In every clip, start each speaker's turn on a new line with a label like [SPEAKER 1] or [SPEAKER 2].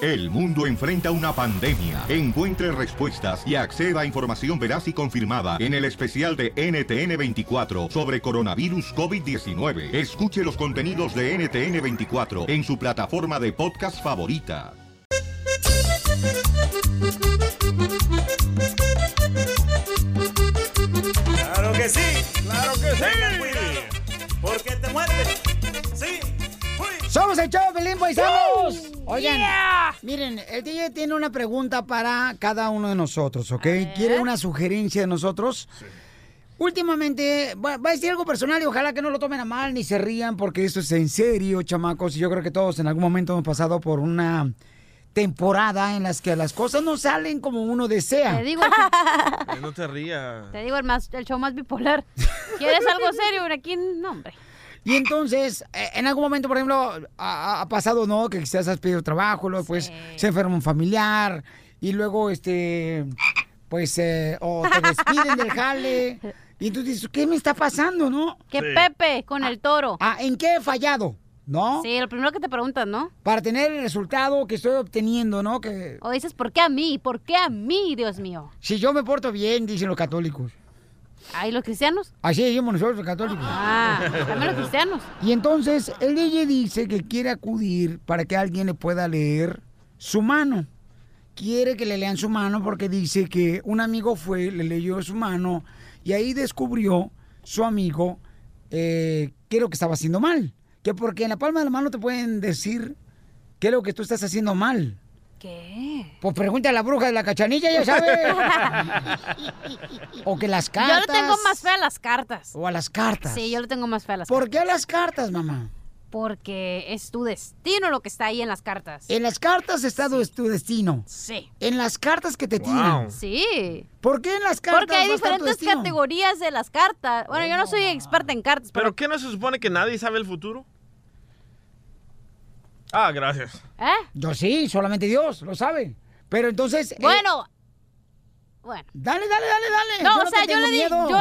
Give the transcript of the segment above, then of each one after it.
[SPEAKER 1] El mundo enfrenta una pandemia. Encuentre respuestas y acceda a información veraz y confirmada en el especial de NTN24 sobre coronavirus COVID-19. Escuche los contenidos de NTN24 en su plataforma de podcast favorita.
[SPEAKER 2] Claro que sí, claro que sí. porque te mueres. Sí.
[SPEAKER 3] Somos el show de Pelín Paisanos. Oigan, miren, el DJ tiene una pregunta para cada uno de nosotros, ¿ok? Quiere una sugerencia de nosotros. Últimamente, va, va a decir algo personal y ojalá que no lo tomen a mal ni se rían porque esto es en serio, chamacos. Y yo creo que todos en algún momento hemos pasado por una temporada en las que las cosas no salen como uno desea.
[SPEAKER 4] Te digo, el-
[SPEAKER 5] Ay, Eh, No te rías.
[SPEAKER 4] te digo el, más, el show más bipolar. ¿Quieres algo serio? Aquí, no, hombre.
[SPEAKER 3] Y entonces, eh, en algún momento, por ejemplo, ha, ha- ha pasado, ¿no? Que quizás has pedido trabajo, luego pues se enferma un familiar y luego, este, pues, eh, o te despiden del jale. Y tú dices, ¿qué me está pasando, no?
[SPEAKER 4] Que Pepe con el toro.
[SPEAKER 3] Ah, ¿en qué he fallado? ¿No?
[SPEAKER 4] Sí, lo primero que te preguntas, ¿no?
[SPEAKER 3] Para tener el resultado que estoy obteniendo, ¿no? Que
[SPEAKER 4] O dices, ¿por qué a mí? ¿Por qué a mí, Dios mío?
[SPEAKER 3] si yo me porto bien, dicen los católicos.
[SPEAKER 4] Ay, los cristianos.
[SPEAKER 3] Así decimos nosotros los católicos.
[SPEAKER 4] Ah, también los cristianos.
[SPEAKER 3] Y entonces el DJ dice que quiere acudir para que alguien le pueda leer su mano. Quiere que le lean su mano porque dice que un amigo fue, le leyó su mano y ahí descubrió su amigo eh, qué es lo que estaba haciendo mal. Que porque en la palma de la mano te pueden decir qué es lo que tú estás haciendo mal.
[SPEAKER 4] ¿Qué?
[SPEAKER 3] Pues pregunta a la bruja de la cachanilla, ya sabe. o que las cartas.
[SPEAKER 4] Yo le tengo más fe a las cartas.
[SPEAKER 3] O a las cartas.
[SPEAKER 4] Sí, yo le tengo más fe a las
[SPEAKER 3] ¿Por qué a las cartas, mamá?
[SPEAKER 4] cartas. Porque es tu destino lo que está ahí en las cartas.
[SPEAKER 3] En las cartas está tu- tu destino.
[SPEAKER 4] Sí.
[SPEAKER 3] En las cartas que te tiran.
[SPEAKER 4] Sí.
[SPEAKER 3] ¿Por qué en las cartas?
[SPEAKER 4] Porque hay
[SPEAKER 3] va a estar tu
[SPEAKER 4] diferentes
[SPEAKER 3] destino?
[SPEAKER 4] categorías de las cartas. Bueno, yo no soy experta en cartas, pero...
[SPEAKER 5] ¿Pero qué no se supone que nadie sabe el futuro? Ah, gracias.
[SPEAKER 4] ¿Eh?
[SPEAKER 3] Yo sí, solamente Dios lo sabe. Pero entonces. eh,
[SPEAKER 4] Bueno. Bueno.
[SPEAKER 3] dale, dale, dale, dale.
[SPEAKER 4] No, o
[SPEAKER 3] te
[SPEAKER 4] sea, yo
[SPEAKER 3] tengo
[SPEAKER 4] le dije...
[SPEAKER 3] miedo.
[SPEAKER 4] Yo...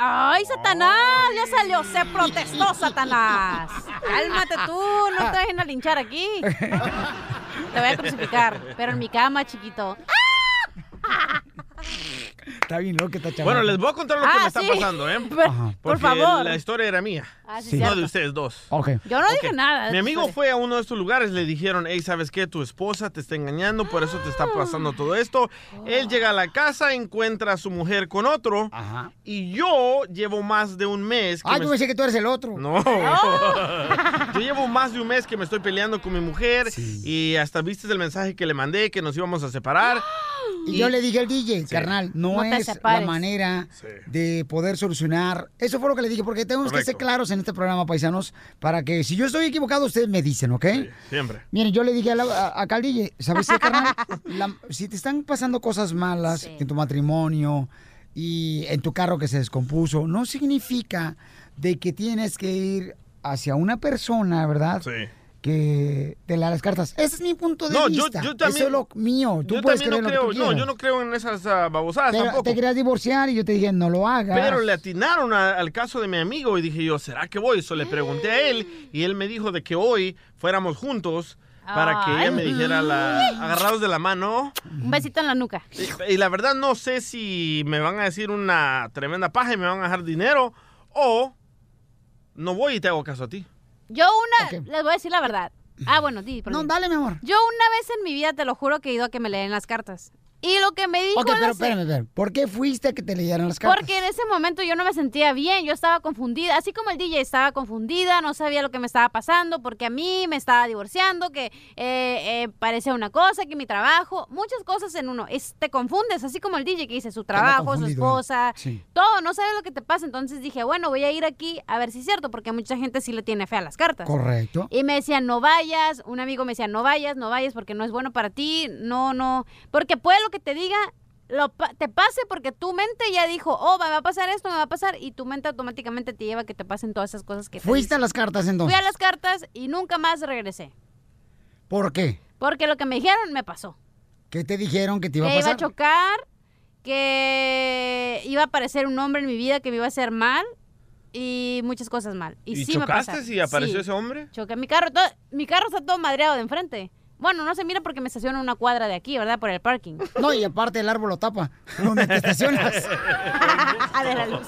[SPEAKER 4] ¡Ay, Satanás! Ya salió. Se protestó, Satanás. Cálmate tú. No te dejen a linchar aquí. Te voy a crucificar. Pero en mi cama, chiquito.
[SPEAKER 3] Está bien loca esta chaval.
[SPEAKER 5] Bueno, les voy a contar lo que
[SPEAKER 4] Ah,
[SPEAKER 5] me está
[SPEAKER 4] sí.
[SPEAKER 5] pasando, ¿eh?
[SPEAKER 4] Por- Por
[SPEAKER 5] Porque
[SPEAKER 4] favor.
[SPEAKER 5] La historia era mía.
[SPEAKER 4] Ah, sí,
[SPEAKER 3] Sí.
[SPEAKER 5] No
[SPEAKER 4] cierto.
[SPEAKER 5] de ustedes dos.
[SPEAKER 3] Ok.
[SPEAKER 4] Yo no dije
[SPEAKER 5] Ok.
[SPEAKER 4] nada.
[SPEAKER 5] Mi amigo
[SPEAKER 4] Sorry.
[SPEAKER 5] fue a uno de estos lugares, le dijeron, hey, ¿sabes qué? Tu esposa te está engañando, por eso te está
[SPEAKER 4] Ah.
[SPEAKER 5] pasando todo esto. Él llega a la casa, encuentra a su mujer con otro,
[SPEAKER 3] Ajá.
[SPEAKER 5] y yo llevo más de un mes que
[SPEAKER 3] Ay,
[SPEAKER 5] me-
[SPEAKER 3] yo pensé que tú eres el otro.
[SPEAKER 5] No. Yo llevo más de un mes que me estoy peleando con mi mujer y hasta viste el mensaje que le mandé que nos íbamos a separar.
[SPEAKER 3] Y yo le dije al DJ, carnal, no,
[SPEAKER 4] No te
[SPEAKER 3] es la
[SPEAKER 4] separes.
[SPEAKER 3] manera de poder solucionar. Eso fue lo que le dije, porque tenemos que ser
[SPEAKER 5] Correcto.
[SPEAKER 3] claros en este programa, paisanos, para que si yo estoy equivocado, ustedes me dicen, ¿ok?
[SPEAKER 5] Siempre.
[SPEAKER 3] Miren, yo le dije a, la, a- acá al DJ, ¿sabes qué, carnal? La- si te están pasando cosas malas
[SPEAKER 4] Sí.
[SPEAKER 3] en tu matrimonio y en tu carro que se descompuso, no significa de que tienes que ir hacia una persona, ¿verdad?
[SPEAKER 5] Sí.
[SPEAKER 3] Que te la las cartas. Ese es mi punto de
[SPEAKER 5] No, yo-
[SPEAKER 3] vista.
[SPEAKER 5] yo también-
[SPEAKER 3] Eso es lo mío. Tú
[SPEAKER 5] yo
[SPEAKER 3] puedes creer
[SPEAKER 5] también
[SPEAKER 3] lo
[SPEAKER 5] no creo,
[SPEAKER 3] que tú
[SPEAKER 5] no,
[SPEAKER 3] quieras.
[SPEAKER 5] yo no creo en esas ah, babosadas
[SPEAKER 3] Pero
[SPEAKER 5] tampoco.
[SPEAKER 3] te querías divorciar y yo te dije, no lo hagas.
[SPEAKER 5] Pero le atinaron a- al caso de mi amigo y dije yo, ¿será que voy? Eso le pregunté a él y él me dijo de que hoy fuéramos juntos para que ella me dijera la, agarrados de la mano.
[SPEAKER 4] Un besito en la nuca.
[SPEAKER 5] Y, y la verdad no sé si me van a decir una tremenda paja y me van a dejar dinero o no voy y te hago caso a ti.
[SPEAKER 4] Yo una,
[SPEAKER 3] Ok.
[SPEAKER 4] les voy a decir la verdad. Ah, bueno, di, perdón.
[SPEAKER 3] No, dale, mi amor.
[SPEAKER 4] Yo una vez en mi vida, te lo juro, que he ido a que me leen las cartas. Y lo que me dijo...
[SPEAKER 3] Ok, pero
[SPEAKER 4] la-
[SPEAKER 3] espérame, espérame. ¿Por qué fuiste a que te leyeran las cartas?
[SPEAKER 4] Porque en ese momento yo no me sentía bien, yo estaba confundida, así como el DJ estaba confundida, no sabía lo que me estaba pasando, porque a mí me estaba divorciando, que eh, eh, parecía una cosa, que mi trabajo, muchas cosas en uno, es, te confundes, así como el DJ que dice su trabajo, su
[SPEAKER 3] confundido, ¿eh?
[SPEAKER 4] esposa,
[SPEAKER 3] sí.
[SPEAKER 4] todo, no sabes lo que te pasa, entonces dije, bueno, voy a ir aquí a ver si es cierto, porque mucha gente sí le tiene fe a las cartas.
[SPEAKER 3] Correcto.
[SPEAKER 4] Y me decían, no vayas, un amigo me decía, no vayas, no vayas porque no es bueno para ti, no, no, porque puede lo que te diga, lo pa- te pase porque tu mente ya dijo, oh, me va a pasar esto, me va a pasar, y tu mente automáticamente te lleva a que te pasen todas esas cosas que te
[SPEAKER 3] Fuiste a
[SPEAKER 4] dicen.
[SPEAKER 3] las cartas
[SPEAKER 4] Fui
[SPEAKER 3] entonces.
[SPEAKER 4] a las cartas y nunca más regresé,
[SPEAKER 3] ¿Por qué?
[SPEAKER 4] porque lo que me dijeron me pasó,
[SPEAKER 3] ¿Qué te dijeron que te iba a
[SPEAKER 4] que iba a
[SPEAKER 3] pasar?
[SPEAKER 4] chocar, que iba a aparecer un hombre en mi vida que me iba a hacer mal y muchas cosas mal. Y,
[SPEAKER 5] ¿Y
[SPEAKER 4] sí me
[SPEAKER 5] chocaste
[SPEAKER 4] pasaron.
[SPEAKER 5] y apareció
[SPEAKER 4] Sí.
[SPEAKER 5] ese hombre?
[SPEAKER 4] Choqué mi carro, todo- mi carro está todo madreado de enfrente. Bueno, no se mira porque me estaciono en una cuadra de aquí, ¿verdad? Por el parking.
[SPEAKER 3] No, y aparte el árbol lo tapa. Donde te estacionas.
[SPEAKER 4] de la luz.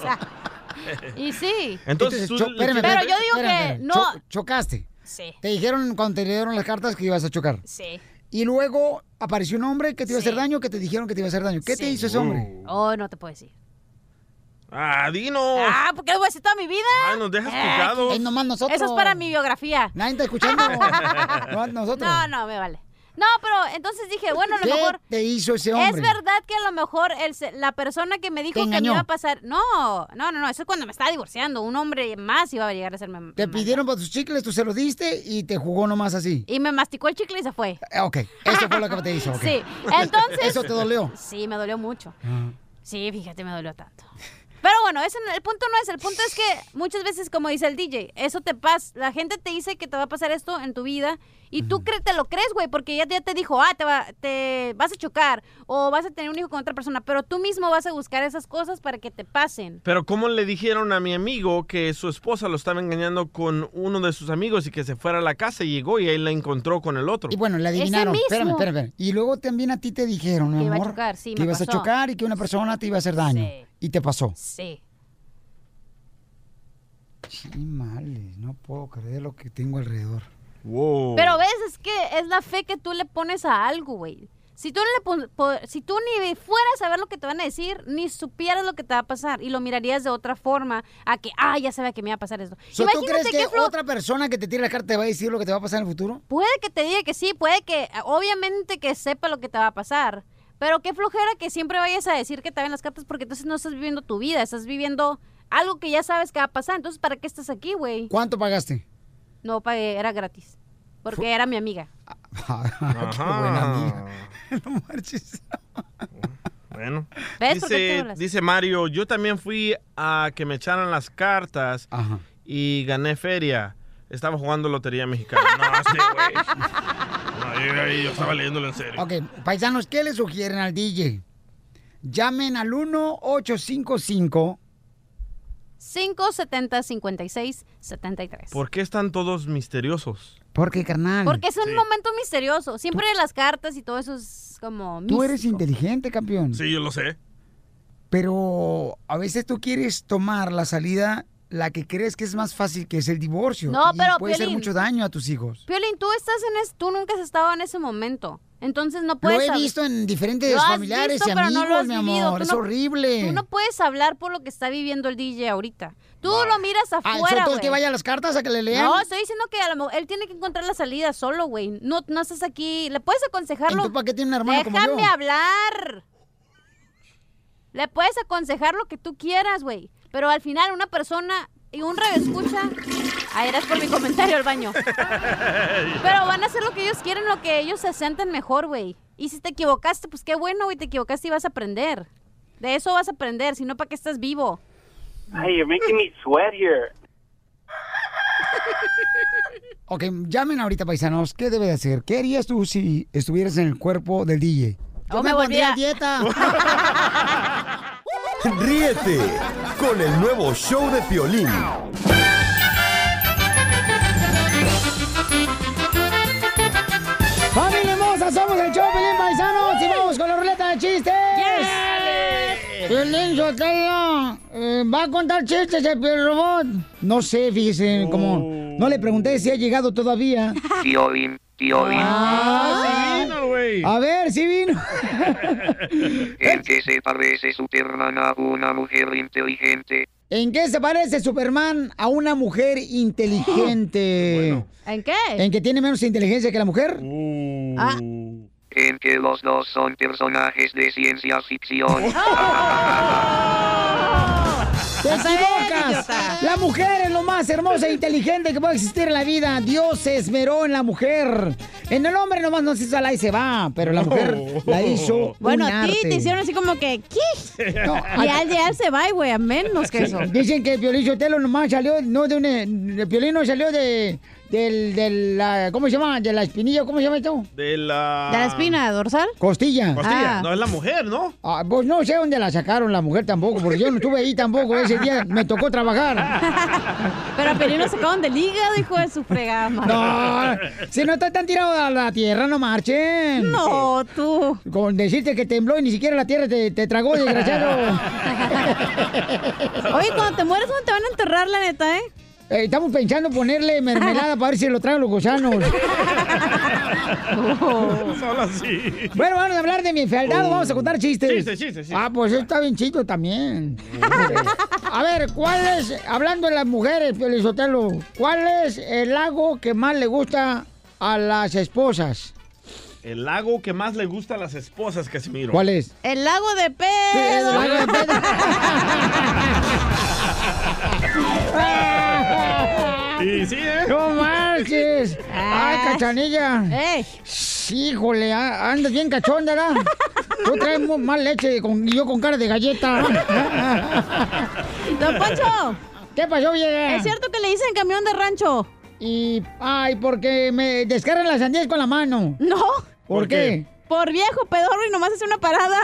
[SPEAKER 4] Y sí.
[SPEAKER 3] Entonces,
[SPEAKER 4] tú
[SPEAKER 3] cho-
[SPEAKER 4] le-
[SPEAKER 3] espérame,
[SPEAKER 4] Pero
[SPEAKER 3] espérame,
[SPEAKER 4] yo digo
[SPEAKER 3] espérame,
[SPEAKER 4] que
[SPEAKER 3] espérame.
[SPEAKER 4] no.
[SPEAKER 3] Cho- chocaste.
[SPEAKER 4] Sí.
[SPEAKER 3] Te dijeron cuando te dieron las cartas que ibas a chocar.
[SPEAKER 4] Sí.
[SPEAKER 3] Y luego apareció un hombre que te iba a hacer daño, que te dijeron que te iba a hacer daño. ¿Qué te
[SPEAKER 4] Sí.
[SPEAKER 3] hizo ese hombre?
[SPEAKER 4] Oh, no te puedo decir.
[SPEAKER 5] Ah, dinos.
[SPEAKER 4] Ah, ¿por qué voy a decir toda mi vida? Eh,
[SPEAKER 5] Ay, Ah, nos dejas picados.
[SPEAKER 3] Es nomás nosotros.
[SPEAKER 4] Eso es para mi biografía.
[SPEAKER 3] Nadie está escuchando. No, nosotros.
[SPEAKER 4] No, no, me vale. No, pero entonces dije, bueno, a lo
[SPEAKER 3] ¿Qué
[SPEAKER 4] mejor...
[SPEAKER 3] te hizo ese
[SPEAKER 4] Es
[SPEAKER 3] hombre?
[SPEAKER 4] verdad que a lo mejor el se- la persona que me
[SPEAKER 3] Te
[SPEAKER 4] dijo que me
[SPEAKER 3] engañó.
[SPEAKER 4] iba a pasar... No, no, no, no, eso es cuando me estaba divorciando. Un hombre más iba a llegar a hacerme...
[SPEAKER 3] Te pidieron para tus chicles, tú se los diste y te jugó nomás así.
[SPEAKER 4] Y me masticó el chicle y se fue.
[SPEAKER 3] Eh, Ok, eso fue lo que te hizo. ok.
[SPEAKER 4] Sí, entonces...
[SPEAKER 3] ¿Eso te dolió?
[SPEAKER 4] Sí, me dolió mucho. Sí, fíjate, me dolió tanto. Pero bueno, ese, no- el punto no es, el punto es que muchas veces, como dice el DJ, eso te pasa, la gente te dice que te va a pasar esto en tu vida y tú cre- te lo crees, güey, porque ya, ya te dijo, ah, te, va- te vas a chocar o vas a tener un hijo con otra persona, pero tú mismo vas a buscar esas cosas para que te pasen.
[SPEAKER 5] Pero ¿cómo le dijeron a mi amigo que su esposa lo estaba engañando con uno de sus amigos y que se fuera a la casa y llegó y ahí la encontró con el otro?
[SPEAKER 3] Y bueno, le
[SPEAKER 4] Ese
[SPEAKER 3] adivinaron.
[SPEAKER 4] mismo.
[SPEAKER 3] Espérame, espérame, espérame. Y luego también a ti te dijeron, mi
[SPEAKER 4] Que iba a
[SPEAKER 3] amor,
[SPEAKER 4] chocar, sí,
[SPEAKER 3] que
[SPEAKER 4] me
[SPEAKER 3] ibas a
[SPEAKER 4] pasó.
[SPEAKER 3] chocar y que una persona te iba a hacer daño.
[SPEAKER 4] Sí.
[SPEAKER 3] Y te pasó.
[SPEAKER 4] Sí.
[SPEAKER 3] Chimales, no puedo creer lo que tengo alrededor.
[SPEAKER 5] Wow.
[SPEAKER 4] Pero ves, es que es la fe que tú le pones a algo, güey. Si tú, no le pon- po- si tú ni fueras a ver lo que te van a decir, ni supieras lo que te va a pasar y lo mirarías de otra forma a que, ah, ya sabía que me iba a pasar esto.
[SPEAKER 3] So, ¿Tú crees que,
[SPEAKER 4] qué flo-
[SPEAKER 3] otra persona que te tire la carta te va a decir lo que te va a pasar en el futuro?
[SPEAKER 4] Puede que te diga que sí, puede que, obviamente que sepa lo que te va a pasar. Pero qué flojera que siempre vayas a decir que te ven las cartas porque entonces no estás viviendo tu vida, estás viviendo algo que ya sabes que va a pasar. Entonces, ¿para qué estás aquí, güey?
[SPEAKER 3] ¿Cuánto pagaste?
[SPEAKER 4] No pagué, era gratis. Porque era mi amiga.
[SPEAKER 3] Qué buena amiga. No marches.
[SPEAKER 5] Bueno.
[SPEAKER 4] ¿Ves por qué te
[SPEAKER 5] Dice,
[SPEAKER 4] burlas?
[SPEAKER 5] dice Mario, yo también fui a que me echaran las cartas
[SPEAKER 3] Ajá.
[SPEAKER 5] y gané feria. Estaba jugando lotería mexicana. No, sí, güey. No, yo, yo estaba leyéndolo en serio.
[SPEAKER 3] Ok, paisanos, ¿qué le sugieren al DJ? Llamen al 1-855.
[SPEAKER 4] 570 56 73.
[SPEAKER 5] ¿Por qué están todos misteriosos?
[SPEAKER 3] ¿Por qué, carnal?
[SPEAKER 4] Porque es un
[SPEAKER 5] Sí.
[SPEAKER 4] momento misterioso. Siempre las cartas y todo eso es como.
[SPEAKER 3] Tú
[SPEAKER 4] místico.
[SPEAKER 3] eres inteligente, campeón.
[SPEAKER 5] Sí, yo lo sé.
[SPEAKER 3] Pero a veces tú quieres tomar la salida, la que crees que es más fácil, que es el divorcio.
[SPEAKER 4] No,
[SPEAKER 3] y
[SPEAKER 4] pero,
[SPEAKER 3] puede hacer
[SPEAKER 4] Piolín.
[SPEAKER 3] mucho daño a tus hijos.
[SPEAKER 4] Piolín, tú estás en es, tú nunca has estado en ese momento. Entonces no puedes.
[SPEAKER 3] lo he
[SPEAKER 4] sab-
[SPEAKER 3] visto en diferentes
[SPEAKER 4] Lo has
[SPEAKER 3] familiares
[SPEAKER 4] visto,
[SPEAKER 3] y
[SPEAKER 4] pero no
[SPEAKER 3] amigos,
[SPEAKER 4] lo has
[SPEAKER 3] mi
[SPEAKER 4] vivido.
[SPEAKER 3] amor.
[SPEAKER 4] Tú
[SPEAKER 3] Es
[SPEAKER 4] no-
[SPEAKER 3] horrible.
[SPEAKER 4] Tú no puedes hablar por lo que está viviendo el DJ ahorita. Tú lo miras
[SPEAKER 3] Ah,
[SPEAKER 4] afuera.
[SPEAKER 3] ¿entonces
[SPEAKER 4] güey.
[SPEAKER 3] que vaya a las cartas a que le lean?
[SPEAKER 4] no, estoy diciendo que a lo mejor él tiene que encontrar la salida solo, güey. No, no estás aquí. ¿Le puedes aconsejarlo?
[SPEAKER 3] ¿Entonces para qué tiene un hermano como yo?
[SPEAKER 4] Déjame hablar. Le puedes aconsejar lo que tú quieras, güey. Pero al final una persona y un radio escucha. Ahí eras por mi comentario al baño. Pero van a hacer lo que ellos quieren, lo que ellos se sienten mejor, güey. Y si te equivocaste, pues qué bueno, güey, te equivocaste y vas a aprender. De eso vas a aprender, si no, ¿para qué estás vivo?
[SPEAKER 6] Hey, you're making me sweat here.
[SPEAKER 3] Ok, llamen ahorita, paisanos. ¿Qué debe de hacer? ¿Qué harías tú si estuvieras en el cuerpo del DJ?
[SPEAKER 4] Yo me volvía-
[SPEAKER 3] pondría a dieta.
[SPEAKER 7] Ríete con el nuevo show de Piolín.
[SPEAKER 3] ¡Familia hermosa! Somos el show, Pelín Paisanos. Y vamos con la ruleta de chistes. Piolín Sotelo eh, va a contar chistes el Piolín Robot. No sé, fíjese, como no le pregunté si ha llegado todavía.
[SPEAKER 8] Tío Bim, tío Bim,
[SPEAKER 3] Ah,
[SPEAKER 5] Adivina, güey.
[SPEAKER 3] a ver, si vino.
[SPEAKER 8] ¿en qué se parece Superman a una mujer inteligente?
[SPEAKER 3] ¿En qué se parece Superman a una mujer inteligente?
[SPEAKER 4] ¿En qué?
[SPEAKER 3] ¿En que tiene menos inteligencia que la mujer?
[SPEAKER 4] Ah.
[SPEAKER 8] ¿En que los dos son personajes de ciencia ficción?
[SPEAKER 3] Ah. ¡Te equivocas!
[SPEAKER 4] idiota.
[SPEAKER 3] La mujer es lo más hermosa e inteligente que puede existir en la vida. Dios se esmeró en la mujer. En el hombre nomás nos hizo la y se va, pero la mujer la hizo.
[SPEAKER 4] Bueno,
[SPEAKER 3] un
[SPEAKER 4] a ti
[SPEAKER 3] arte.
[SPEAKER 4] te hicieron así como que, ¿qué?
[SPEAKER 3] No,
[SPEAKER 4] Y al de él se va, güey, a menos que eso.
[SPEAKER 3] Dicen que Piolín Sotelo nomás eh, salió, no de un... el Piolín no salió de, del, del, la- ¿cómo se llama? De la espinilla, ¿cómo se llama esto?
[SPEAKER 5] De la...
[SPEAKER 3] dorsal? Costilla.
[SPEAKER 5] Ah. Costilla. No, es la mujer, ¿no?
[SPEAKER 3] Ah, pues no sé dónde la sacaron la mujer tampoco, porque yo no estuve ahí tampoco. Ese día me tocó trabajar.
[SPEAKER 4] Pero a Pelín lo sacaron del hígado, hijo de su fregada madre.
[SPEAKER 3] No, si no está tan tirado a la tierra, no marchen.
[SPEAKER 4] No,
[SPEAKER 3] tú. Con decirte que tembló y ni siquiera la tierra te, te tragó, desgraciado.
[SPEAKER 4] Oye, cuando te mueres, ¿dónde te van a enterrar, la neta, eh?
[SPEAKER 3] Eh, estamos pensando ponerle mermelada para ver si lo traen los gusanos.
[SPEAKER 5] Solo así.
[SPEAKER 3] Bueno, vamos a hablar de mi fealdad,
[SPEAKER 5] Uh.
[SPEAKER 3] vamos a contar chistes.
[SPEAKER 5] Chistes, chistes, chistes.
[SPEAKER 3] Ah, pues está bien chido también. a ver, ¿cuál es, hablando de las mujeres, Pelizotelo, cuál es el lago que más le gusta a las esposas?
[SPEAKER 5] El lago que más le gusta a las esposas, Casimiro.
[SPEAKER 3] ¿Cuál es?
[SPEAKER 4] El lago de pedo.
[SPEAKER 5] lago de
[SPEAKER 3] Y
[SPEAKER 5] sí, ¿eh?
[SPEAKER 3] ¡No marches! ¡Ay, cachanilla!
[SPEAKER 4] ¡Ey!
[SPEAKER 3] ¡Híjole! a- Andas bien cachonda, ¿verdad? Tú traes mu- más leche con- y yo con cara de galleta.
[SPEAKER 4] Don Poncho.
[SPEAKER 3] ¿Qué pasó, vieja?
[SPEAKER 4] Es cierto que le dicen camión de rancho.
[SPEAKER 3] Y, ay, porque me descargan las sandías con la mano.
[SPEAKER 4] No.
[SPEAKER 3] ¿Por qué?
[SPEAKER 4] Por viejo, pedorro y nomás hace una parada.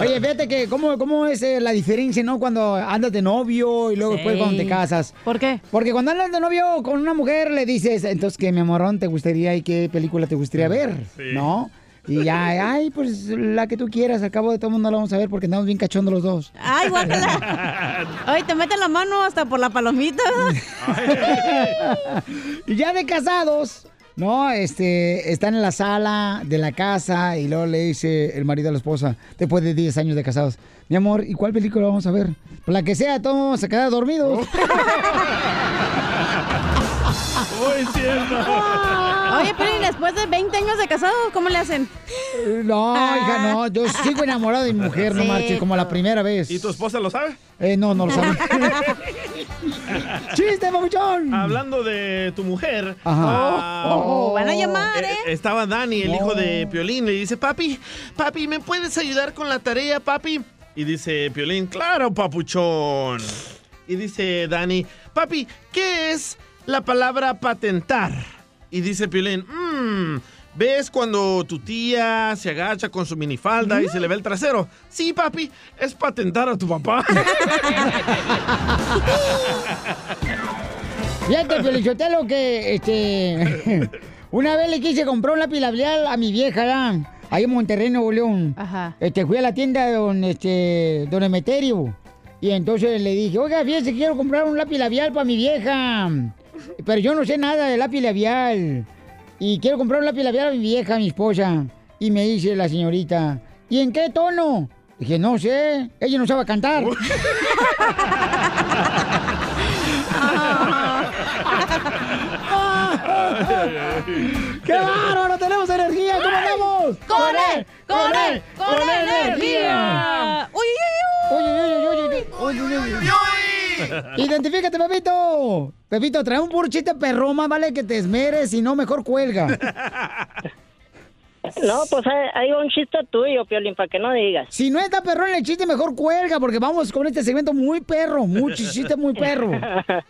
[SPEAKER 3] Oye, fíjate que cómo, cómo es eh, la diferencia, ¿no? Cuando andas de novio y luego después
[SPEAKER 4] Sí.
[SPEAKER 3] cuando te casas.
[SPEAKER 4] ¿Por qué?
[SPEAKER 3] Porque cuando andas de novio con una mujer le dices, entonces, ¿qué, mi amorón, te gustaría y qué película te gustaría ver?
[SPEAKER 9] Sí.
[SPEAKER 3] ¿No? Y ya, ay, pues la que tú quieras, al cabo de todo el mundo la vamos a ver porque andamos bien cachondos los dos.
[SPEAKER 4] Ay, guácala. Ay, te meten la mano hasta por la palomita.
[SPEAKER 3] y ya de casados, ¿no? Este, están en la sala de la casa y luego le dice el marido a la esposa, después de 10 años de casados, mi amor, ¿y cuál película vamos a ver? Pues La que sea, todos vamos a quedar dormidos.
[SPEAKER 5] Muy cierto.
[SPEAKER 4] Oye, pero ¿y después de 20 años de casado, ¿cómo le hacen?
[SPEAKER 3] Eh,
[SPEAKER 5] Oh.
[SPEAKER 3] No,
[SPEAKER 4] Ah.
[SPEAKER 3] hija, no, yo sigo enamorado de mi mujer, no
[SPEAKER 4] Sí,
[SPEAKER 3] marches, como la primera vez.
[SPEAKER 5] ¿Y tu esposa lo sabe?
[SPEAKER 3] Eh, no, no lo sabe. ¡Chiste, mamuchón!
[SPEAKER 5] Hablando de tu mujer.
[SPEAKER 3] Ajá.
[SPEAKER 5] ah,
[SPEAKER 4] Oh, oh, van a llamar, ¿eh?
[SPEAKER 5] Estaba Dani, el
[SPEAKER 4] No.
[SPEAKER 5] hijo de Piolín, le dice, papi, papi, ¿me puedes ayudar con la tarea, papi? Y dice Piolín, claro, papuchón. Y dice Dani, papi, ¿qué es la palabra patentar? Y dice Piolín, mmm, ¿ves cuando tu tía se agacha con su minifalda y se le ve el trasero? Sí, papi, es patentar a tu papá.
[SPEAKER 3] Fíjate, Felicitelo, que este, una vez le quise comprar un lápiz labial a mi vieja, ¿verdad? ahí en Monterrey, Nuevo León.
[SPEAKER 4] Ajá.
[SPEAKER 3] Este, fui a la tienda de don, este, don Emeterio. Y entonces le dije, oiga, fíjese, quiero comprar un lápiz labial para mi vieja. Pero yo no sé nada de lápiz labial. Y quiero comprar un lápiz labial a mi vieja, a mi esposa. Y me dice la señorita, ¿y en qué tono? Dije, no sé, ella no sabe cantar. ¡Qué bárbaro! ¡Tenemos energía! ¿Cómo andamos?
[SPEAKER 4] ¡Con él! ¡Con él! ¡Con energía! ¡Uy,
[SPEAKER 3] uy, uy! ¡Uy, uy, uy! ¡Uy, uy, uy! Identifícate, Pepito. Pepito, trae un burchita perro, más vale que te esmeres, si no, mejor cuelga.
[SPEAKER 10] No, pues hay, hay un chiste tuyo, Piolín, para que no digas.
[SPEAKER 3] Si no está perro en el chiste, mejor cuelga, porque vamos con este segmento muy perro, muy chiste muy perro.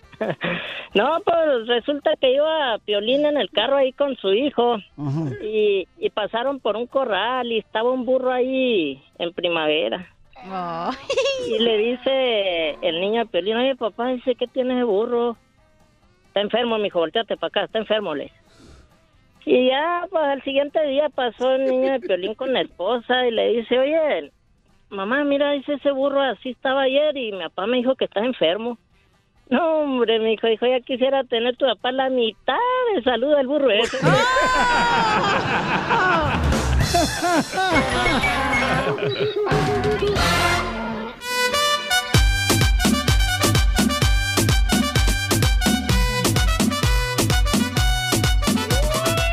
[SPEAKER 10] No, pues resulta que iba Piolín en el carro ahí con su hijo y, y pasaron por un corral y estaba un burro ahí en primavera. Y le dice el niño a Piolín, oye papá, dice, ¿qué tienes de burro? Está enfermo, mijo, volteate para acá, está enfermo, le. dice. Y ya, pues al siguiente día pasó el niño de Piolín con la esposa y le dice, oye, mamá, mira, dice ese burro así estaba ayer y mi papá me dijo que está enfermo. No, hombre, mi hijo, dijo, ya quisiera tener tu papá la mitad de salud del burro ese.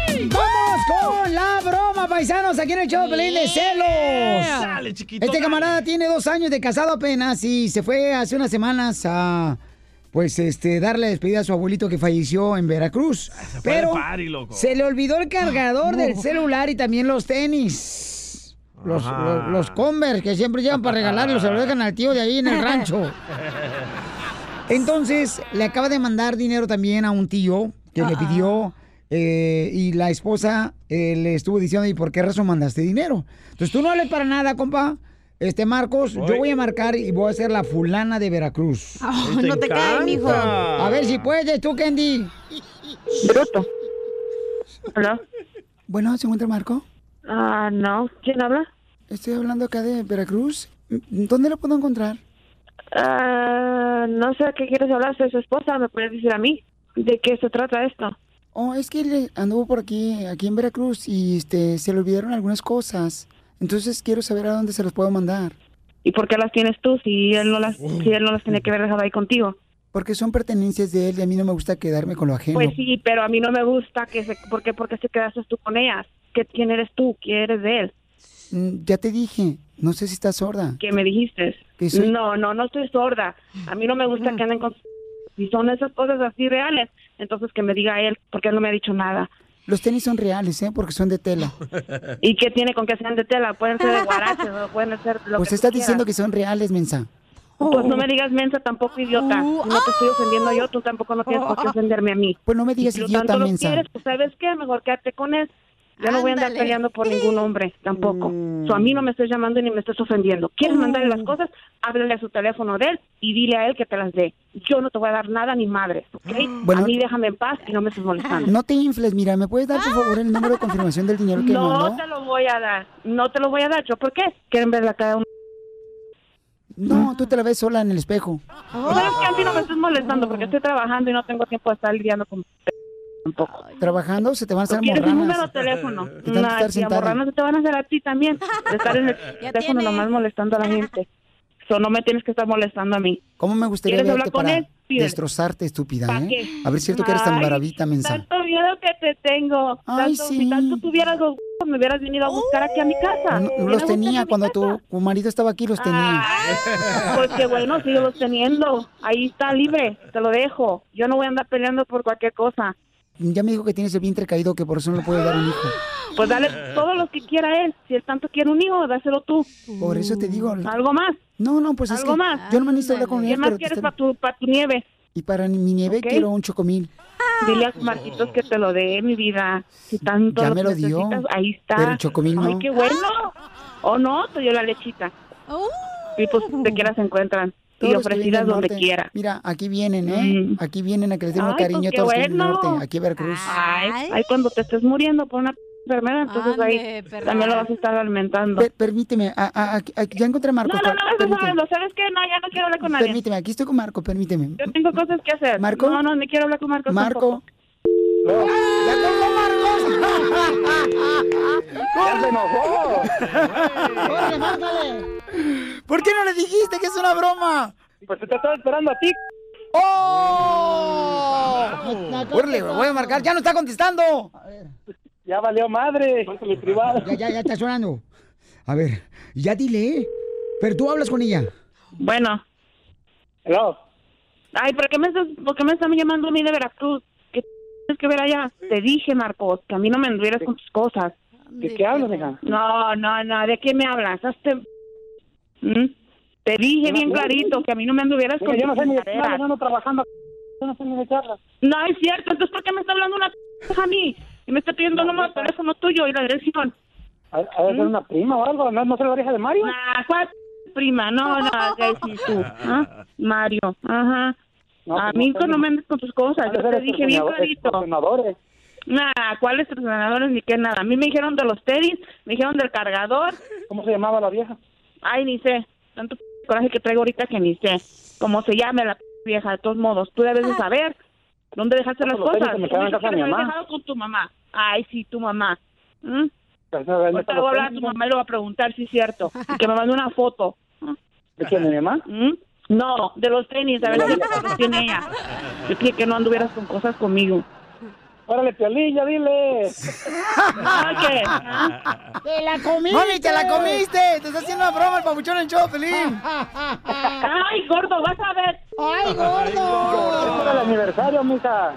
[SPEAKER 3] ¡Vamos con la broma, paisanos! Aquí en el show de Pelín de celos.
[SPEAKER 5] Dale, chiquito,
[SPEAKER 3] Este
[SPEAKER 5] dale.
[SPEAKER 3] camarada tiene dos años de casado apenas y se fue hace unas semanas a, pues, este, darle despedida a su abuelito que falleció en Veracruz.
[SPEAKER 5] Ah, fue de
[SPEAKER 3] Pero
[SPEAKER 5] party, loco. Ah,
[SPEAKER 3] se le olvidó el cargador
[SPEAKER 5] No.
[SPEAKER 3] del celular y también los tenis. Los, los, los Converse que siempre llevan para regalarlos, se los dejan al tío de ahí en el rancho. Entonces, le acaba de mandar dinero también a un tío que le
[SPEAKER 9] Ah.
[SPEAKER 3] pidió eh, y la esposa eh, le estuvo diciendo, ¿y por qué razón mandaste dinero? Entonces, tú no hables para nada, compa. Este, Marcos, yo voy a marcar y voy a ser la fulana de Veracruz.
[SPEAKER 9] Oh, Te no te cae, encanta. mijo.
[SPEAKER 3] A ver si puedes, tú, Candy. Bruto.
[SPEAKER 11] ¿Hola?
[SPEAKER 3] Bueno, ¿se encuentra Marco?
[SPEAKER 11] Ah, no. ¿Quién habla?
[SPEAKER 3] Estoy hablando acá de Veracruz. ¿Dónde lo puedo encontrar?
[SPEAKER 11] Ah, no sé a qué quieres hablar, soy su esposa, me puedes decir a mí de qué se trata esto.
[SPEAKER 3] Oh, es que le anduvo por aquí, aquí en Veracruz, y este, se le olvidaron algunas cosas. Entonces quiero saber a dónde se los puedo mandar.
[SPEAKER 11] ¿Y por qué las tienes tú si él no las, si él no las tenía que haber dejado ahí contigo?
[SPEAKER 3] Porque son pertenencias de él y a mí no me gusta quedarme con lo ajeno.
[SPEAKER 11] Pues sí, pero a mí no me gusta que se, ¿por qué, por qué se quedaste tú con ellas? ¿Qué, ¿Quién eres tú? ¿Quién eres de él?
[SPEAKER 3] Mm, Ya te dije, no sé si estás sorda.
[SPEAKER 11] ¿Qué me dijiste?
[SPEAKER 3] Que soy-
[SPEAKER 11] No, no, no estoy sorda. A mí no me gusta que anden con... Si son esas cosas así reales, entonces que me diga él, porque él no me ha dicho nada.
[SPEAKER 3] Los tenis son reales, ¿eh? Porque son de tela.
[SPEAKER 11] ¿Y qué tiene con que sean de tela? Pueden ser de guaraches o pueden ser lo
[SPEAKER 3] pues
[SPEAKER 11] que
[SPEAKER 3] estás
[SPEAKER 11] tú quieras.
[SPEAKER 3] diciendo que son reales, mensa. Oh.
[SPEAKER 11] Pues no me digas mensa tampoco, idiota. Si no te estoy ofendiendo yo, tú tampoco no tienes por qué ofenderme a mí.
[SPEAKER 3] Oh. Pues no me digas
[SPEAKER 11] si tú
[SPEAKER 3] idiota,
[SPEAKER 11] tanto lo
[SPEAKER 3] mensa.
[SPEAKER 11] quieres, pues ¿sabes qué? Mejor quédate con él. Yo no voy a andar
[SPEAKER 9] Ándale.
[SPEAKER 11] peleando por ningún hombre, tampoco.
[SPEAKER 3] Mm.
[SPEAKER 11] So, a mí no me estés llamando ni me estés ofendiendo. ¿Quieres mandarle las cosas? Háblale a su teléfono de él y dile a él que te las dé. Yo no te voy a dar nada ni madres, ¿ok?
[SPEAKER 3] Mm. Bueno.
[SPEAKER 11] a mí déjame en paz y no me estés molestando.
[SPEAKER 3] No te infles, mira, ¿me puedes dar por favor el número de confirmación del dinero que
[SPEAKER 11] No
[SPEAKER 3] mandó?
[SPEAKER 11] te lo voy a dar, no te lo voy a dar. ¿Yo por qué? ¿Quieren ver la cara de un...
[SPEAKER 3] No, tú te la ves sola en el espejo. Oh.
[SPEAKER 11] ¿Sabes qué? A mí no me estés molestando porque estoy trabajando y no tengo tiempo de estar lidiando con... Tampoco.
[SPEAKER 3] Trabajando se te van a hacer
[SPEAKER 11] ¿Quieres un número
[SPEAKER 3] morranas.
[SPEAKER 11] de teléfono?
[SPEAKER 3] que estar
[SPEAKER 11] Nah, si
[SPEAKER 3] sentada.
[SPEAKER 11] amorranas te van a hacer a ti también. De estar en el teléfono nomás molestando a la gente. So, no me tienes que estar molestando a mí.
[SPEAKER 3] ¿Cómo me gustaría
[SPEAKER 11] ¿Quieres
[SPEAKER 3] verte
[SPEAKER 11] hablar con
[SPEAKER 3] para
[SPEAKER 11] él? Pídele.
[SPEAKER 3] destrozarte, estúpida,
[SPEAKER 11] ¿Pa'
[SPEAKER 3] eh?
[SPEAKER 11] qué?
[SPEAKER 3] A ver, cierto que eres tan
[SPEAKER 11] Ay,
[SPEAKER 3] baravita, mensa.
[SPEAKER 11] Tanto miedo que te tengo.
[SPEAKER 3] Ay,
[SPEAKER 11] tanto,
[SPEAKER 3] sí.
[SPEAKER 11] Si tanto tuvieras los huevos, me hubieras venido a buscar aquí a mi
[SPEAKER 3] No,
[SPEAKER 11] casa. Me
[SPEAKER 3] Los
[SPEAKER 11] hubieras
[SPEAKER 3] tenía cuando tu, tu marido estaba aquí, los tenía.
[SPEAKER 11] Pues qué bueno, sigo los teniendo. Ahí está libre, te lo dejo. Yo no voy a andar peleando por cualquier cosa.
[SPEAKER 3] Ya me dijo que tienes el vientre caído, que por eso no le puedes dar un hijo.
[SPEAKER 11] Pues dale todo lo que quiera él. Si él tanto quiere un hijo, dáselo tú.
[SPEAKER 3] Por eso te digo.
[SPEAKER 11] ¿Algo más?
[SPEAKER 3] No, no, pues es
[SPEAKER 11] ¿Algo
[SPEAKER 3] que
[SPEAKER 11] más?
[SPEAKER 3] yo no me necesito hablar con
[SPEAKER 11] ¿Qué
[SPEAKER 3] él,
[SPEAKER 11] más
[SPEAKER 3] pero te
[SPEAKER 11] quieres
[SPEAKER 3] está-
[SPEAKER 11] para tu, pa' tu nieve?
[SPEAKER 3] Y para mi nieve
[SPEAKER 11] Ok.
[SPEAKER 3] quiero un chocomil.
[SPEAKER 11] Dile a Marquitos que te lo dé, mi vida. Si tanto
[SPEAKER 3] Ya me lo dio,
[SPEAKER 11] necesitas, ahí está.
[SPEAKER 3] pero el chocomil no.
[SPEAKER 11] Ay, qué bueno. O no, te dio la lechita. Y pues donde quiera se encuentran.
[SPEAKER 3] Todos
[SPEAKER 11] y
[SPEAKER 3] los que vienen
[SPEAKER 11] ofrecidas
[SPEAKER 3] del
[SPEAKER 11] donde
[SPEAKER 3] norte.
[SPEAKER 11] quiera. Mm.
[SPEAKER 3] Mira, aquí vienen, ¿eh? Aquí vienen a que les den un
[SPEAKER 11] Ay, pues
[SPEAKER 3] cariño a
[SPEAKER 11] qué
[SPEAKER 3] todos los que vienen del
[SPEAKER 11] bueno. Ah.
[SPEAKER 3] norte, aquí a Veracruz.
[SPEAKER 11] Ay, ay, cuando te estés muriendo por una p- enfermedad, entonces ahí
[SPEAKER 3] Ande, perra.
[SPEAKER 11] también lo vas a estar alimentando.
[SPEAKER 3] Per- permíteme, a- a- a- a- ah, ya encontré a Marco.
[SPEAKER 11] No, no,
[SPEAKER 3] per-
[SPEAKER 11] no, estás
[SPEAKER 3] permíteme.
[SPEAKER 11] hablando. ¿Sabes qué? No, ya no quiero hablar con nadie.
[SPEAKER 3] Permíteme, aquí estoy con Marco, permíteme.
[SPEAKER 11] Yo tengo cosas que hacer.
[SPEAKER 3] Marco.
[SPEAKER 11] No, no, ni quiero hablar con Marcos.
[SPEAKER 3] Marco.
[SPEAKER 9] ¡Ya se enojó!
[SPEAKER 3] ¡Corre, mándale! ¿Por qué no le dijiste que es una broma?
[SPEAKER 9] Pues te estaba esperando a ti.
[SPEAKER 3] ¡Oh! Órale, güey, voy a marcar. ¡Ya no está contestando!
[SPEAKER 9] Ya valió madre. Mi privado.
[SPEAKER 3] Ya, ya, ya está sonando. A ver, ya dile, ¿eh? Pero tú hablas con ella.
[SPEAKER 11] Bueno.
[SPEAKER 9] Hello.
[SPEAKER 11] Ay, ¿por qué me estás, por qué me están llamando a mí de Veracruz? ¿Qué tienes que ver allá? Te dije, Marcos, que a mí no me anduvieras con tus cosas.
[SPEAKER 9] ¿De qué hablas, hija?
[SPEAKER 11] No, no, no, ¿de qué me hablas? Hazte- ¿Mm? Te dije
[SPEAKER 9] Mira,
[SPEAKER 11] bien
[SPEAKER 9] mira.
[SPEAKER 11] clarito que a mí no me anduvieras
[SPEAKER 9] Mira,
[SPEAKER 11] con
[SPEAKER 9] yo no sé ni de qué
[SPEAKER 11] chingaderas.
[SPEAKER 9] hablas, yo ando trabajando. Yo no sé ni de qué hablas.
[SPEAKER 11] No, es cierto, entonces ¿por qué me está hablando una c- a mí? Y me está pidiendo el número de teléfono tuyo y la dirección.
[SPEAKER 9] A, a ver, ¿es una prima o algo? ¿No, no sé la oreja de Mario?
[SPEAKER 11] ¿Mm? Ah, ¿cuál prima? No, no, ¿qué decís tú? ¿Ah? Mario, ajá.
[SPEAKER 9] No,
[SPEAKER 11] a
[SPEAKER 9] pues
[SPEAKER 11] mí
[SPEAKER 9] no
[SPEAKER 11] no,
[SPEAKER 9] sé.
[SPEAKER 11] me andes con tus cosas, yo te dije bien clarito.
[SPEAKER 9] Entrenadores.
[SPEAKER 11] Nah, ¿cuáles entrenadores ni qué nada? A mí me dijeron de los tenis, me dijeron del cargador.
[SPEAKER 9] ¿Cómo se llamaba la vieja?
[SPEAKER 11] Ay, ni sé. Tanto p- coraje que traigo ahorita que ni sé. Cómo se llame la p- vieja, de todos modos. Tú debes de saber dónde dejaste las
[SPEAKER 9] pues, los tenis
[SPEAKER 11] cosas.
[SPEAKER 9] que me quedaron en
[SPEAKER 11] Tú
[SPEAKER 9] casa de
[SPEAKER 11] me
[SPEAKER 9] mi
[SPEAKER 11] habías
[SPEAKER 9] mamá.
[SPEAKER 11] dejado con tu mamá. Ay, sí, tu mamá. ¿Mm?
[SPEAKER 9] Pues, no, ¿dónde
[SPEAKER 11] Ahorita
[SPEAKER 9] están
[SPEAKER 11] le voy a
[SPEAKER 9] los
[SPEAKER 11] hablar a tu
[SPEAKER 9] tenis?
[SPEAKER 11] mamá y le voy a preguntar si es cierto. Y que me mande una foto.
[SPEAKER 9] ¿De quién, de mi mamá?
[SPEAKER 11] ¿Mm? No, de los tenis, a ver si los tiene ella. Yo dije que no anduvieras con cosas conmigo.
[SPEAKER 9] Órale, Piolín, ya dile.
[SPEAKER 11] ¿qué?
[SPEAKER 3] ¡Te la comiste! ¡Mami, te la comiste! ¡Te está haciendo una broma el papuchón en show, Pelín!
[SPEAKER 11] ¡Ay, gordo, vas a ver!
[SPEAKER 3] ¡Ay, gordo!
[SPEAKER 9] Este era el aniversario, mija.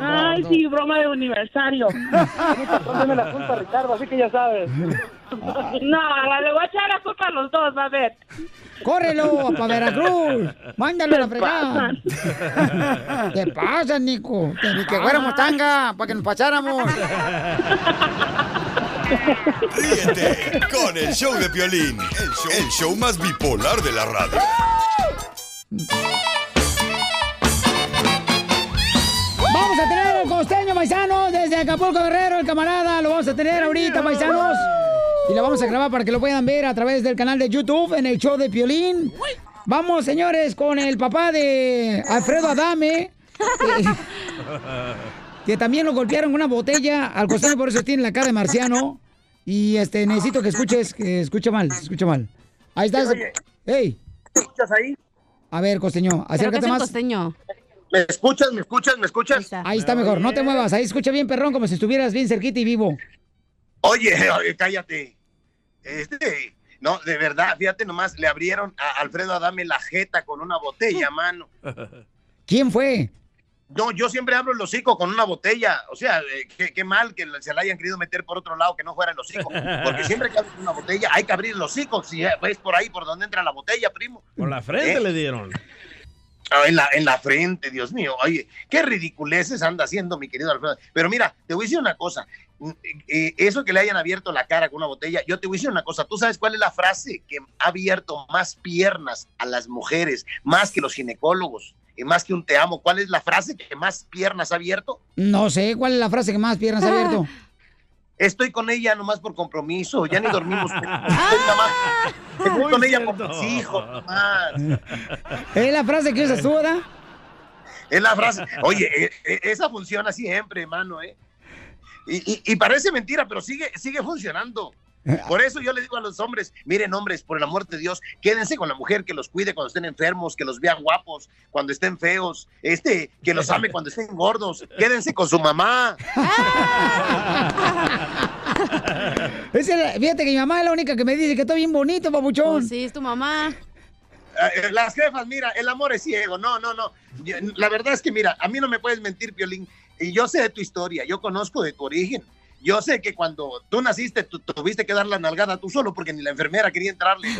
[SPEAKER 11] Ay, sí, broma de aniversario.
[SPEAKER 9] Tú me la culpa, Ricardo, así que ya sabes.
[SPEAKER 11] No, la- le voy a echar la culpa a los dos, va a ver.
[SPEAKER 3] ¡Córrelo para Veracruz! ¡Mándalo a la fregada! ¿Qué pasa, Nico? Que Ni que fuéramos tanga para que nos pasáramos.
[SPEAKER 7] Ríete con el show de Piolín, el show, el show más bipolar de la radio.
[SPEAKER 3] Vamos a tener al costeño paisano desde Acapulco Guerrero, el camarada. Lo vamos a tener ahorita, paisanos. Y lo vamos a grabar para que lo puedan ver a través del canal de YouTube en el show de Piolín. Vamos, señores, con el papá de Alfredo Adame. eh, que también lo golpearon con una botella al costeño, por eso tiene la cara de marciano. Y este necesito que escuches, que escucha mal, se escucha mal. Ahí está.
[SPEAKER 12] Oye.
[SPEAKER 3] ¡Ey!
[SPEAKER 12] escuchas ahí?
[SPEAKER 3] A ver, costeño, acércate más.
[SPEAKER 12] ¿Me escuchas? ¿Me escuchas? ¿Me escuchas? Ahí está,
[SPEAKER 3] Ahí está mejor, no te muevas, ahí escucha bien, perrón, como si estuvieras bien cerquita y vivo.
[SPEAKER 12] Oye, oye, cállate. Este, no, de verdad, fíjate nomás, le abrieron a Alfredo Adame la jeta con una botella, mano.
[SPEAKER 3] ¿Quién fue?
[SPEAKER 12] No, yo siempre abro el hocico con una botella. O sea, eh, qué, qué mal que se la hayan querido meter por otro lado que no fuera el hocico. Porque siempre que abres una botella hay que abrir el hocico. Si eh, ves por ahí por donde entra la botella, primo.
[SPEAKER 5] Por la frente
[SPEAKER 12] ¿Eh?
[SPEAKER 5] le dieron.
[SPEAKER 12] Ah, en, la, en la frente, Dios mío. Oye, qué ridiculeces anda haciendo mi querido Alfredo. Pero mira, te voy a decir una cosa. Mm, eh, eso que le hayan abierto la cara con una botella, yo te voy a decir una cosa. ¿Tú sabes cuál es la frase que ha abierto más piernas a las mujeres, más que los ginecólogos y más que un te amo? ¿Cuál es la frase que más piernas ha abierto?
[SPEAKER 3] No sé, ¿cuál es la frase que más piernas ha abierto?
[SPEAKER 12] Estoy con ella nomás por compromiso, ya ni dormimos. Estoy nomás- Estoy con ella por mis hijos, nomás.
[SPEAKER 3] ¿Es la frase que usas tú, ¿verdad?
[SPEAKER 12] Es la frase. Oye, e- e- esa funciona siempre, hermano, ¿eh? Y, y- y parece mentira, pero sigue, sigue funcionando. Por eso yo le digo a los hombres, miren hombres, por el amor de Dios, quédense con la mujer que los cuide cuando estén enfermos, que los vea guapos, cuando estén feos, este, que los ame cuando estén gordos, quédense con su mamá.
[SPEAKER 3] Esa es la- fíjate que mi mamá es la única que me dice que estoy bien bonito, papuchón.
[SPEAKER 4] Pues sí, es tu mamá.
[SPEAKER 12] Eh, eh, Las jefas, mira, el amor es ciego. No, no, no. Yo- La verdad es que, mira, a mí no me puedes mentir, Piolín. Y yo sé de tu historia, yo conozco de tu origen. Yo sé que cuando tú naciste, tú tuviste que dar la nalgada tú solo porque ni la enfermera quería entrarle.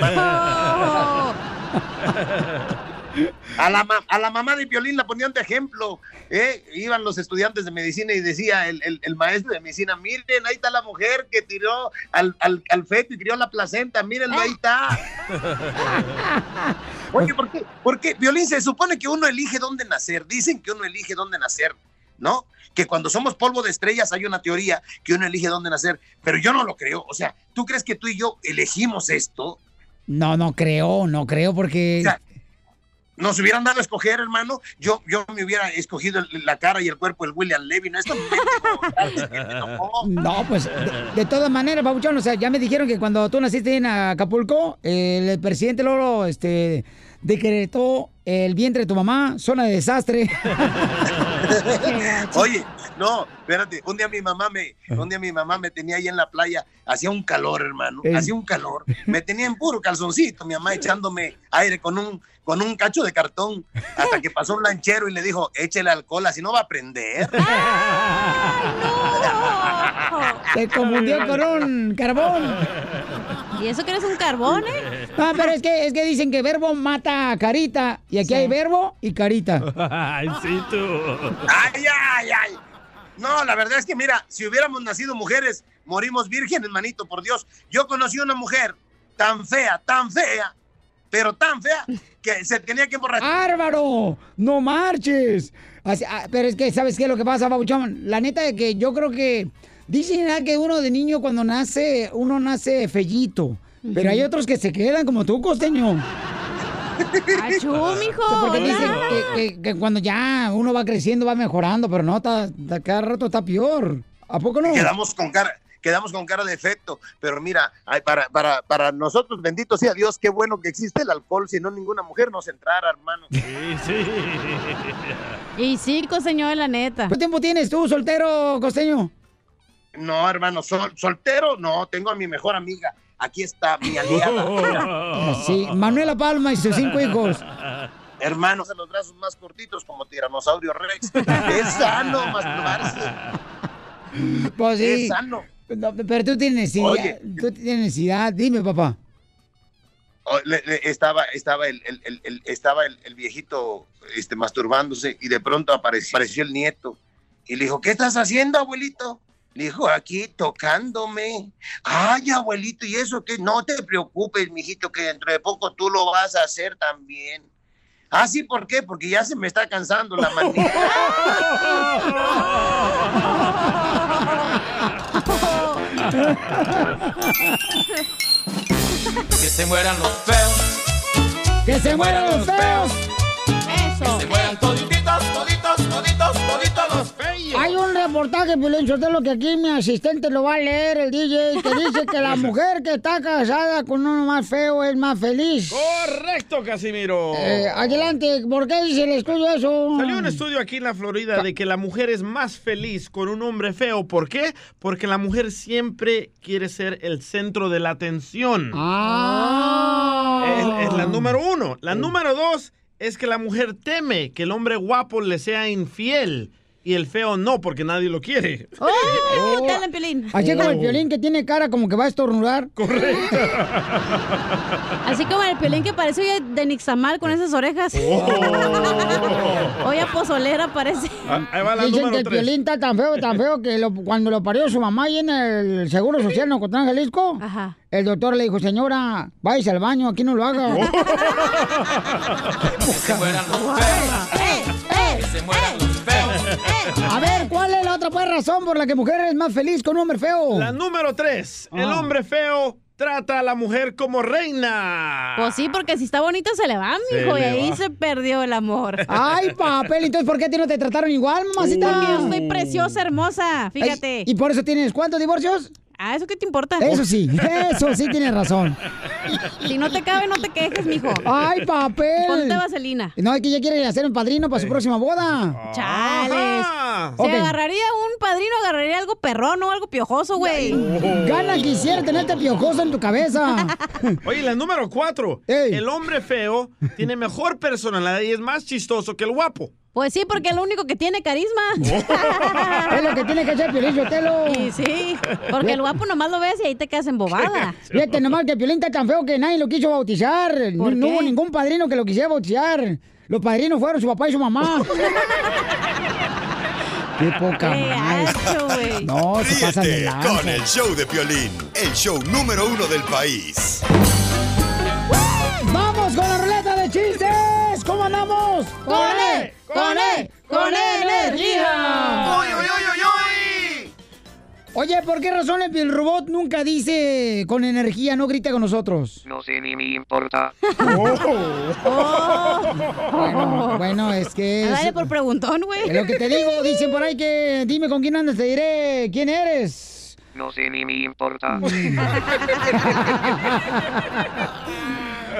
[SPEAKER 12] A la, ma- a la mamá de Piolín la ponían de ejemplo. ¿eh? Iban los estudiantes de medicina y decía el, el- el maestro de medicina, miren, ahí está la mujer que tiró al, al- al feto y crió la placenta, mírenlo, ahí está. Oye, ¿por qué? Porque, Violín, se supone que uno elige dónde nacer. Dicen que uno elige dónde nacer, ¿no? Que cuando somos polvo de estrellas hay una teoría que uno elige dónde nacer, pero yo no lo creo. O sea, ¿tú crees que tú y yo elegimos esto?
[SPEAKER 3] No, no creo, no creo, porque.
[SPEAKER 12] nos hubieran dado a escoger, hermano, yo, yo me hubiera escogido el- la cara y el cuerpo del William Levy, ¿no? Esto me-
[SPEAKER 3] No, pues, de, de todas maneras, papuchón, o sea, ya me dijeron que cuando tú naciste en Acapulco, el, el presidente Lolo, este, decretó el vientre de tu mamá, zona de desastre.
[SPEAKER 12] Oye, no, espérate, un día mi mamá me, un día mi mamá me tenía ahí en la playa, hacía un calor, hermano,
[SPEAKER 3] Eh.
[SPEAKER 12] hacía un calor, me tenía en puro calzoncito, mi mamá echándome aire con un, con un cacho de cartón, hasta que pasó un lanchero y le dijo, échele alcohol, así no va a prender.
[SPEAKER 3] Se confundió con un carbón.
[SPEAKER 4] ¿Y eso que eres un carbón, eh?
[SPEAKER 3] Ah, pero es que, es que dicen que verbo mata a carita. Y aquí hay verbo y carita.
[SPEAKER 5] Ay, sí, tú.
[SPEAKER 12] Ay, ay, ay. No, la verdad es que mira, si hubiéramos nacido mujeres, morimos vírgenes, manito, por Dios. Yo conocí una mujer tan fea, tan fea, pero tan fea, que se tenía que emborrachar.
[SPEAKER 3] ¡Bárbaro! ¡No marches! Así- ah, pero es que, ¿sabes qué es lo que pasa, Babuchón? La neta de que yo creo que. Dicen ah, que uno de niño cuando nace, uno nace fellito. Pero hay otros que se quedan como tú, costeño.
[SPEAKER 4] Achú, mijo,
[SPEAKER 3] Porque
[SPEAKER 4] hola.
[SPEAKER 3] dicen que, que- que cuando ya uno va creciendo, va mejorando, pero no, ta- ta- cada rato está peor. ¿A poco no?
[SPEAKER 12] Quedamos con cara. Quedamos con cara de efecto, pero mira, ay, para, para, para nosotros, bendito sea Dios, qué bueno que existe el alcohol, si no ninguna mujer nos entrara, hermano.
[SPEAKER 5] Sí, sí.
[SPEAKER 4] Y sí, costeño, de la neta.
[SPEAKER 3] ¿Cuánto tiempo tienes tú, soltero, costeño?
[SPEAKER 12] No, hermano, sol- soltero, no, tengo a mi mejor amiga. Aquí está mi aliada. Mira.
[SPEAKER 3] Sí, Manuela Palma y sus cinco hijos.
[SPEAKER 12] Hermanos de los brazos más cortitos como Tiranosaurio Rex. Es sano masturbarse.
[SPEAKER 3] Pues sí.
[SPEAKER 12] Es sano.
[SPEAKER 3] No, pero tú tienes necesidad.
[SPEAKER 12] Oye.
[SPEAKER 3] Tú tienes necesidad. Dime, papá.
[SPEAKER 12] O- Oh, le- le- estaba estaba el, el- el- el- estaba el, el viejito este masturbándose y de pronto apareció, apareció el nieto y le dijo qué estás haciendo abuelito le dijo aquí tocándome ay abuelito y eso que no te preocupes mijito que dentro de poco tú lo vas a hacer también ah sí por qué porque ya se me está cansando la manita
[SPEAKER 13] Que se mueran los feos.
[SPEAKER 3] ¡Que se mueran los feos!
[SPEAKER 13] Eso. Que se mueran toditos, toditos, toditos, toditos los feos.
[SPEAKER 3] Hay un reportaje, Piolín lo que aquí mi asistente lo va a leer, el DJ, que dice que la mujer que está casada con uno más feo es más feliz.
[SPEAKER 5] Oh. Correcto, Casimiro.
[SPEAKER 3] Eh, adelante, ¿por qué dice el estudio eso? Oh.
[SPEAKER 5] Salió un estudio aquí en la Florida de que la mujer es más feliz con un hombre feo. ¿Por qué? Porque la mujer siempre quiere ser el centro de la atención.
[SPEAKER 3] Ah.
[SPEAKER 5] Es, es la número uno. La número dos es que la mujer teme que el hombre guapo le sea infiel y el feo no, porque nadie lo quiere.
[SPEAKER 3] Oh. Así como el violín que tiene cara como que va a estornudar.
[SPEAKER 5] Oh. Correcto.
[SPEAKER 4] Así como el pelín que parece hoy de Nixamal con esas orejas.
[SPEAKER 3] Oh.
[SPEAKER 4] hoy a pozolera parece.
[SPEAKER 5] Ah, ahí va la
[SPEAKER 3] Dicen que
[SPEAKER 5] número
[SPEAKER 3] el
[SPEAKER 5] tres.
[SPEAKER 3] violín está tan feo, tan feo, que lo- cuando lo parió su mamá ahí en el Seguro Social en Ocotlán, Jalisco, el doctor le dijo, señora, váyase al baño, aquí no lo haga.
[SPEAKER 13] Que se mueran los feos. Que se mueran los feos.
[SPEAKER 3] A ver, ¿cuál es la otra pues, razón por la que mujer es más feliz con un hombre feo? Ah.
[SPEAKER 5] La número tres, el hombre feo trata a la mujer como reina.
[SPEAKER 4] Pues sí, porque si está bonito se le va,
[SPEAKER 5] Se
[SPEAKER 4] mijo, y
[SPEAKER 5] le
[SPEAKER 4] ahí
[SPEAKER 5] va.
[SPEAKER 4] se perdió el amor.
[SPEAKER 3] Ay, papel, entonces ¿por qué a ti no te trataron igual, mamacita?
[SPEAKER 4] Porque yo soy preciosa, hermosa, fíjate.
[SPEAKER 3] Ay, ¿Y por eso tienes cuántos divorcios?
[SPEAKER 4] Ah, ¿eso qué te importa?
[SPEAKER 3] Eso sí, eso sí tienes razón.
[SPEAKER 4] Si no te cabe, no te quejes, mijo.
[SPEAKER 3] Ay, papel.
[SPEAKER 4] Ponte vaselina.
[SPEAKER 3] No, es que ya quiere hacer un padrino para su próxima boda.
[SPEAKER 4] Chales. Se
[SPEAKER 3] Ok.
[SPEAKER 4] agarraría un padrino, agarraría algo perrón o algo piojoso, güey.
[SPEAKER 3] Gana quisiera tenerte piojoso en tu cabeza.
[SPEAKER 5] Oye, la número cuatro, el hombre feo tiene mejor personalidad y es más chistoso que el guapo.
[SPEAKER 4] Pues sí, porque es lo único que tiene carisma.
[SPEAKER 3] es lo que tiene que hacer Piolín Sotelo.
[SPEAKER 4] Y sí, porque el guapo nomás lo ves y ahí te quedas embobada.
[SPEAKER 3] Fíjate nomás que Piolín está tan feo que nadie lo quiso bautizar. No,
[SPEAKER 4] ¿Por
[SPEAKER 3] no
[SPEAKER 4] qué?
[SPEAKER 3] hubo ningún padrino que lo quisiera bautizar. Los padrinos fueron su papá y su mamá. Qué poca
[SPEAKER 13] Eh,
[SPEAKER 7] Qué
[SPEAKER 3] madre.
[SPEAKER 7] gacho, güey.
[SPEAKER 3] No, se pasan de
[SPEAKER 7] Ríete
[SPEAKER 3] lanza.
[SPEAKER 7] con el show de Piolín, el show número uno del país.
[SPEAKER 3] ¡Vamos con la ruleta de chistes! ¿Cómo andamos?
[SPEAKER 13] ¡Con E! ¡Con E! ¡Con E energía! ¡Uy, uy,
[SPEAKER 3] Oye, ¿por qué razón el Piel robot nunca dice con energía, no grita con nosotros?
[SPEAKER 8] No sé ni me importa.
[SPEAKER 4] Oh.
[SPEAKER 3] Bueno, bueno, es que... es-
[SPEAKER 4] Dale por preguntón, güey.
[SPEAKER 3] es lo que te digo, dicen por ahí que dime con quién andas, te diré quién eres.
[SPEAKER 8] No sé ni me importa.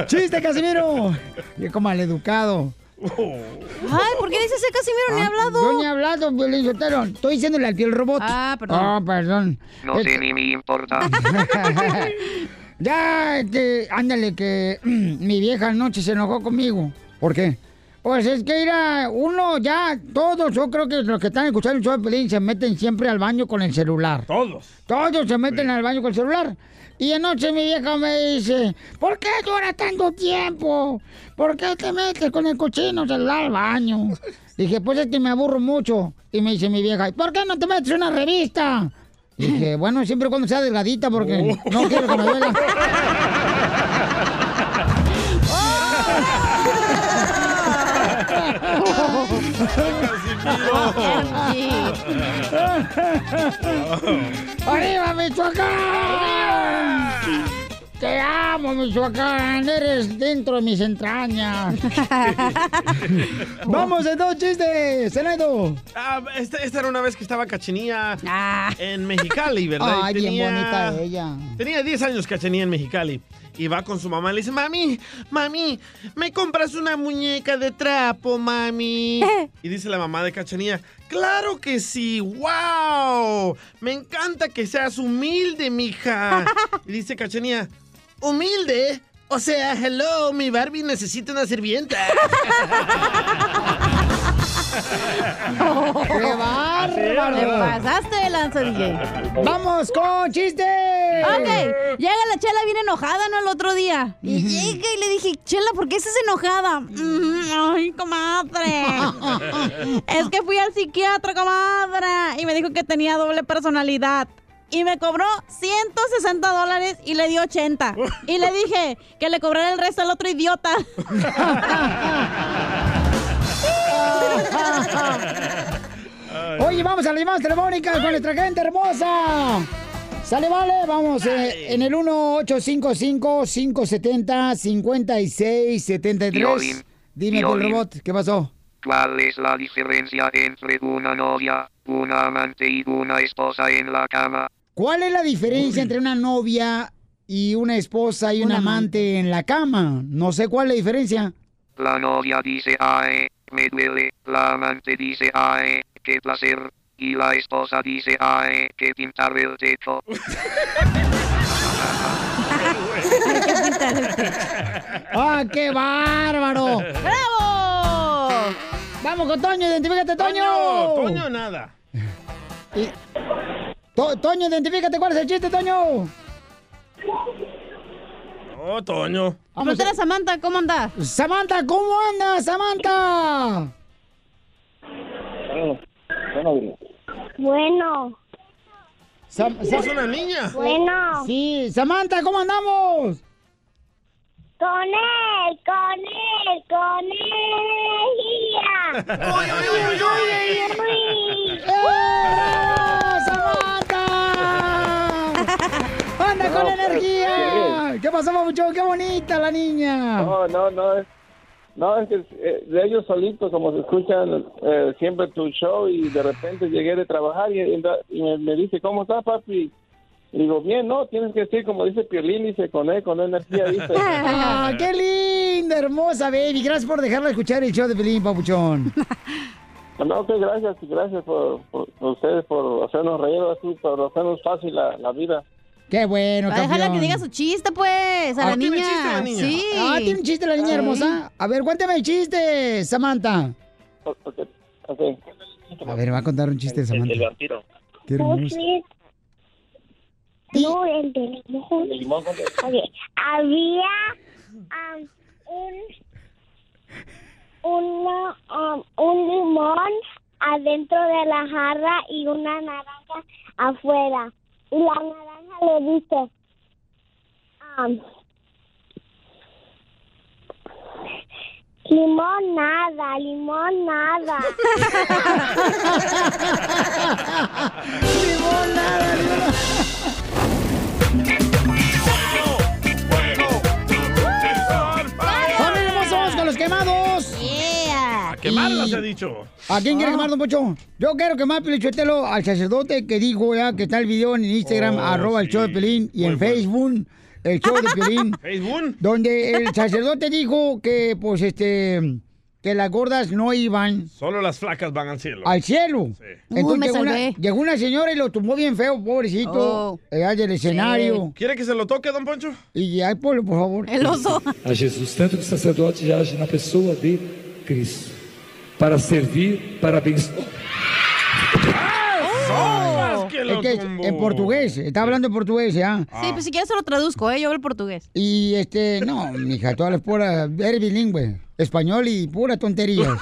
[SPEAKER 3] ¡Chiste, Casimiro! Qué como maleducado.
[SPEAKER 4] Ay, ¿por qué dices ese Casimiro? Ni he hablado.
[SPEAKER 3] Ah, Yo ni he hablado, Piolín Sotelo. Estoy diciéndole al piel robot.
[SPEAKER 4] Ah, perdón.
[SPEAKER 3] Ah, perdón.
[SPEAKER 8] No sé ni me importa.
[SPEAKER 3] ya, este, ándale, que mm, mi vieja anoche se enojó conmigo. ¿Por qué? Pues es que era uno ya, todos, yo creo que los que están escuchando el show de Piolín se meten siempre al baño con el celular.
[SPEAKER 5] Todos.
[SPEAKER 3] Todos se meten al baño con el celular. Y anoche mi vieja me dice, ¿por qué llora tanto tiempo? ¿Por qué te metes con el cochino celular al baño? Dije, pues es que me aburro mucho. Y me dice mi vieja, "¿Y ¿por qué no te metes una revista? Dije, bueno, siempre y cuando sea delgadita porque Eh,
[SPEAKER 13] Oh.
[SPEAKER 3] no quiero que me duela. ¡Arriba, Michoacán! Te amo, Michoacán. Eres dentro de mis entrañas. Vamos, en dos chistes, Zenedo.
[SPEAKER 5] Ah, esta, esta era una vez que estaba Cachenía en Mexicali, ¿verdad? Y
[SPEAKER 3] Ah. Ay, bien bonita ella.
[SPEAKER 5] Tenía 10 años Cachenía en Mexicali. Y va con su mamá y le dice, mami, mami, me compras una muñeca de trapo, mami. y dice la mamá de Cachenía, claro que sí, wow. Me encanta que seas humilde, mija. y dice Cachenía, humilde. O sea, hello, mi Barbie necesita una sirvienta.
[SPEAKER 3] ¡Qué bárbaro!
[SPEAKER 4] Te pasaste de lanza, DJ.
[SPEAKER 3] ¡Vamos con chistes!
[SPEAKER 4] Ok, llega la chela bien enojada, ¿no? El otro día. Y llega y le dije, chela, ¿por qué estás enojada? "Mm, Ay,
[SPEAKER 13] Oh.
[SPEAKER 4] comadre. es que fui al psiquiatra, comadre. Y me dijo que tenía doble personalidad. Y me cobró 160 dólares y le di 80. Y le dije que le cobrara el resto al otro idiota.
[SPEAKER 3] Oye, vamos a las llamadas telefónicas con nuestra gente hermosa. Sale, vale, vamos eh, en el 1-855-570-5673.
[SPEAKER 14] Violín.
[SPEAKER 3] Dime, el
[SPEAKER 14] Violín.
[SPEAKER 3] robot, ¿qué pasó?
[SPEAKER 14] ¿Cuál es la diferencia entre una novia, una amante y una esposa en la cama?
[SPEAKER 3] ¿Cuál es la diferencia entre una novia y una esposa y un, amante en la cama? No sé cuál es la diferencia.
[SPEAKER 14] La novia dice, ay, me duele. La amante dice, ay, qué placer. Y la esposa dice, ay, que pintar el techo.
[SPEAKER 3] ¡Ah, qué bárbaro!
[SPEAKER 4] ¡Bravo!
[SPEAKER 3] Vamos con Toño, identifícate, Toño.
[SPEAKER 5] Toño, nada.
[SPEAKER 3] Y- To- Toño, identifícate, ¿cuál es el chiste, Toño?
[SPEAKER 5] Oh, Toño.
[SPEAKER 4] Pregúntale a Samantha, ¿cómo anda?
[SPEAKER 3] Samantha, ¿cómo andas, Samantha?
[SPEAKER 15] Bueno.
[SPEAKER 5] Es una niña.
[SPEAKER 15] Bueno.
[SPEAKER 3] Sí, Samantha, ¿cómo andamos?
[SPEAKER 15] Con él, con él, con energía.
[SPEAKER 16] Uy, uy, uy, uy, uy.
[SPEAKER 3] ¡Anda
[SPEAKER 16] No,
[SPEAKER 3] con
[SPEAKER 5] pues,
[SPEAKER 16] pero,
[SPEAKER 3] energía! ¿Qué pasó, mucho? ¡Qué bonita la niña!
[SPEAKER 5] Oh,
[SPEAKER 13] No, no, no. es- No, es que eh, de ellos solitos, como se escuchan eh, siempre tu show, y de repente llegué de trabajar y, y me, me dice, ¿cómo estás, papi? Y digo, bien, no, tienes que decir, como dice Piolín, dice, con él, con energía, dice.
[SPEAKER 5] pues,
[SPEAKER 3] Ah, ¡Qué linda, hermosa baby! Gracias por dejarla escuchar el show de Pelín, papuchón.
[SPEAKER 13] No, que gracias, gracias por, por- por ustedes, por hacernos reír, así, por hacernos fácil la, la vida.
[SPEAKER 3] ¡Qué bueno,
[SPEAKER 4] Va, Déjala
[SPEAKER 3] campeón!
[SPEAKER 4] que diga su chiste, pues, a
[SPEAKER 3] Ah,
[SPEAKER 4] la
[SPEAKER 3] tiene
[SPEAKER 4] niña.
[SPEAKER 3] chiste la niña.
[SPEAKER 4] Sí.
[SPEAKER 3] Ah, tiene un chiste la niña hermosa. A ver, cuéntame el chiste, Samantha. A ver, va a contar un chiste, Samantha. El
[SPEAKER 13] vampiro.
[SPEAKER 3] Qué hermoso.
[SPEAKER 15] Pues, No, el de limón. Oye, había am, un, una, am, un limón adentro de la jarra y una naranja afuera. Y la naranja le dice, um, am, limón nada, limón nada.
[SPEAKER 3] limón nada, ¡Familia hermosa, vamos con los quemados!
[SPEAKER 4] ¡Yeah!
[SPEAKER 5] A quemarla,
[SPEAKER 3] Y-
[SPEAKER 5] se ha dicho.
[SPEAKER 3] ¿A quién
[SPEAKER 5] Ah.
[SPEAKER 3] quiere quemar, don Pocho? Yo quiero quemar, Pelichotelo, al sacerdote que dijo ya que está el video en Instagram,
[SPEAKER 5] Oh,
[SPEAKER 3] arroba el
[SPEAKER 5] sí.
[SPEAKER 3] show de Pelín, y en Facebook, el show de Pelín.
[SPEAKER 5] Facebook.
[SPEAKER 3] Donde el sacerdote dijo que, pues, este, que las gordas no iban
[SPEAKER 5] Solo las flacas van al cielo.
[SPEAKER 3] al cielo.
[SPEAKER 5] Uy, me
[SPEAKER 3] llegó, una,
[SPEAKER 5] salvé.
[SPEAKER 3] llegó una señora y lo tumbó bien feo, pobrecito,
[SPEAKER 5] Oh.
[SPEAKER 3] allá del escenario.
[SPEAKER 5] ¿Quiere que se lo toque, don Poncho?
[SPEAKER 3] Y ay, ponlo, por favor.
[SPEAKER 4] El oso.
[SPEAKER 17] a Jesus, tanto que o sacerdote age na pessoa de Cristo para servir, para abençoar.
[SPEAKER 4] Ah.
[SPEAKER 5] Oh.
[SPEAKER 3] Es que es en portugués, está hablando en portugués, ¿ya?
[SPEAKER 4] Sí, pues si quieres se lo traduzco, ¿eh? Yo hablo portugués.
[SPEAKER 3] Y este, no, mija, todas las puras, eres bilingüe, español y pura tontería.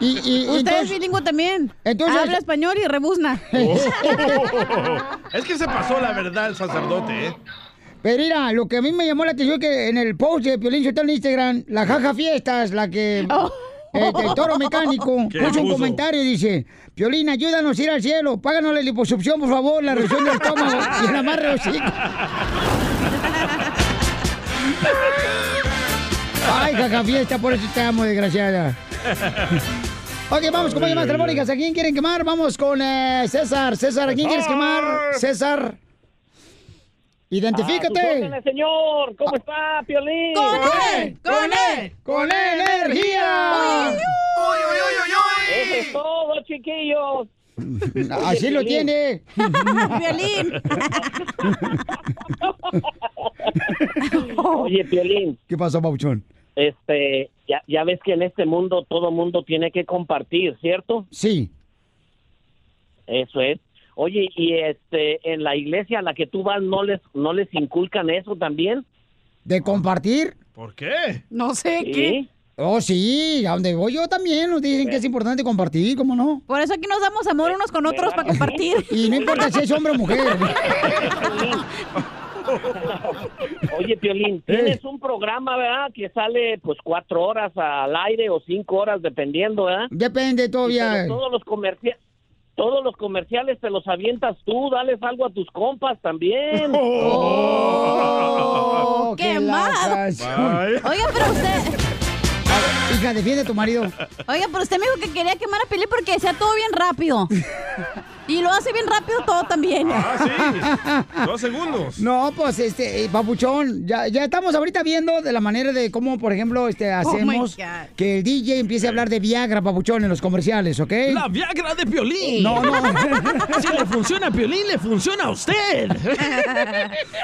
[SPEAKER 3] y, y,
[SPEAKER 4] Usted es
[SPEAKER 3] entonces-
[SPEAKER 4] bilingüe también.
[SPEAKER 3] entonces-
[SPEAKER 4] Habla español y rebuzna.
[SPEAKER 5] Es que se pasó la verdad el sacerdote, ¿eh?
[SPEAKER 3] Pero mira, lo que a mí me llamó la atención que en el post de Piolín Sotelo en Instagram, la jaja fiestas, la que... eh, el toro mecánico
[SPEAKER 16] Oh. ¿Qué
[SPEAKER 3] puso un
[SPEAKER 16] puso?
[SPEAKER 3] comentario y dice, Piolín, ayúdanos a ir al cielo, páganos la liposucción, por favor, la reducción del estómago y el amarre de hocico". Ay, jaja fiesta, por eso te amo, desgraciada. Ok, vamos con más llamadas telefónicas. ¿A quién quieren quemar? Vamos con eh, César. César, ¿a quién quieres quemar? César.
[SPEAKER 16] Ah, sus
[SPEAKER 3] Identifícate.
[SPEAKER 16] órdenes,
[SPEAKER 3] señor. ¿Cómo está, Piolín? Ah. ¡Con él! ¡Con él! ¡Con energía!
[SPEAKER 16] Eso es todo, chiquillos.
[SPEAKER 3] Así lo
[SPEAKER 16] Piolín.
[SPEAKER 3] tiene.
[SPEAKER 16] Piolín.
[SPEAKER 3] Oye, Piolín. ¿Qué pasó, Pauchón?
[SPEAKER 18] este, ya, ya ves que en este mundo todo mundo tiene que compartir, ¿cierto?
[SPEAKER 3] Sí.
[SPEAKER 18] Eso es. Oye, y este, en la iglesia a la que tú vas, ¿no les, no les inculcan eso también?
[SPEAKER 3] ¿De compartir?
[SPEAKER 5] ¿Por qué?
[SPEAKER 4] No sé
[SPEAKER 18] qué.
[SPEAKER 3] Oh, sí, a donde voy yo también nos dicen que es importante compartir, ¿cómo no?
[SPEAKER 4] Por eso aquí nos damos amor unos con otros para compartir.
[SPEAKER 3] Y no importa si es hombre o mujer.
[SPEAKER 5] Oh
[SPEAKER 18] Oye, Piolín, tienes un programa, ¿verdad? Que sale pues cuatro horas al aire o cinco horas, dependiendo, ¿verdad?
[SPEAKER 3] Depende todavía.
[SPEAKER 18] Pero todos los comerciales. Todos los comerciales te los avientas tú, dales algo a tus compas también.
[SPEAKER 3] ¡Oh!
[SPEAKER 4] ¡Qué mal! Oiga, pero usted,
[SPEAKER 3] Hija, defiende a tu marido.
[SPEAKER 4] oiga, pero usted me dijo que quería quemar a Pelín porque decía todo bien rápido. Y lo hace bien rápido todo también.
[SPEAKER 5] Ah, Dos segundos.
[SPEAKER 3] No, pues este, eh, papuchón, ya, ya estamos ahorita viendo de la manera de cómo, por ejemplo, este, hacemos
[SPEAKER 5] Oh, my God.
[SPEAKER 3] que el DJ empiece a hablar de Viagra, papuchón, en los comerciales, ¿ok?
[SPEAKER 5] La Viagra de Piolín.
[SPEAKER 3] No, no.
[SPEAKER 5] Si le funciona a Piolín, le funciona a usted.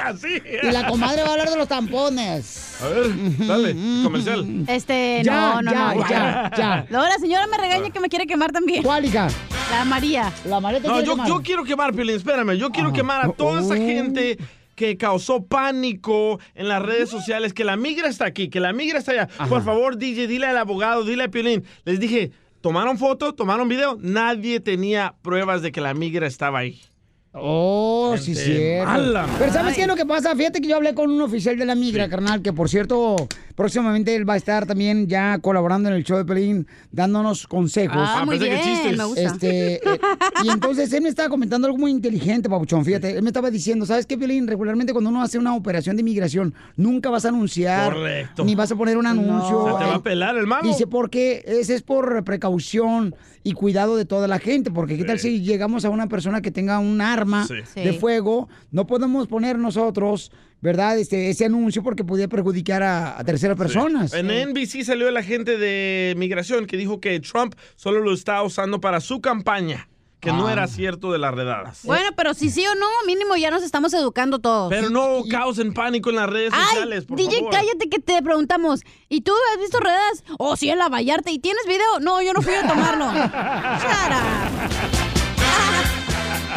[SPEAKER 5] Así.
[SPEAKER 3] Y la comadre va a hablar de los tampones.
[SPEAKER 5] A ver, dale, comercial.
[SPEAKER 4] Este,
[SPEAKER 3] Ya,
[SPEAKER 4] no, no,
[SPEAKER 3] ya,
[SPEAKER 4] no.
[SPEAKER 3] ya, ya.
[SPEAKER 4] Luego la señora me regaña que me quiere quemar también.
[SPEAKER 3] ¿Cuál, hija?
[SPEAKER 4] La María.
[SPEAKER 3] La María
[SPEAKER 5] No, yo, yo quiero quemar, Piolín, espérame. Yo
[SPEAKER 3] Ah.
[SPEAKER 5] quiero quemar a toda
[SPEAKER 3] Oh.
[SPEAKER 5] esa gente que causó pánico en las redes sociales, que la migra está aquí, que la migra está allá. Por favor, DJ, dile al abogado, dile a Piolín. Les dije, tomaron foto, tomaron video. Nadie tenía pruebas de que la migra estaba ahí.
[SPEAKER 3] Oh, sí,
[SPEAKER 5] Gente
[SPEAKER 3] cierto.
[SPEAKER 5] mala.
[SPEAKER 3] Pero ¿sabes qué es lo que pasa? Fíjate que yo hablé con un oficial de la migra, carnal, que por cierto, próximamente él va a estar también ya colaborando en el show de Pelín, dándonos consejos.
[SPEAKER 4] Ah, Ah, muy pensé que bien, chistes. me gusta.
[SPEAKER 3] Este, eh, y entonces él me estaba comentando algo muy inteligente, Papuchón, fíjate. Él me estaba diciendo, ¿sabes qué, Pelín? Regularmente cuando uno hace una operación de migración, nunca vas a anunciar.
[SPEAKER 5] Correcto.
[SPEAKER 3] Ni vas a poner un anuncio.
[SPEAKER 5] Se te va
[SPEAKER 3] eh,
[SPEAKER 5] a pelar el mago.
[SPEAKER 3] Dice, porque ese es por precaución y cuidado de toda la gente, porque qué tal si llegamos a una persona que tenga un arma
[SPEAKER 5] Sí. Sí.
[SPEAKER 3] de fuego, no podemos poner nosotros, ¿verdad? Este, ese anuncio porque podría perjudicar a, a terceras personas. Eh.
[SPEAKER 5] En NBC salió la gente de migración que dijo que Trump solo lo estaba usando para su campaña, que no
[SPEAKER 4] Ah.
[SPEAKER 5] era cierto de las redadas.
[SPEAKER 4] Bueno, pero si sí o no, mínimo ya nos estamos educando todos.
[SPEAKER 5] Pero no causen pánico en las redes sociales, por
[SPEAKER 4] DJ,
[SPEAKER 5] favor.
[SPEAKER 4] cállate que te preguntamos. ¿Y tú has visto redes? Oh, sí, en la Vallarta. ¿Y tienes video? No, yo no fui a tomarlo.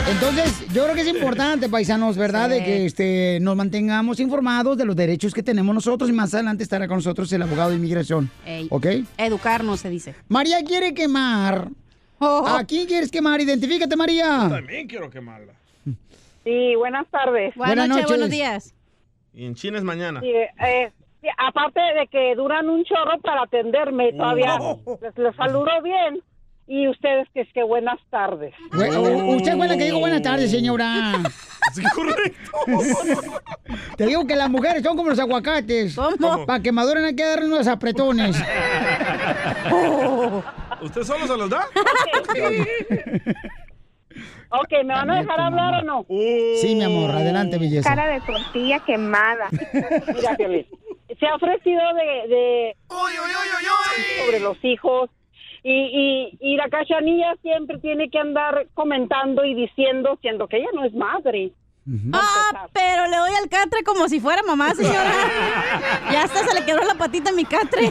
[SPEAKER 3] Entonces, yo creo que es importante, paisanos, ¿verdad? De que este, nos mantengamos informados de los derechos que tenemos nosotros y más adelante estará con nosotros el abogado de inmigración.
[SPEAKER 4] Ey.
[SPEAKER 3] ¿Ok?
[SPEAKER 4] Educarnos, se dice.
[SPEAKER 3] María quiere quemar.
[SPEAKER 11] Oh.
[SPEAKER 3] ¿A quién quieres quemar? Identifícate, María.
[SPEAKER 5] También quiero quemarla.
[SPEAKER 11] Sí, buenas tardes.
[SPEAKER 3] Buenas Buenas noches, noches. buenos
[SPEAKER 4] días.
[SPEAKER 5] Y en China es mañana.
[SPEAKER 11] Sí, eh, sí, aparte de que duran un chorro para atenderme, todavía les, les saludo bien. Y ustedes, que es que buenas tardes.
[SPEAKER 3] Güe- u- oh, Usted fue la que dijo buenas tardes, señora.
[SPEAKER 5] Oh. Sí, correcto.
[SPEAKER 3] Te digo que las mujeres son como los aguacates. Para que maduren hay que darle unos apretones.
[SPEAKER 5] ¿Usted solo se los da?
[SPEAKER 11] Ok, ¿me van a dejar hablar o no?
[SPEAKER 3] Sí, mi amor, adelante, belleza.
[SPEAKER 11] Cara de tortilla quemada. Mira, Piolín, se ha ofrecido de, de- sobre los hijos y, y, y la cachanilla siempre tiene que andar comentando y diciendo, siendo que ella no es madre.
[SPEAKER 4] Ah, pero le doy al catre como si fuera mamá, señora. ya hasta se le quebró la patita a mi catre.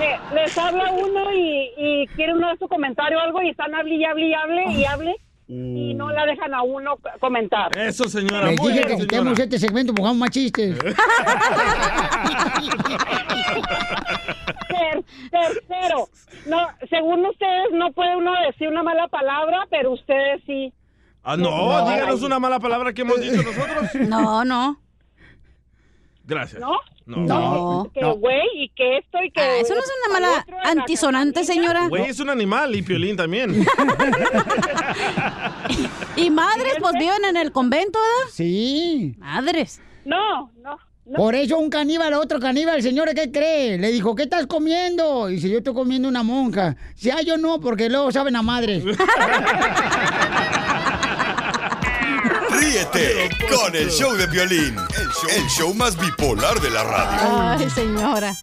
[SPEAKER 11] Le- les habla uno y, y quiere uno de su comentario o algo y están hable y hable y hable y hable y no la dejan a uno c- comentar.
[SPEAKER 5] Eso, señora.
[SPEAKER 3] Les
[SPEAKER 5] muy
[SPEAKER 3] dije
[SPEAKER 5] bien,
[SPEAKER 3] que
[SPEAKER 5] señora.
[SPEAKER 3] quitemos este segmento, pongamos más chistes.
[SPEAKER 11] Ter- tercero, no, según ustedes no puede uno decir una mala palabra, pero ustedes sí.
[SPEAKER 5] Ah, no,
[SPEAKER 11] No.
[SPEAKER 5] díganos una mala palabra que hemos dicho nosotros.
[SPEAKER 4] No, no.
[SPEAKER 5] Gracias.
[SPEAKER 11] ¿No?
[SPEAKER 5] No.
[SPEAKER 11] Que güey y que esto y que...
[SPEAKER 4] Ah, eso no es una mala antisonante, señora.
[SPEAKER 5] Güey, es un animal y Piolín también.
[SPEAKER 4] Y madres, pues viven en el convento, ¿verdad?
[SPEAKER 3] Sí.
[SPEAKER 4] Madres.
[SPEAKER 11] No, no.
[SPEAKER 3] Por eso un caníbal, otro caníbal, señores, ¿qué cree? Le dijo, ¿qué estás comiendo? Y dice, yo estoy comiendo una monja. Si ah, yo no, porque luego saben a madre.
[SPEAKER 7] Ríete con el show de violín, el show, el show más bipolar de la radio.
[SPEAKER 3] Ah.
[SPEAKER 4] Ay, señora.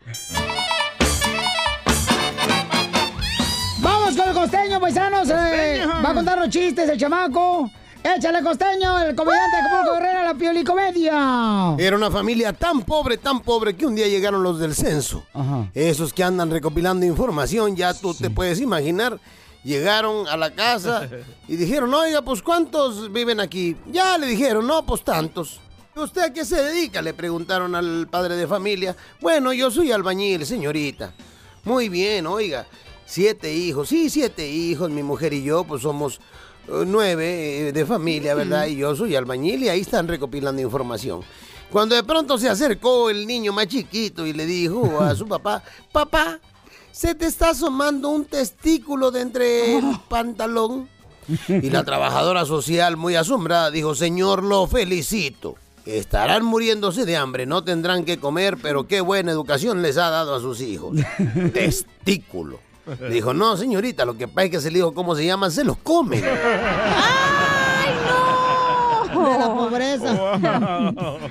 [SPEAKER 3] Vamos con el costeño, paisanos. eh, va a contar los chistes el chamaco. Échale costeño, el comediante de Acapulco Guerrero, la piolicomedia.
[SPEAKER 19] Era una familia tan pobre, tan pobre, que un día llegaron los del censo. Esos que andan recopilando información, ya tú te puedes imaginar. Llegaron a la casa y dijeron, oiga, pues ¿cuántos viven aquí? Ya le dijeron, no, pues tantos. "¿Y ¿Usted a qué se dedica? Le preguntaron al padre de familia. Bueno, yo soy albañil, señorita. Muy bien, oiga. Siete hijos, sí, siete hijos, mi mujer y yo, pues somos eh, nueve eh, de familia, ¿verdad? Y yo soy albañil y ahí están recopilando información. Cuando de pronto se acercó el niño más chiquito y le dijo a su papá, papá, se te está asomando un testículo de entre el
[SPEAKER 12] Oh.
[SPEAKER 19] pantalón. Y la trabajadora social, muy asombrada, dijo, señor, lo felicito. Estarán muriéndose de hambre, no tendrán que comer, pero qué buena educación les ha dado a sus hijos. Testículo. Dijo, no, señorita, lo que pasa es que se le dijo cómo se llaman, se los comen.
[SPEAKER 3] De la pobreza.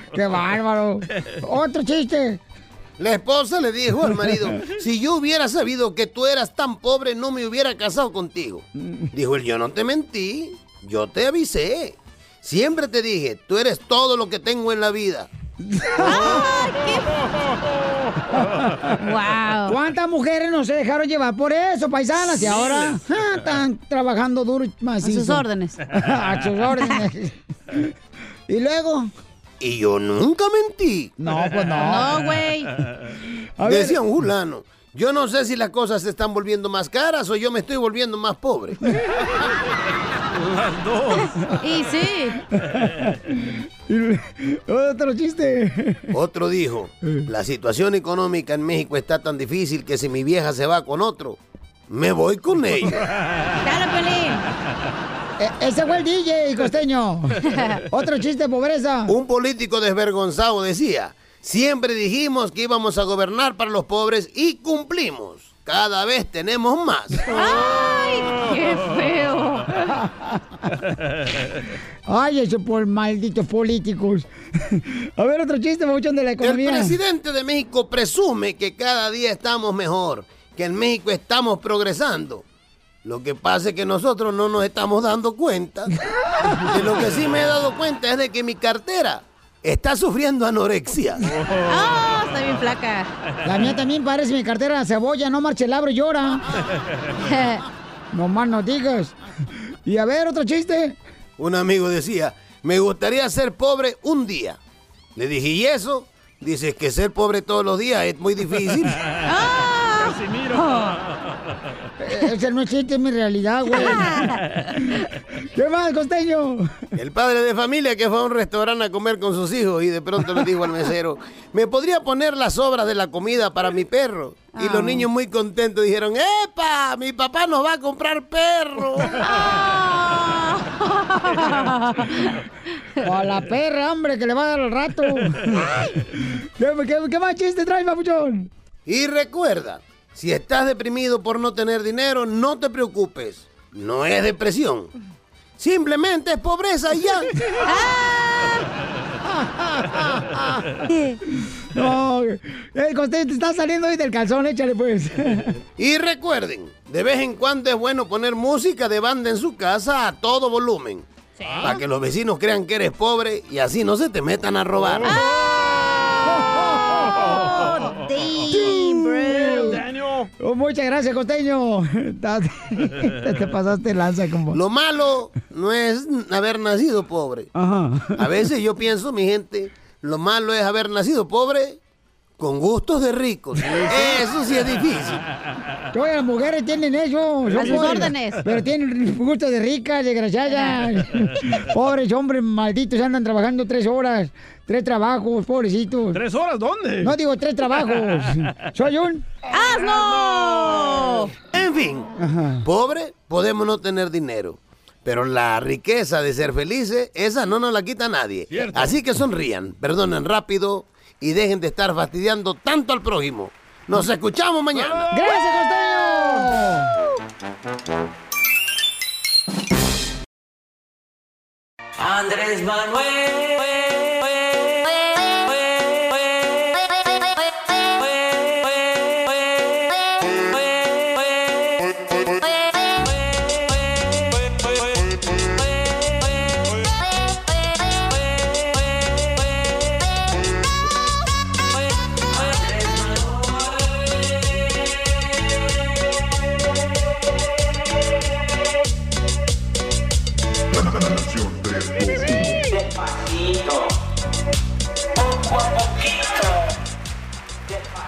[SPEAKER 3] Qué bárbaro. Otro chiste.
[SPEAKER 19] La esposa le dijo al marido, si yo hubiera sabido que tú eras tan pobre, no me hubiera casado contigo. Dijo él, yo no te mentí, yo te avisé. Siempre te dije, tú eres todo lo que tengo en la vida.
[SPEAKER 3] Wow. ¿Cuántas mujeres no se dejaron llevar por eso, paisanas?
[SPEAKER 19] Sí.
[SPEAKER 3] Y ahora ah, están trabajando duro y macizo.
[SPEAKER 4] A sus órdenes.
[SPEAKER 3] A sus órdenes. y luego.
[SPEAKER 19] Y yo nunca mentí.
[SPEAKER 3] No, pues no. No, güey. A ver.
[SPEAKER 19] Decía un fulano, yo no sé si las cosas se están volviendo más caras o yo me estoy volviendo más pobre.
[SPEAKER 13] Las dos.
[SPEAKER 4] Y sí.
[SPEAKER 3] Otro chiste.
[SPEAKER 19] Otro dijo, la situación económica en México está tan difícil que si mi vieja se va con otro, me voy con ella.
[SPEAKER 4] Dale, Pelín.
[SPEAKER 3] E- ese fue el DJ, costeño. Otro chiste, pobreza.
[SPEAKER 19] Un político desvergonzado decía, siempre dijimos que íbamos a gobernar para los pobres y cumplimos. Cada vez tenemos más.
[SPEAKER 13] ¡Ay,
[SPEAKER 4] qué feo!
[SPEAKER 3] Ay, esos por malditos políticos. A ver, otro chiste, mucho de la
[SPEAKER 19] El
[SPEAKER 3] economía.
[SPEAKER 19] presidente de México presume que cada día estamos mejor, que en México estamos progresando. Lo que pasa es que nosotros no nos estamos dando cuenta. De lo que sí me he dado cuenta es de que mi cartera está sufriendo anorexia.
[SPEAKER 4] Ah, está bien flaca.
[SPEAKER 3] La mía también parece mi cartera de cebolla, no marche el labro y llora. No más no digas. Y a ver, otro chiste.
[SPEAKER 19] Un amigo decía, me gustaría ser pobre un día. Le dije, ¿y eso? Dices que ser pobre todos los días es muy difícil.
[SPEAKER 13] Ah. Casimiro.
[SPEAKER 3] Eh, Ese no es chiste, es mi realidad, güey. ¿Qué más, costeño?
[SPEAKER 19] El padre de familia que fue a un restaurante a comer con sus hijos y de pronto le dijo al mesero, ¿me podría poner las sobras de la comida para mi perro? Y
[SPEAKER 3] Ah.
[SPEAKER 19] los niños muy contentos dijeron, ¡epa! Mi papá nos va a comprar perro.
[SPEAKER 3] O a la perra, hombre, que le va a dar al rato. ¿Qué, qué- qué más chiste trae, papuchón?
[SPEAKER 19] Y recuerda, si estás deprimido por no tener dinero, no te preocupes. No es depresión. Simplemente es pobreza y ya.
[SPEAKER 3] No, el costeño te está saliendo hoy del calzón, échale pues.
[SPEAKER 19] Y recuerden, de vez en cuando es bueno poner música de banda en su casa a todo volumen.
[SPEAKER 13] Ah.
[SPEAKER 19] Para que los vecinos crean que eres pobre y así no se te metan a robar.
[SPEAKER 3] Oh, muchas gracias, costeño. Te, te pasaste lanza como.
[SPEAKER 19] Lo malo no es haber nacido pobre. A veces yo pienso, mi gente, lo malo es haber nacido pobre con gustos de ricos. Eso sí es difícil.
[SPEAKER 3] Todas las mujeres tienen eso.
[SPEAKER 19] A
[SPEAKER 3] son
[SPEAKER 19] sus
[SPEAKER 3] pobres,
[SPEAKER 19] órdenes.
[SPEAKER 3] Pero tienen gusto de ricas, desgraciadas. pobres hombres malditos andan trabajando tres horas. Tres trabajos, pobrecitos.
[SPEAKER 5] ¿Tres horas dónde?
[SPEAKER 3] No digo tres trabajos. Soy un.
[SPEAKER 19] ¡Hazlo! En fin, pobre podemos no tener dinero. Pero la riqueza de ser felices, esa no nos la quita nadie.
[SPEAKER 13] Cierto.
[SPEAKER 19] Así que sonrían, perdonen rápido y dejen de estar fastidiando tanto al prójimo. Nos escuchamos mañana.
[SPEAKER 13] Andrés Manuel.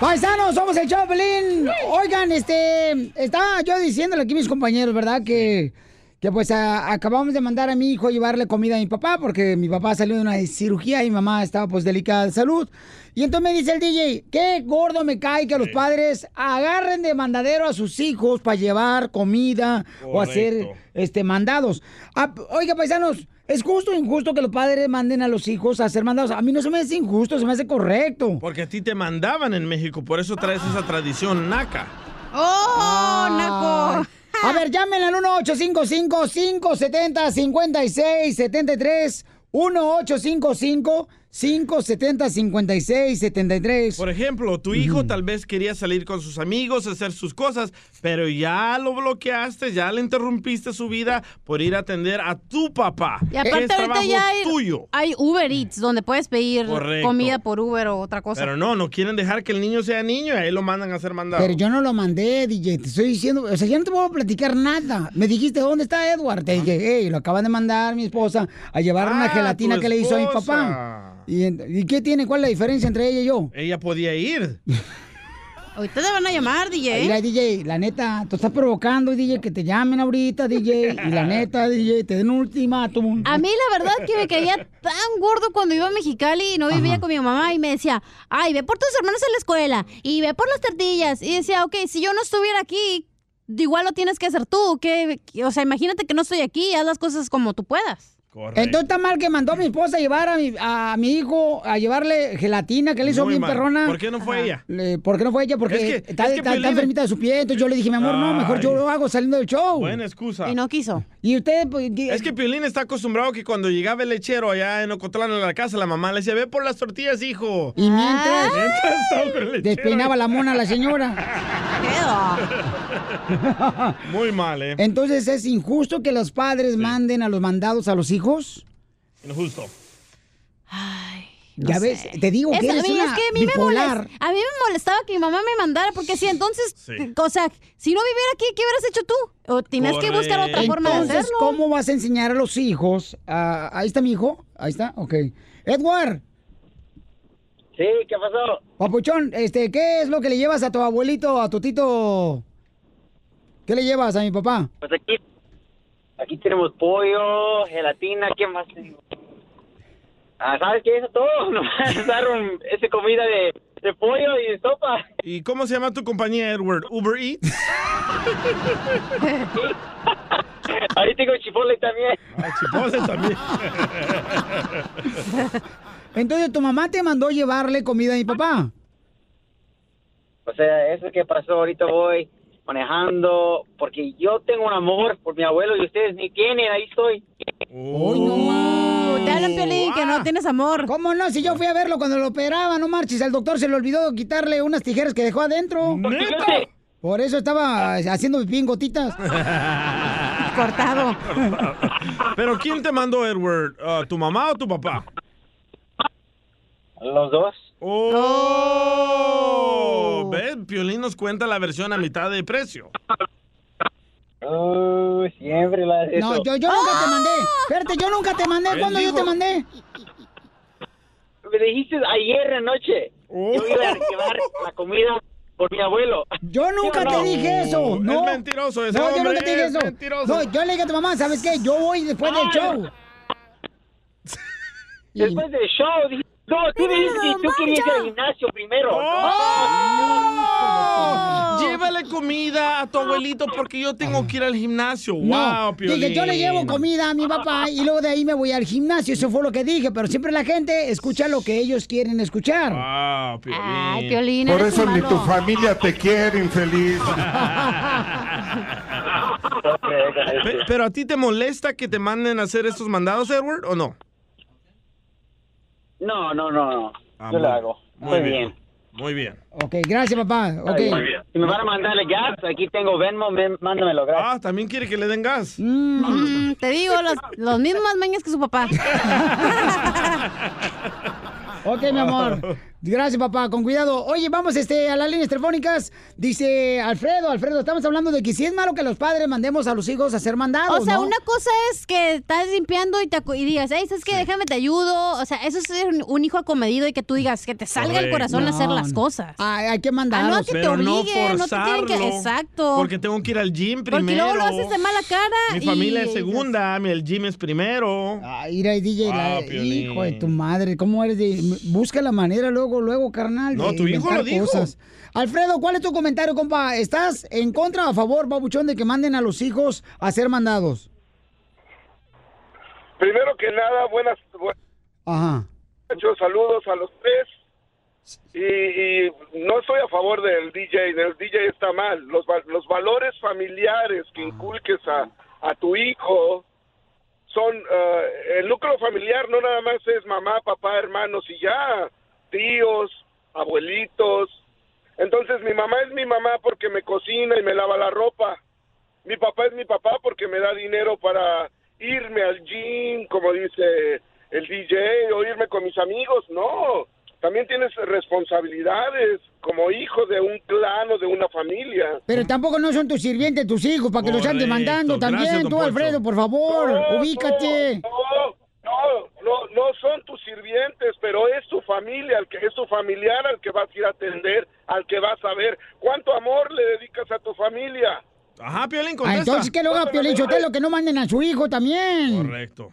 [SPEAKER 3] Paisanos, somos el Choplin. Oigan, este, estaba yo diciéndole aquí a mis compañeros, ¿verdad? Que, que pues a- acabamos de mandar a mi hijo a llevarle comida a mi papá porque mi papá salió de una cirugía y mi mamá estaba pues delicada de salud. Y entonces me dice el DJ, qué gordo me cae que los padres agarren de mandadero a sus hijos para llevar comida o hacer
[SPEAKER 13] Correcto.
[SPEAKER 3] este mandados. Ah, oiga, paisanos, es justo o injusto que los padres manden a los hijos a hacer mandados. A mí no se me hace injusto, se me hace correcto.
[SPEAKER 5] Porque a ti te mandaban en México, por eso traes esa tradición naca.
[SPEAKER 3] ¡Oh, Naco! A ver, llamen al 1-855-570-5673. 1-855-570-5673.
[SPEAKER 5] Por ejemplo, tu hijo tal vez quería salir con sus amigos, hacer sus cosas, pero ya lo bloqueaste, ya le interrumpiste su vida por ir a atender a tu papá.
[SPEAKER 4] Y aparte
[SPEAKER 5] es
[SPEAKER 4] ahorita
[SPEAKER 5] trabajo
[SPEAKER 4] ya hay,
[SPEAKER 5] tuyo.
[SPEAKER 4] hay Uber Eats donde puedes pedir
[SPEAKER 5] Correcto.
[SPEAKER 4] comida por Uber o otra cosa.
[SPEAKER 5] Pero no, no quieren dejar que el niño sea niño y ahí lo mandan a hacer mandado.
[SPEAKER 3] Pero yo no lo mandé, DJ. Te estoy diciendo, o sea, ya no te puedo platicar nada. Me dijiste, ¿dónde está Edward? Te dije, hey, lo acaban de mandar mi esposa a llevar una
[SPEAKER 5] Ah,
[SPEAKER 3] gelatina
[SPEAKER 5] tu
[SPEAKER 3] que le hizo a mi
[SPEAKER 5] esposa.
[SPEAKER 3] papá. ¿Y, en- ¿Y qué tiene? ¿Cuál es la diferencia entre ella y yo?
[SPEAKER 5] Ella podía ir.
[SPEAKER 4] Ahorita te van a llamar, DJ.
[SPEAKER 3] Mira, DJ, la neta, tú estás provocando, DJ, que te llamen ahorita, DJ. Y la neta, DJ, te den un ultimátum.
[SPEAKER 4] A mí la verdad que me caía tan gordo cuando iba a Mexicali y no vivía con mi mamá y me decía, ay, ve por tus hermanos en la escuela y ve por las tortillas. Y decía, ok, si yo no estuviera aquí, igual lo tienes que hacer tú. ¿qué? O sea, imagínate que no estoy aquí, haz las cosas como tú puedas.
[SPEAKER 3] Entonces está mal que mandó a mi esposa a llevar a mi, a mi hijo, a llevarle gelatina que le hizo
[SPEAKER 5] Muy
[SPEAKER 3] bien
[SPEAKER 5] mal.
[SPEAKER 3] perrona.
[SPEAKER 5] ¿Por qué no fue ella?
[SPEAKER 3] Le- ¿Por qué no fue ella? Porque
[SPEAKER 5] Es que-
[SPEAKER 3] está,
[SPEAKER 5] es que
[SPEAKER 3] está- está
[SPEAKER 5] Piolín-
[SPEAKER 3] enfermita de su pie. Entonces yo le dije, mi amor, no, mejor yo
[SPEAKER 5] Ay.
[SPEAKER 3] lo hago saliendo del show.
[SPEAKER 5] Buena excusa.
[SPEAKER 4] Y no quiso.
[SPEAKER 3] Y usted, pues, ¿qué-
[SPEAKER 5] Es que Piolín está acostumbrado que cuando llegaba el lechero allá en Ocotlán a la casa, la mamá le decía, ve por las tortillas, hijo.
[SPEAKER 3] Y mientras-
[SPEAKER 5] Mientras estaba con el lechero.
[SPEAKER 3] despeinaba la mona a la señora.
[SPEAKER 5] Muy mal, ¿eh?
[SPEAKER 3] Entonces es injusto que los padres manden a los mandados a los hijos.
[SPEAKER 5] Injusto.
[SPEAKER 3] ya ves, te digo que
[SPEAKER 4] Es-
[SPEAKER 3] eres
[SPEAKER 4] a mí,
[SPEAKER 3] una
[SPEAKER 4] es que a mí, me
[SPEAKER 3] bipolar.
[SPEAKER 4] molest- a mí me molestaba que mi mamá me mandara, porque si entonces,
[SPEAKER 3] Sí.
[SPEAKER 4] o sea, si no viviera aquí, ¿qué hubieras hecho tú? O tienes que buscar otra forma de
[SPEAKER 3] Entonces,
[SPEAKER 4] hacerlo.
[SPEAKER 3] ¿cómo vas a enseñar a los hijos? Ah, ahí está mi hijo. Ahí está, ok. Edward,
[SPEAKER 9] Sí, ¿qué pasó?
[SPEAKER 3] papuchón, este, ¿qué es lo que le llevas a tu abuelito, a tu tito? ¿Qué le llevas a mi papá?
[SPEAKER 9] Pues aquí, aquí tenemos pollo, gelatina, ¿qué más? Ah, ¿sabes qué? Eso todo. Nomás daron ese comida de, de pollo y de sopa.
[SPEAKER 5] ¿Y cómo se llama tu compañía, Edward? ¿Uber Eats?
[SPEAKER 9] Ahí tengo chipotle también.
[SPEAKER 5] Chipotle también.
[SPEAKER 3] Entonces, tu mamá te mandó llevarle comida a mi papá.
[SPEAKER 9] O sea, eso que pasó ahorita voy manejando, porque yo tengo un amor por mi abuelo y ustedes ni tienen, ahí estoy.
[SPEAKER 4] Te hablan, Piolín, que no tienes amor.
[SPEAKER 3] ¿Cómo no? Si yo fui a verlo cuando lo operaba, no marches. Al doctor se le olvidó quitarle unas tijeras que dejó adentro.
[SPEAKER 13] ¿Neta?
[SPEAKER 3] Por eso estaba haciendo pipí en gotitas.
[SPEAKER 4] Cortado.
[SPEAKER 5] ¿Pero quién te mandó, Edward? Ah, ¿Tu mamá o tu papá?
[SPEAKER 9] Los dos.
[SPEAKER 5] ¡Oh! ¿Ves? Piolín nos cuenta la versión a mitad de precio.
[SPEAKER 9] Oh, siempre la haces
[SPEAKER 3] No, yo, yo nunca te mandé. Espérate, yo nunca te mandé.
[SPEAKER 9] Él
[SPEAKER 3] ¿Cuándo yo
[SPEAKER 9] ¡Ah! Pues dijo-
[SPEAKER 3] te mandé?
[SPEAKER 9] Me dijiste ayer anoche. Yo iba a llevar la comida por mi abuelo.
[SPEAKER 3] Yo nunca
[SPEAKER 9] ¿Sí o no?
[SPEAKER 3] te dije eso.
[SPEAKER 9] Es
[SPEAKER 3] No.
[SPEAKER 9] mentiroso ese
[SPEAKER 3] No, yo
[SPEAKER 9] pues hombre,
[SPEAKER 3] nunca te dije
[SPEAKER 9] es
[SPEAKER 3] eso.
[SPEAKER 9] mentiroso.
[SPEAKER 3] No, yo le dije a tu mamá, ¿sabes qué? Yo voy después del show.
[SPEAKER 9] Después del show, dije, no, tú me dijiste que tú querías ir al gimnasio primero.
[SPEAKER 3] ¡Oh!
[SPEAKER 5] Oh, Llévale comida a tu abuelito porque yo tengo que ir al gimnasio.
[SPEAKER 3] No,
[SPEAKER 5] ¡Wow, Piolín!
[SPEAKER 3] dije, yo le llevo comida a mi papá y luego de ahí me voy al gimnasio. Eso fue lo que dije, pero siempre la gente escucha lo que ellos quieren escuchar.
[SPEAKER 9] Ah.
[SPEAKER 5] ¡Wow, Piolín!
[SPEAKER 3] Ay, Piolín,
[SPEAKER 20] Por
[SPEAKER 3] eres
[SPEAKER 20] eso
[SPEAKER 3] un
[SPEAKER 20] ni tu
[SPEAKER 3] malo.
[SPEAKER 20] familia te quiere, infeliz.
[SPEAKER 5] Pe- ¿Pero a ti te molesta que te manden a hacer estos mandados, Edward, o no?
[SPEAKER 9] No, no, no, no.
[SPEAKER 5] Ah,
[SPEAKER 9] yo
[SPEAKER 5] muy-
[SPEAKER 9] lo hago.
[SPEAKER 5] Muy
[SPEAKER 9] Estoy
[SPEAKER 5] bien. Muy bien.
[SPEAKER 3] Ok, gracias, papá. Ok.
[SPEAKER 9] Está bien. Si me van a mandar el gas, aquí tengo Venmo, me- mándamelo, gracias.
[SPEAKER 5] Ah, también quiere que le den gas.
[SPEAKER 4] Mm, te digo, los, los mismas mañas que su papá.
[SPEAKER 3] Ok, mi amor. Gracias, papá, con cuidado. Oye, vamos este, a las líneas telefónicas. Dice Alfredo, Alfredo, estamos hablando de que si es malo que los padres mandemos a los hijos a ser mandados.
[SPEAKER 4] O sea,
[SPEAKER 3] ¿no?
[SPEAKER 4] una cosa es que estás limpiando y, te acu- y digas, hey, ¿sabes qué? Déjame te ayudo. O sea, eso es ser un- un hijo acomedido y que tú digas que te salga el
[SPEAKER 5] Correcto.
[SPEAKER 4] corazón hacer
[SPEAKER 5] No,
[SPEAKER 4] las
[SPEAKER 5] no.
[SPEAKER 4] cosas.
[SPEAKER 3] Ay, hay que
[SPEAKER 4] Ah, no,
[SPEAKER 3] mandarlos.
[SPEAKER 4] que te
[SPEAKER 5] Pero no
[SPEAKER 4] obliguen, no te tienen que...
[SPEAKER 5] forzarlo,
[SPEAKER 4] Exacto.
[SPEAKER 5] Porque tengo que ir al gym primero.
[SPEAKER 4] Porque luego lo haces de mala cara
[SPEAKER 5] Mi
[SPEAKER 4] y-
[SPEAKER 5] familia es segunda, mi- el gym es primero.
[SPEAKER 3] Ay, mira, DJ, la-
[SPEAKER 5] Ah, Piolín.
[SPEAKER 3] hijo de tu madre, ¿cómo eres? de- busca la manera luego, luego, carnal.
[SPEAKER 5] No,
[SPEAKER 3] de
[SPEAKER 5] tu hijo
[SPEAKER 3] inventar
[SPEAKER 5] lo dijo.
[SPEAKER 3] Alfredo, ¿cuál es tu comentario, compa? ¿Estás en contra o a favor, babuchón, de que manden a los hijos a ser mandados?
[SPEAKER 20] Primero que nada, buenas, bu-
[SPEAKER 3] Ajá.
[SPEAKER 20] muchos saludos a los tres. Y, y no estoy a favor del DJ, del DJ está mal. Los, va- los valores familiares que inculques a, a tu hijo son... eh, el núcleo familiar no nada más es mamá, papá, hermanos y ya, tíos, abuelitos. Entonces mi mamá es mi mamá porque me cocina y me lava la ropa. Mi papá es mi papá porque me da dinero para irme al gym, como dice el DJ, o irme con mis amigos. No, también tienes responsabilidades como hijo de un clan o de una familia.
[SPEAKER 3] Pero tampoco no son tus sirvientes, tus hijos, para que los
[SPEAKER 20] Correcto.
[SPEAKER 3] anden mandando también.
[SPEAKER 20] Gracias, don
[SPEAKER 3] tú,
[SPEAKER 20] Poncho.
[SPEAKER 3] Alfredo, por favor,
[SPEAKER 20] No,
[SPEAKER 3] ubícate.
[SPEAKER 20] No, no, no, no son tus sirvientes, pero es tu familia, al que, es tu familiar al que vas a ir a atender, al que vas a ver. ¿Cuánto amor le dedicas a tu familia?
[SPEAKER 5] Ajá, Piolín,
[SPEAKER 3] Ah,
[SPEAKER 5] contesta.
[SPEAKER 3] entonces que lo haga Piolín Sotelo, que no manden a su hijo también.
[SPEAKER 5] Correcto.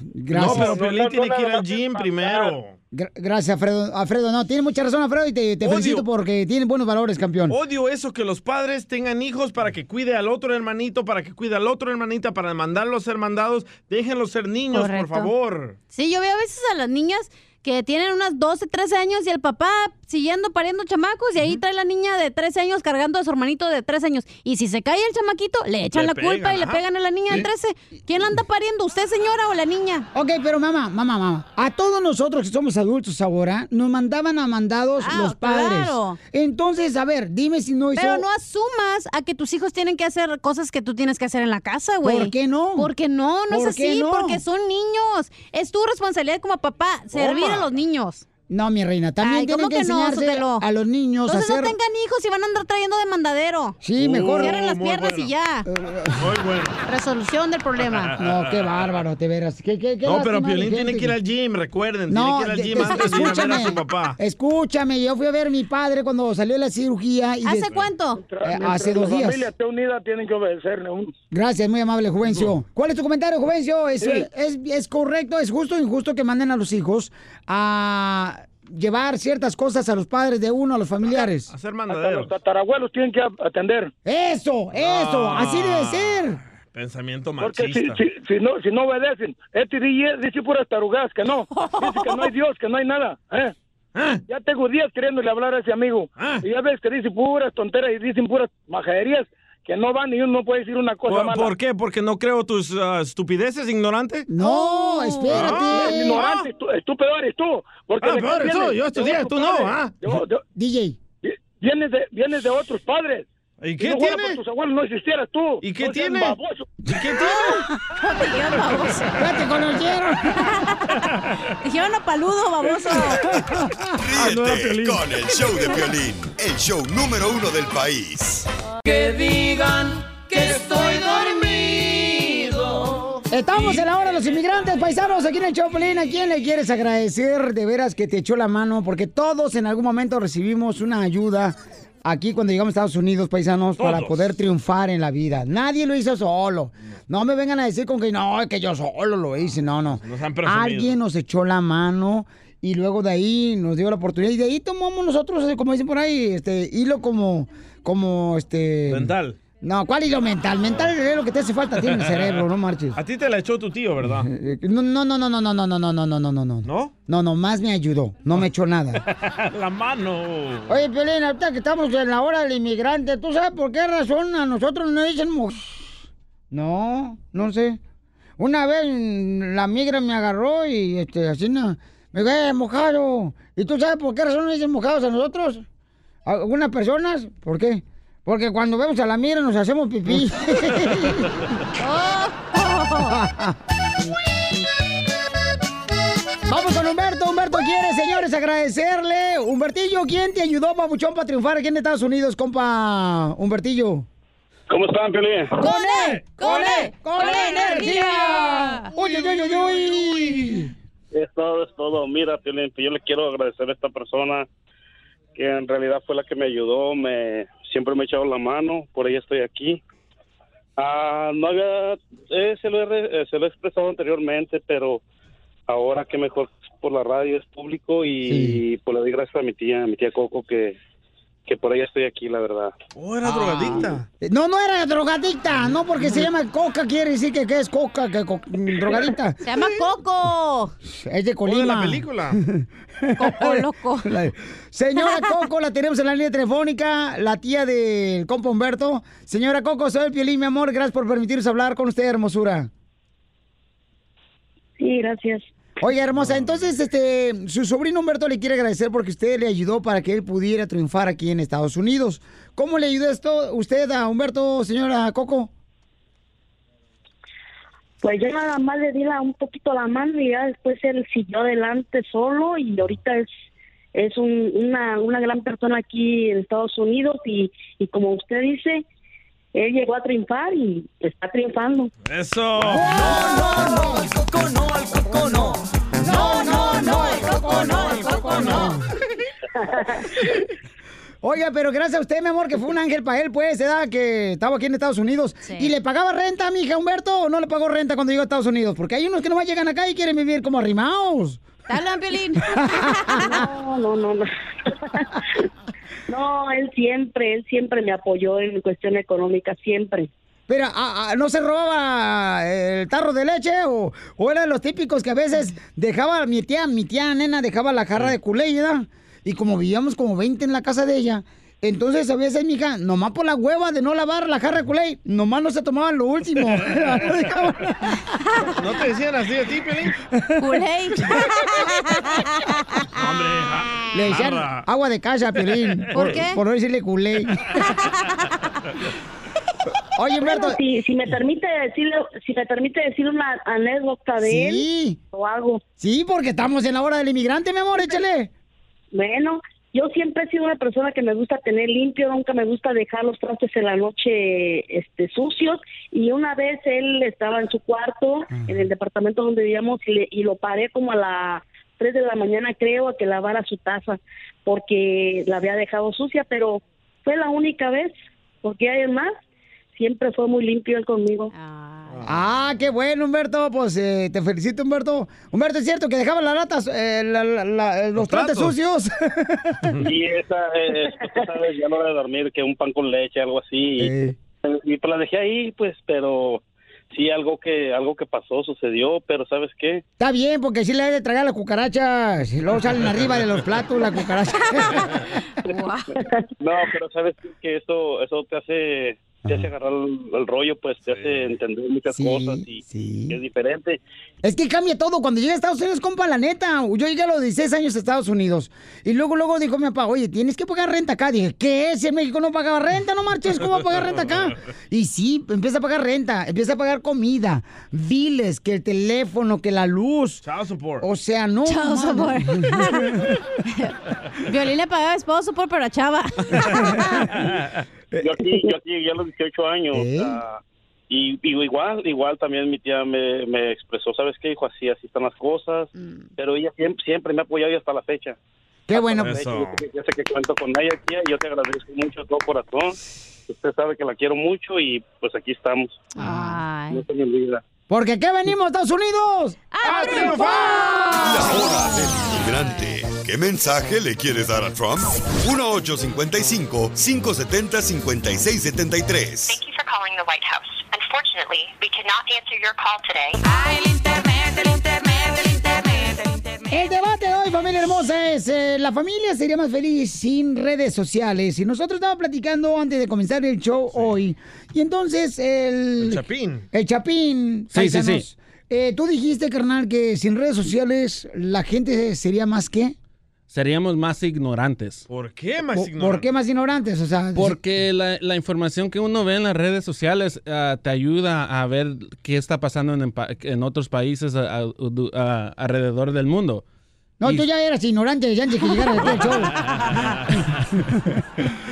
[SPEAKER 3] Gracias.
[SPEAKER 5] No, pero Piolín tiene que ir al gym primero.
[SPEAKER 3] Gra- Gracias, Alfredo. Alfredo, no, tiene mucha razón, Alfredo, y te, te
[SPEAKER 5] Odio. Oh,
[SPEAKER 3] felicito porque tienes buenos valores, campeón.
[SPEAKER 5] Odio eso que los padres tengan hijos para que cuide al otro hermanito, para que cuide al otro hermanita, para mandarlos ser mandados. Déjenlos ser niños,
[SPEAKER 4] Correcto.
[SPEAKER 5] por favor.
[SPEAKER 4] Sí, yo veo a veces a las niñas que tienen unas 12, 13 años y el papá siguiendo pariendo chamacos y ahí trae la niña de 13 años cargando a su hermanito de 13 años. Y si se cae el chamaquito, le echan
[SPEAKER 3] Le
[SPEAKER 4] la culpa
[SPEAKER 3] pegan,
[SPEAKER 4] y le
[SPEAKER 3] ajá.
[SPEAKER 4] pegan a la niña de
[SPEAKER 3] Sí.
[SPEAKER 4] 13. ¿Quién la anda pariendo, usted señora o la niña?
[SPEAKER 3] Ok, pero mamá, mamá, mamá. A todos nosotros que somos adultos ahora, nos mandaban a mandados los padres.
[SPEAKER 4] Ah, claro.
[SPEAKER 3] Entonces, a ver, dime si no hizo.
[SPEAKER 4] Pero no asumas a que tus hijos tienen que hacer cosas que tú tienes que hacer en la casa, güey.
[SPEAKER 3] ¿Por qué no?
[SPEAKER 4] Porque no, no
[SPEAKER 3] ¿Por
[SPEAKER 4] es
[SPEAKER 3] qué
[SPEAKER 4] así,
[SPEAKER 3] no?
[SPEAKER 4] porque son niños. Es tu responsabilidad como papá servir
[SPEAKER 3] Toma.
[SPEAKER 4] a los niños.
[SPEAKER 3] No, mi reina, también
[SPEAKER 4] Ay,
[SPEAKER 3] tienen
[SPEAKER 4] ¿cómo
[SPEAKER 3] que,
[SPEAKER 4] que no,
[SPEAKER 3] enseñarse
[SPEAKER 4] Sotelo?
[SPEAKER 3] a los niños
[SPEAKER 4] Entonces
[SPEAKER 3] a
[SPEAKER 4] no
[SPEAKER 3] hacer.
[SPEAKER 4] tengan hijos y van a andar trayendo de mandadero.
[SPEAKER 3] Sí, mejor. Eh,
[SPEAKER 4] Cierren las
[SPEAKER 3] Uh, Muy
[SPEAKER 4] piernas y
[SPEAKER 3] bueno.
[SPEAKER 4] ya.
[SPEAKER 5] Muy bueno.
[SPEAKER 4] Resolución del problema.
[SPEAKER 3] No, qué bárbaro, te verás. ¿Qué, qué, qué
[SPEAKER 5] No,
[SPEAKER 3] lástima
[SPEAKER 5] pero
[SPEAKER 3] de
[SPEAKER 5] Piolín tiene
[SPEAKER 3] gente
[SPEAKER 5] que ir al gym, recuerden.
[SPEAKER 3] No,
[SPEAKER 5] tiene que
[SPEAKER 3] de-
[SPEAKER 5] ir al gym antes de ir a ver a su papá.
[SPEAKER 3] Escúchame, yo fui a ver a mi padre cuando salió de la cirugía. Y des- Eh, hace dos
[SPEAKER 21] La
[SPEAKER 3] días.
[SPEAKER 21] familia esté unida, tienen que obedecerle. uno.
[SPEAKER 3] Gracias, muy amable, Juvencio. ¿Cuál es tu comentario, Juvencio? ¿Es,
[SPEAKER 21] Sí.
[SPEAKER 3] es, es correcto, es justo o injusto que manden a los hijos a llevar ciertas cosas a los padres de uno, a los familiares?
[SPEAKER 5] Hacer
[SPEAKER 21] Hasta los
[SPEAKER 5] mandaderos.
[SPEAKER 21] tatarabuelos tienen que atender.
[SPEAKER 3] Eso, eso,
[SPEAKER 5] Ah.
[SPEAKER 3] así debe ser.
[SPEAKER 5] Pensamiento
[SPEAKER 21] Porque si,
[SPEAKER 5] machista.
[SPEAKER 21] si, si no, si no obedecen, este DJ dice puras tarugas, que no. Dice que no hay Dios, que no hay nada. ¿eh? Ya tengo días queriéndole hablar a ese amigo.
[SPEAKER 5] ¿Eh?
[SPEAKER 21] Y ya ves que dice puras tonteras y dicen puras majaderías que no van y uno no puede decir una cosa
[SPEAKER 5] ¿Por,
[SPEAKER 21] mala.
[SPEAKER 5] por qué? ¿Porque no creo tus ah, estupideces, ignorante? Oh.
[SPEAKER 3] No, espérate.
[SPEAKER 21] Ah, ignorante, tú- estúpido eres tú. Porque
[SPEAKER 5] Ah,
[SPEAKER 21] de-
[SPEAKER 5] peor eres tú,
[SPEAKER 21] vienes-
[SPEAKER 5] yo estudié,
[SPEAKER 21] de otros
[SPEAKER 5] tú no,
[SPEAKER 21] padres.
[SPEAKER 5] ah.
[SPEAKER 21] Yo- yo-
[SPEAKER 3] DJ.
[SPEAKER 21] vi- Vienes de, vienes de otros padres.
[SPEAKER 5] ¿Y
[SPEAKER 21] Si
[SPEAKER 5] qué
[SPEAKER 21] no fuera
[SPEAKER 5] tiene?
[SPEAKER 21] por tus abuelos no existieras tú.
[SPEAKER 5] ¿Y qué
[SPEAKER 21] No seas
[SPEAKER 5] tiene?
[SPEAKER 21] baboso.
[SPEAKER 5] ¿Y qué tiene?
[SPEAKER 3] Ah, Ya te conocieron.
[SPEAKER 4] Dijeron a paludo, baboso.
[SPEAKER 7] Ríete con el show de Piolín, el show número uno del país.
[SPEAKER 13] Que digan que estoy dormido.
[SPEAKER 3] Estamos en la hora de los inmigrantes, paisanos, aquí en el Choplin. ¿A quién le quieres agradecer de veras que te echó la mano? Porque todos en algún momento recibimos una ayuda aquí cuando llegamos a Estados Unidos, paisanos, para
[SPEAKER 22] Todos.
[SPEAKER 3] poder triunfar en la vida. Nadie lo hizo solo. No me vengan a decir con que no, que yo solo lo hice. No, no.
[SPEAKER 5] Nos han presumido.
[SPEAKER 3] Alguien nos echó la mano y luego de ahí nos dio la oportunidad. Y de ahí tomamos nosotros, eh, como dicen por ahí, este hilo como, como este.
[SPEAKER 5] ah. Mental.
[SPEAKER 3] No, ¿cuál hilo mental? Mental es lo que te hace falta, tiene el cerebro, no marches.
[SPEAKER 5] A ti te la echó tu tío, ¿verdad?
[SPEAKER 3] No, no, no, no, no, no, no, no, no, no, no, no, no, no.
[SPEAKER 5] ¿No?
[SPEAKER 3] No, no, más me ayudó, no me echó nada.
[SPEAKER 5] la mano.
[SPEAKER 3] Oye, Piolín, ahorita que estamos en la hora del inmigrante, ¿tú sabes por qué razón a nosotros no dicen mu- No, no sé. Una vez mm, la migra me agarró y este, así na- me dijo, "Eh, mojado. ¿Y tú sabes por qué razón no dicen mojados a nosotros? A algunas personas, ¿por qué? Porque cuando vemos a la migra nos hacemos pipí. Vamos con Humberto, Humberto, ¿a quién quiere, señores, agradecerle. Humbertillo, ¿quién te ayudó, Pabuchón, para triunfar aquí en Estados Unidos, compa Humbertillo?
[SPEAKER 1] ¿Cómo están, Piolín?
[SPEAKER 3] ¡Con él! ¡Con él! ¡Con energía! ¡Uy, uy, uy, uy, uy!
[SPEAKER 1] Es todo, es todo. Mira, Piolín, pues, yo le quiero agradecer a esta persona que en realidad fue la que me ayudó, me siempre me ha echado la mano, por ella estoy aquí. Ah, no había, eh, se, lo he, re- eh, se lo he expresado anteriormente, pero ahora que mejor por la radio es público y, por la doy gracias a mi tía, a mi tía Coco, que, que por ella estoy aquí, la verdad.
[SPEAKER 5] Oh, era drogadicta.
[SPEAKER 3] Ah. No, no era drogadicta, no porque se llama coca, quiere decir que, que es coca, que co- mm, drogadicta.
[SPEAKER 4] Se llama Coco.
[SPEAKER 3] Es de Colima.
[SPEAKER 4] O de la película. Coco loco.
[SPEAKER 3] La- Señora Coco, la tenemos en la línea telefónica, la tía del compa Humberto. Señora Coco, soy el Piolín, mi amor, gracias por permitirnos hablar con usted, hermosura.
[SPEAKER 22] Sí, gracias.
[SPEAKER 3] Oye, hermosa, entonces, este, su sobrino Humberto le quiere agradecer porque usted le ayudó para que él pudiera triunfar aquí en Estados Unidos. ¿Cómo le ayudó esto usted a Humberto, señora Coco?
[SPEAKER 22] Pues yo nada más le di la- un poquito la mano y ya después él siguió adelante solo y ahorita es es un- una, una gran persona aquí en Estados Unidos y, y como usted dice, él llegó a triunfar y está triunfando.
[SPEAKER 5] Eso.
[SPEAKER 3] No, no, no, el coco no, el coco no. Oiga, pero gracias a usted, mi amor, que fue un ángel para él, pues, edad que estaba aquí en Estados Unidos. ¿Y le pagaba renta, mi hija Humberto, o no le pagó renta cuando llegó a Estados Unidos? Porque hay unos que nomás llegan acá y quieren vivir como arrimados.
[SPEAKER 4] Dale, Piolín.
[SPEAKER 22] No, no, no, no. No, él siempre, él siempre me apoyó en cuestión económica, siempre.
[SPEAKER 3] Pero ah, ah, no se robaba el tarro de leche o, o eran los típicos que a veces dejaba mi tía, mi tía nena dejaba la jarra de culé, ¿verdad? Y como vivíamos como 20 en la casa de ella, entonces a veces mi hija, nomás por la hueva de no lavar la jarra de culé, nomás no se tomaban lo último.
[SPEAKER 5] ¿No te decían así a ti, Pelín?
[SPEAKER 3] Culé.
[SPEAKER 5] Hombre, ja-
[SPEAKER 3] Le decían
[SPEAKER 5] jarra.
[SPEAKER 3] agua de casa, Piolín.
[SPEAKER 5] ¿Por qué?
[SPEAKER 3] Por no decirle culé. Oye, eh,
[SPEAKER 22] Humberto. si, si me permite decirle, si me permite decir una anécdota de
[SPEAKER 3] Sí.
[SPEAKER 22] él, lo hago.
[SPEAKER 3] Sí, porque estamos en la hora del inmigrante, mi amor, échale.
[SPEAKER 22] Bueno, yo siempre he sido una persona que me gusta tener limpio, nunca me gusta dejar los trastes en la noche este, sucios. Y una vez él estaba en su cuarto, en el departamento donde vivíamos, y, le- y lo paré como a las 3 de la mañana, creo, a que lavara su taza, porque la había dejado sucia, pero fue la única vez, porque hay más, Ah, siempre fue muy limpio él conmigo.
[SPEAKER 3] Ah, qué bueno, Humberto. Pues eh, te felicito, Humberto. Humberto, es cierto que dejaba las latas, eh, la- la- la- los, trastes
[SPEAKER 1] platos.
[SPEAKER 3] sucios.
[SPEAKER 1] Y esa, eh, tú sabes, ya a la hora de dormir, que un pan con leche, algo así. Y, y pues la dejé ahí, pues, pero sí, algo que algo que pasó, sucedió, pero ¿sabes qué?
[SPEAKER 3] Está bien, porque si le hay de tragar las cucarachas. Y luego salen arriba de los platos las cucarachas.
[SPEAKER 1] No, pero ¿sabes qué? que eso, eso te hace te hace agarrar el, el rollo, pues, te hace entender muchas cosas y, y es diferente.
[SPEAKER 3] Es que cambia todo. Cuando llegué a Estados Unidos, compa, la neta. Yo llegué a los 16 años a Estados Unidos. Y luego, luego dijo mi papá, oye, tienes que pagar renta acá. Dije, ¿qué? Si en México no pagaba renta, no marches, ¿cómo va a pagar renta acá? Y sí, empieza a pagar renta, empieza a pagar comida, biles, que el teléfono, que la luz. O sea, no.
[SPEAKER 4] Chao,
[SPEAKER 3] mames.
[SPEAKER 4] sabor. Violín le pagaba esposo por pero a chava.
[SPEAKER 1] Yo aquí, yo aquí llegué a los 18 años. ah, y, y igual, igual también mi tía me, me expresó, ¿sabes qué, hijo? Así, así están las cosas. Pero ella siempre, siempre me ha apoyado y hasta la fecha.
[SPEAKER 3] Qué bueno. pues,
[SPEAKER 1] Hasta la fecha, Yo, sé que, yo sé que cuento con ella, tía, y yo te agradezco mucho de todo corazón. Usted sabe que la quiero mucho y pues aquí estamos. No se me olvida.
[SPEAKER 3] Porque aquí venimos, Estados Unidos. ¡A
[SPEAKER 7] Hora del inmigrante. ¿Qué mensaje le quieres dar a Trump? 1855-570-5673.
[SPEAKER 14] for calling the White House. Unfortunately, we cannot answer your call today.
[SPEAKER 3] El debate de hoy, familia hermosa, es eh, la familia sería más feliz sin redes sociales. Y nosotros estábamos platicando antes de comenzar el show hoy. Y entonces el... El
[SPEAKER 5] Chapín.
[SPEAKER 3] El Chapín.
[SPEAKER 23] Sí, sí, sí.
[SPEAKER 3] paisanos, eh, tú dijiste, carnal, que sin redes sociales la gente sería más que...
[SPEAKER 23] Seríamos más ignorantes.
[SPEAKER 5] ¿Por qué
[SPEAKER 3] ¿Por- ¿Por qué más ignorantes? O sea,
[SPEAKER 23] Porque la, la información que uno ve en las redes sociales ah, te ayuda a ver qué está pasando en, en pa- en otros países a- a- du- a- alrededor del mundo.
[SPEAKER 3] No,
[SPEAKER 23] Y-
[SPEAKER 3] tú ya eras ignorante desde antes que llegara aquí al show.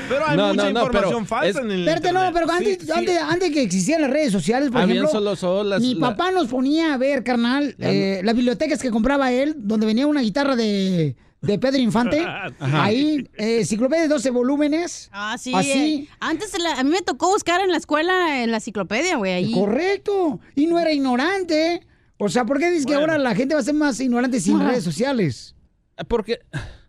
[SPEAKER 5] Pero hay
[SPEAKER 23] No,
[SPEAKER 5] mucha
[SPEAKER 23] no, no, pero
[SPEAKER 5] información falsa
[SPEAKER 23] es-
[SPEAKER 5] en el
[SPEAKER 3] Espérate, no, pero
[SPEAKER 5] internet. Sí,
[SPEAKER 3] antes,
[SPEAKER 5] sí.
[SPEAKER 3] antes, antes que existían las redes sociales, por
[SPEAKER 23] Habían
[SPEAKER 3] ejemplo,
[SPEAKER 23] solo- solo las-
[SPEAKER 3] mi
[SPEAKER 23] la-
[SPEAKER 3] papá nos ponía a ver, carnal,
[SPEAKER 23] La-
[SPEAKER 3] eh, las bibliotecas que compraba él, donde venía una guitarra de, de Pedro Infante,
[SPEAKER 23] Ah,
[SPEAKER 4] Ajá.
[SPEAKER 3] ahí, eh, enciclopedia de 12 volúmenes.
[SPEAKER 4] Ah, sí.
[SPEAKER 3] Así.
[SPEAKER 4] eh. Antes la- a mí me tocó buscar en la escuela, en la enciclopedia, güey. ahí.
[SPEAKER 3] Correcto. Y no era ignorante. O sea, ¿por qué dices que ahora la gente va a ser más ignorante sin
[SPEAKER 23] Ajá.
[SPEAKER 3] redes sociales?
[SPEAKER 23] Porque...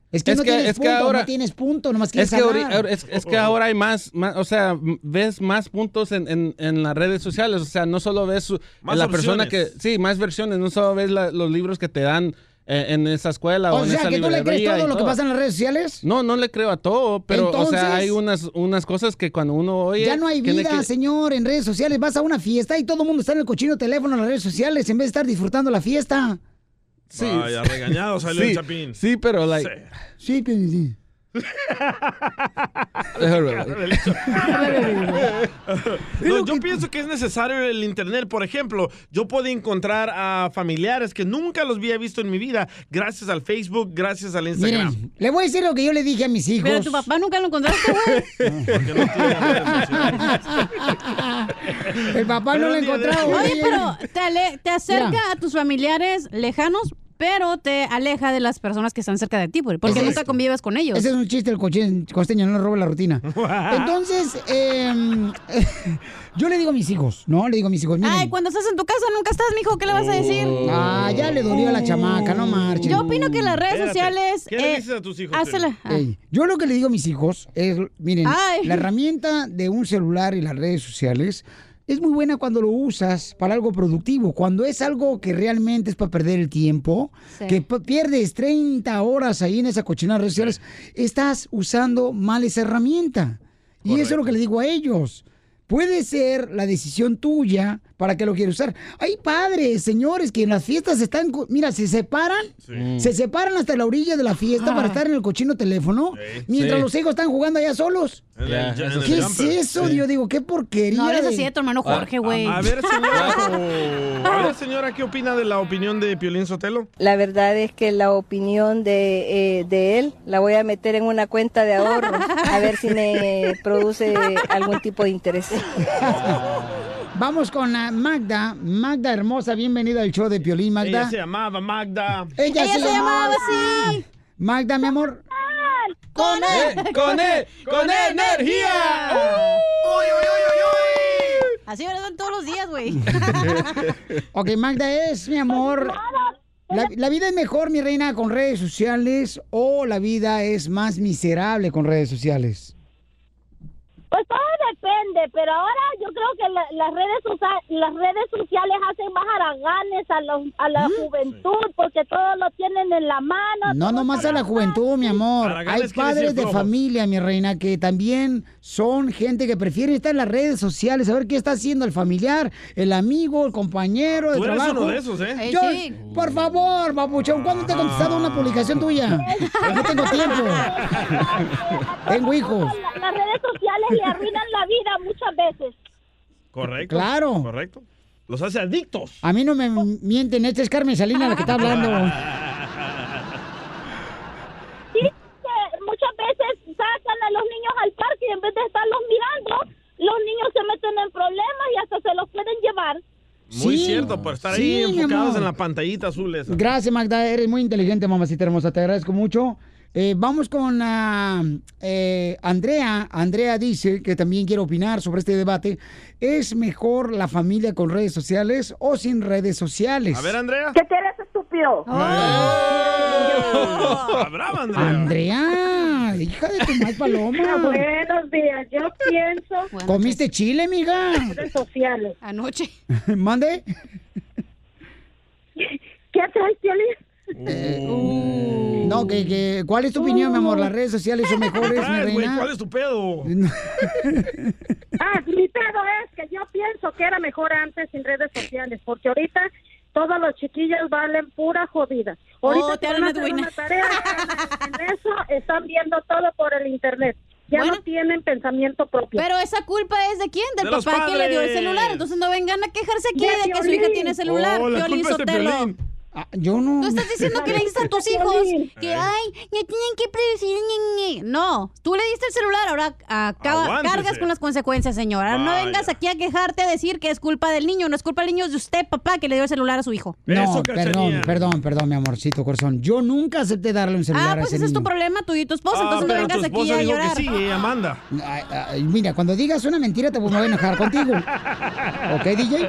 [SPEAKER 3] Es que
[SPEAKER 23] Es
[SPEAKER 3] no
[SPEAKER 23] que-
[SPEAKER 3] tienes
[SPEAKER 23] es que
[SPEAKER 3] punto,
[SPEAKER 23] ahora-
[SPEAKER 3] no tienes punto, nomás quieres
[SPEAKER 23] Es que, ahori-
[SPEAKER 3] hablar.
[SPEAKER 23] ahora- es, es que ahora hay más, más- o sea, m- ves más puntos en, en- en las redes sociales, o sea, no solo ves su-
[SPEAKER 5] Más
[SPEAKER 23] la persona que,
[SPEAKER 5] opciones.
[SPEAKER 23] sí, más versiones, no solo ves la- los libros que te dan eh, en esa escuela o,
[SPEAKER 3] O
[SPEAKER 23] en
[SPEAKER 3] sea,
[SPEAKER 23] esa
[SPEAKER 3] que tú le crees
[SPEAKER 23] librería
[SPEAKER 3] todo
[SPEAKER 23] y
[SPEAKER 3] lo que
[SPEAKER 23] todo.
[SPEAKER 3] pasa en las redes sociales.
[SPEAKER 23] No, no le creo a todo, pero o
[SPEAKER 3] Entonces-
[SPEAKER 23] sea, hay unas unas cosas que cuando uno oye
[SPEAKER 3] ya no hay
[SPEAKER 23] tiene
[SPEAKER 3] vida,
[SPEAKER 23] que-
[SPEAKER 3] señor, en redes sociales. Vas a una fiesta y todo el mundo está en el cochino teléfono en las redes sociales en vez de estar disfrutando la fiesta.
[SPEAKER 23] sí.
[SPEAKER 5] Vaya, Ah, regañado salió
[SPEAKER 23] sí,
[SPEAKER 5] el Chapín.
[SPEAKER 23] Sí, pero like
[SPEAKER 3] Sí, pero sí.
[SPEAKER 5] No, yo pienso que es necesario el internet. Por ejemplo, yo puedo encontrar a familiares que nunca los había visto en mi vida, gracias al Facebook, gracias al Instagram.
[SPEAKER 3] Miren, le voy a decir lo que yo le dije a mis hijos.
[SPEAKER 4] Pero tu papá nunca lo encontraste, güey.
[SPEAKER 3] Ah, El papá no lo ha encontrado.
[SPEAKER 4] Oye,
[SPEAKER 3] güey.
[SPEAKER 4] pero te, ale- te acerca
[SPEAKER 3] Mira.
[SPEAKER 4] a tus familiares lejanos, pero te aleja de las personas que están cerca de ti, güey, porque
[SPEAKER 3] Correcto.
[SPEAKER 4] nunca convives con ellos.
[SPEAKER 3] este, Ese es un chiste del coche- costeño, no le robe la rutina. Entonces, em, yo le digo a mis hijos, ¿no? Le digo a mis hijos, miren.
[SPEAKER 4] Ay, cuando estás en tu casa nunca estás, mijo, ¿qué le vas a decir?
[SPEAKER 3] Ah, ya le dolió a la chamaca, no marchen.
[SPEAKER 4] Yo opino que las redes sociales...
[SPEAKER 3] ¿Qué le dices
[SPEAKER 5] a tus hijos?
[SPEAKER 4] Hazla. ah.
[SPEAKER 3] Ey, yo lo que le digo a mis hijos es, miren,
[SPEAKER 4] Ay.
[SPEAKER 3] la herramienta de un celular y las redes sociales es muy buena cuando lo usas para algo productivo, cuando es algo que realmente es para perder el tiempo,
[SPEAKER 2] Sí.
[SPEAKER 3] que p- pierdes 30 horas ahí en esa cochina de redes sociales, estás usando mal esa herramienta. Y eso es lo que le digo a ellos. Puede ser la decisión tuya para que lo quieras usar. Hay padres, señores, que en las fiestas están, co- mira, se separan,
[SPEAKER 2] Sí.
[SPEAKER 3] se separan hasta la orilla de la fiesta para
[SPEAKER 2] Ah.
[SPEAKER 3] estar en el cochino teléfono mientras
[SPEAKER 2] Sí.
[SPEAKER 3] los hijos están jugando allá solos.
[SPEAKER 5] En el- en el
[SPEAKER 3] ¿Qué es
[SPEAKER 5] jumper.
[SPEAKER 3] eso?
[SPEAKER 5] Sí. Ah,
[SPEAKER 3] Yo digo, qué porquería.
[SPEAKER 4] No hables
[SPEAKER 3] de-
[SPEAKER 4] así de tu hermano
[SPEAKER 3] Ah,
[SPEAKER 4] Jorge, güey.
[SPEAKER 5] A ver, señora, a ver, señora, ¿qué opina de la opinión de Piolín Sotelo?
[SPEAKER 6] La verdad es que la opinión de, eh, de él la voy a meter en una cuenta de ahorro, a ver si me produce algún tipo de interés.
[SPEAKER 3] Vamos con la Magda, Magda hermosa, bienvenida al show de Piolín, Magda.
[SPEAKER 5] Ella se llamaba Magda.
[SPEAKER 3] Ella se llamaba
[SPEAKER 4] así.
[SPEAKER 3] Magda, mi amor.
[SPEAKER 4] Con E.
[SPEAKER 5] él, Eh, con él, con E energía.
[SPEAKER 4] Así me lo dan todos los días, güey.
[SPEAKER 3] ¡Uh! Ok, Magda es, mi amor. La, la vida es mejor, mi reina, con redes sociales o la vida es más miserable con redes sociales?
[SPEAKER 10] Pues todo depende, pero ahora yo creo que la- las redes socia- las redes sociales hacen más haraganes a, los- a la juventud porque todos lo tienen en la mano.
[SPEAKER 3] Mm, No, nomás a la juventud, mi amor.
[SPEAKER 10] Haraganes
[SPEAKER 3] Hay
[SPEAKER 10] quiere
[SPEAKER 3] padres
[SPEAKER 10] decir
[SPEAKER 3] de
[SPEAKER 10] flojos.
[SPEAKER 3] familia, mi reina, que también son gente que prefiere estar en las redes sociales, a ver qué está haciendo el familiar, el amigo, el compañero de
[SPEAKER 5] Tú eres
[SPEAKER 3] trabajo.
[SPEAKER 5] uno de esos, ¿eh?
[SPEAKER 3] Yo-
[SPEAKER 5] Ey, sí.
[SPEAKER 3] Por favor, babuchón, ¿cuándo te he contestado una publicación tuya? No tengo tiempo. Tengo hijos.
[SPEAKER 10] La- las redes sociales le arruinan la vida muchas veces.
[SPEAKER 5] Correcto.
[SPEAKER 3] Claro.
[SPEAKER 5] Correcto. Los hace adictos.
[SPEAKER 3] A mí no me mienten, esta es Carmen Salinas la que está hablando.
[SPEAKER 10] Sí, que muchas veces sacan a los niños al parque y en vez de estarlos mirando, los niños se meten en problemas y hasta se los pueden llevar.
[SPEAKER 5] Muy
[SPEAKER 3] Sí.
[SPEAKER 5] cierto, por estar
[SPEAKER 3] Sí,
[SPEAKER 5] ahí
[SPEAKER 3] mi
[SPEAKER 5] enfocados
[SPEAKER 3] amor.
[SPEAKER 5] en la pantallita azul esa.
[SPEAKER 3] Gracias, Magda. Eres muy inteligente, mamacita hermosa. Te agradezco mucho. Eh, vamos con ah, eh, Andrea. Andrea dice que también quiere opinar sobre este debate. ¿Es mejor la familia con redes sociales o sin redes sociales?
[SPEAKER 5] A ver, Andrea.
[SPEAKER 10] ¿Qué eres estúpido?
[SPEAKER 3] Oh.
[SPEAKER 5] Ah, brava, Andrea.
[SPEAKER 3] Andrea, hija de tu mal paloma.
[SPEAKER 10] Buenos días, yo pienso...
[SPEAKER 3] ¿Comiste chile, amiga?
[SPEAKER 10] redes sociales.
[SPEAKER 4] Anoche.
[SPEAKER 3] ¿Mande?
[SPEAKER 10] ¿Qué traes, Piolín?
[SPEAKER 3] No, que, que- ¿cuál es tu opinión, mi amor? ¿Las redes sociales son mejores, mi
[SPEAKER 5] Ay, güey,
[SPEAKER 3] reina?
[SPEAKER 5] ¿Cuál es tu pedo?
[SPEAKER 10] Ah, mi pedo es que yo pienso que era mejor antes sin redes sociales, porque ahorita todos los chiquillos valen pura jodida. Ahorita
[SPEAKER 4] Oh, te
[SPEAKER 10] si van
[SPEAKER 4] hablan
[SPEAKER 10] a
[SPEAKER 4] de
[SPEAKER 10] hacer
[SPEAKER 4] Edwina.
[SPEAKER 10] una tarea, en eso están viendo todo por el internet. Ya no tienen pensamiento propio.
[SPEAKER 4] Pero esa culpa es de quién? Del
[SPEAKER 10] De los
[SPEAKER 4] papá que le dio el
[SPEAKER 10] padres.
[SPEAKER 4] celular. Entonces no vengan a quejarse aquí
[SPEAKER 10] De
[SPEAKER 4] de que su hija
[SPEAKER 10] Piolín.
[SPEAKER 4] tiene celular.
[SPEAKER 10] Oh, la
[SPEAKER 4] Piolín
[SPEAKER 10] culpa es de
[SPEAKER 4] Sotelo.
[SPEAKER 10] Piolín.
[SPEAKER 3] Ah, yo no.
[SPEAKER 4] Tú estás diciendo que le diste a tus hijos que, ay, ya tienen que predecir. ñe, ñe. No, tú le diste el celular, ahora acaba-
[SPEAKER 2] Aguántese.
[SPEAKER 4] cargas con las consecuencias, señora. no
[SPEAKER 2] Vaya.
[SPEAKER 4] vengas aquí a quejarte a decir que es culpa del niño. No es culpa del niño, es de usted, papá, que le dio el celular a su hijo.
[SPEAKER 3] No, perdón, perdón, perdón, mi amorcito corazón. Yo nunca acepté darle un celular
[SPEAKER 4] Ah,
[SPEAKER 3] a
[SPEAKER 4] pues
[SPEAKER 3] ese
[SPEAKER 4] ese es tu
[SPEAKER 3] niño.
[SPEAKER 4] problema, tú y tu
[SPEAKER 3] Ah,
[SPEAKER 4] esposa. entonces no vengas aquí a llorar.
[SPEAKER 3] Amanda. mira, cuando digas una mentira te voy me voy a enojar contigo. ¿Ok, DJ?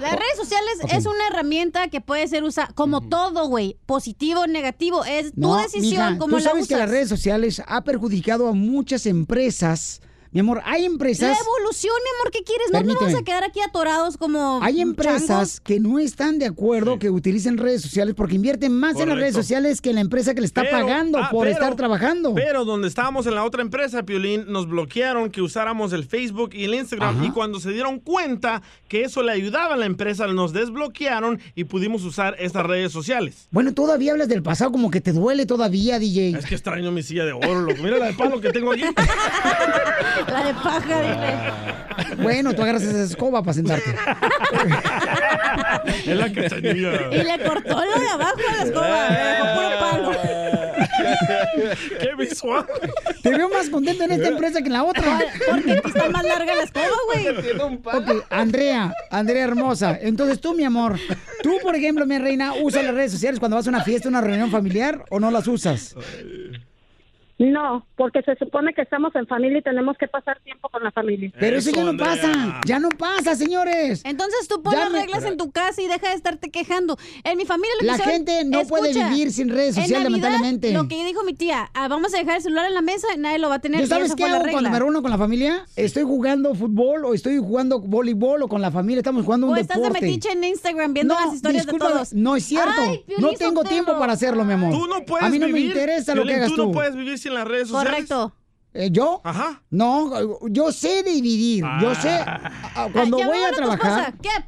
[SPEAKER 4] Las redes sociales
[SPEAKER 3] Ok.
[SPEAKER 4] es una herramienta que puede ser usada como todo, güey. Positivo, negativo. Es tu decisión
[SPEAKER 3] mija,
[SPEAKER 4] como
[SPEAKER 3] tú
[SPEAKER 4] la
[SPEAKER 3] sabes
[SPEAKER 4] usas.
[SPEAKER 3] que las redes sociales ha perjudicado a muchas empresas. Mi amor, hay
[SPEAKER 4] La
[SPEAKER 3] empresas...
[SPEAKER 4] evolución, mi amor, ¿qué quieres? No nos vamos
[SPEAKER 3] Permíteme.
[SPEAKER 4] a quedar aquí atorados como.
[SPEAKER 3] Hay
[SPEAKER 4] changos.
[SPEAKER 3] empresas que no están de acuerdo que utilicen redes sociales porque invierten más en las
[SPEAKER 5] Correcto.
[SPEAKER 3] redes sociales que en la empresa que le está
[SPEAKER 5] Pero-
[SPEAKER 3] pagando
[SPEAKER 5] ah,
[SPEAKER 3] por
[SPEAKER 5] pero-
[SPEAKER 3] estar trabajando.
[SPEAKER 5] Pero donde estábamos en la otra empresa, Piolín, nos bloquearon que usáramos el Facebook y el Instagram.
[SPEAKER 3] Ajá.
[SPEAKER 5] Y cuando se dieron cuenta que eso le ayudaba a la empresa, nos desbloquearon y pudimos usar estas redes sociales.
[SPEAKER 3] Bueno, todavía hablas del pasado como que te duele todavía, DJ.
[SPEAKER 5] Es que extraño mi silla de oro, loco. Mira la de palo que tengo aquí. Ah,
[SPEAKER 4] La de paja,
[SPEAKER 3] Bueno, tú agarras esa escoba para sentarte.
[SPEAKER 5] Es la cachanilla.
[SPEAKER 4] Y le cortó lo de abajo a la escoba. le dejó puro palo.
[SPEAKER 5] Eh. ¡Qué visual!
[SPEAKER 3] Te veo más contento en esta empresa que en la otra.
[SPEAKER 4] Porque aquí está más larga la escoba,
[SPEAKER 3] güey. Ok, Andrea, Andrea hermosa. Entonces tú, mi amor, tú, por ejemplo, mi reina, ¿usas las redes sociales cuando vas a una fiesta, una reunión familiar o no las usas?
[SPEAKER 22] No, porque se supone que estamos en familia y tenemos que pasar tiempo con la familia.
[SPEAKER 3] Pero eso, ya no pasa, ya no pasa, señores.
[SPEAKER 4] Entonces tú pones
[SPEAKER 3] Ya me-
[SPEAKER 4] reglas en tu casa y deja de estarte quejando. En mi familia lo que
[SPEAKER 3] La
[SPEAKER 4] hicieron-
[SPEAKER 3] gente no puede vivir sin redes
[SPEAKER 4] en
[SPEAKER 3] sociales,
[SPEAKER 4] Navidad,
[SPEAKER 3] lamentablemente.
[SPEAKER 4] Lo que dijo mi tía, ah, vamos a dejar el celular en la mesa, nadie lo va a tener.
[SPEAKER 3] ¿Yo
[SPEAKER 4] y
[SPEAKER 3] sabes
[SPEAKER 4] esa
[SPEAKER 3] qué
[SPEAKER 4] fue la
[SPEAKER 3] hago
[SPEAKER 4] regla.
[SPEAKER 3] cuando me reúno con la familia? Estoy jugando fútbol o estoy jugando voleibol o con la familia, estamos jugando un
[SPEAKER 4] O estás de
[SPEAKER 3] deporte.
[SPEAKER 4] metiche en Instagram viendo las historias de
[SPEAKER 3] discúlpame,
[SPEAKER 4] todos.
[SPEAKER 3] No es cierto.
[SPEAKER 4] Ay, Piolín
[SPEAKER 3] no tengo
[SPEAKER 4] Sotelo.
[SPEAKER 3] tiempo para hacerlo, mi amor.
[SPEAKER 5] Tú no puedes
[SPEAKER 3] A mí no
[SPEAKER 5] vivir-
[SPEAKER 3] me interesa lo que
[SPEAKER 5] Piolín,
[SPEAKER 3] hagas
[SPEAKER 5] tú
[SPEAKER 3] tú.
[SPEAKER 5] no puedes vivir sin las redes sociales.
[SPEAKER 4] Correcto.
[SPEAKER 3] Eh, ¿Yo? Ajá. No, yo sé dividir. Yo sé.
[SPEAKER 5] Ah.
[SPEAKER 3] a- a- Cuando
[SPEAKER 4] Ya me
[SPEAKER 3] voy a
[SPEAKER 4] habla tu
[SPEAKER 3] trabajar.
[SPEAKER 4] esposa. Ah. ¿Qué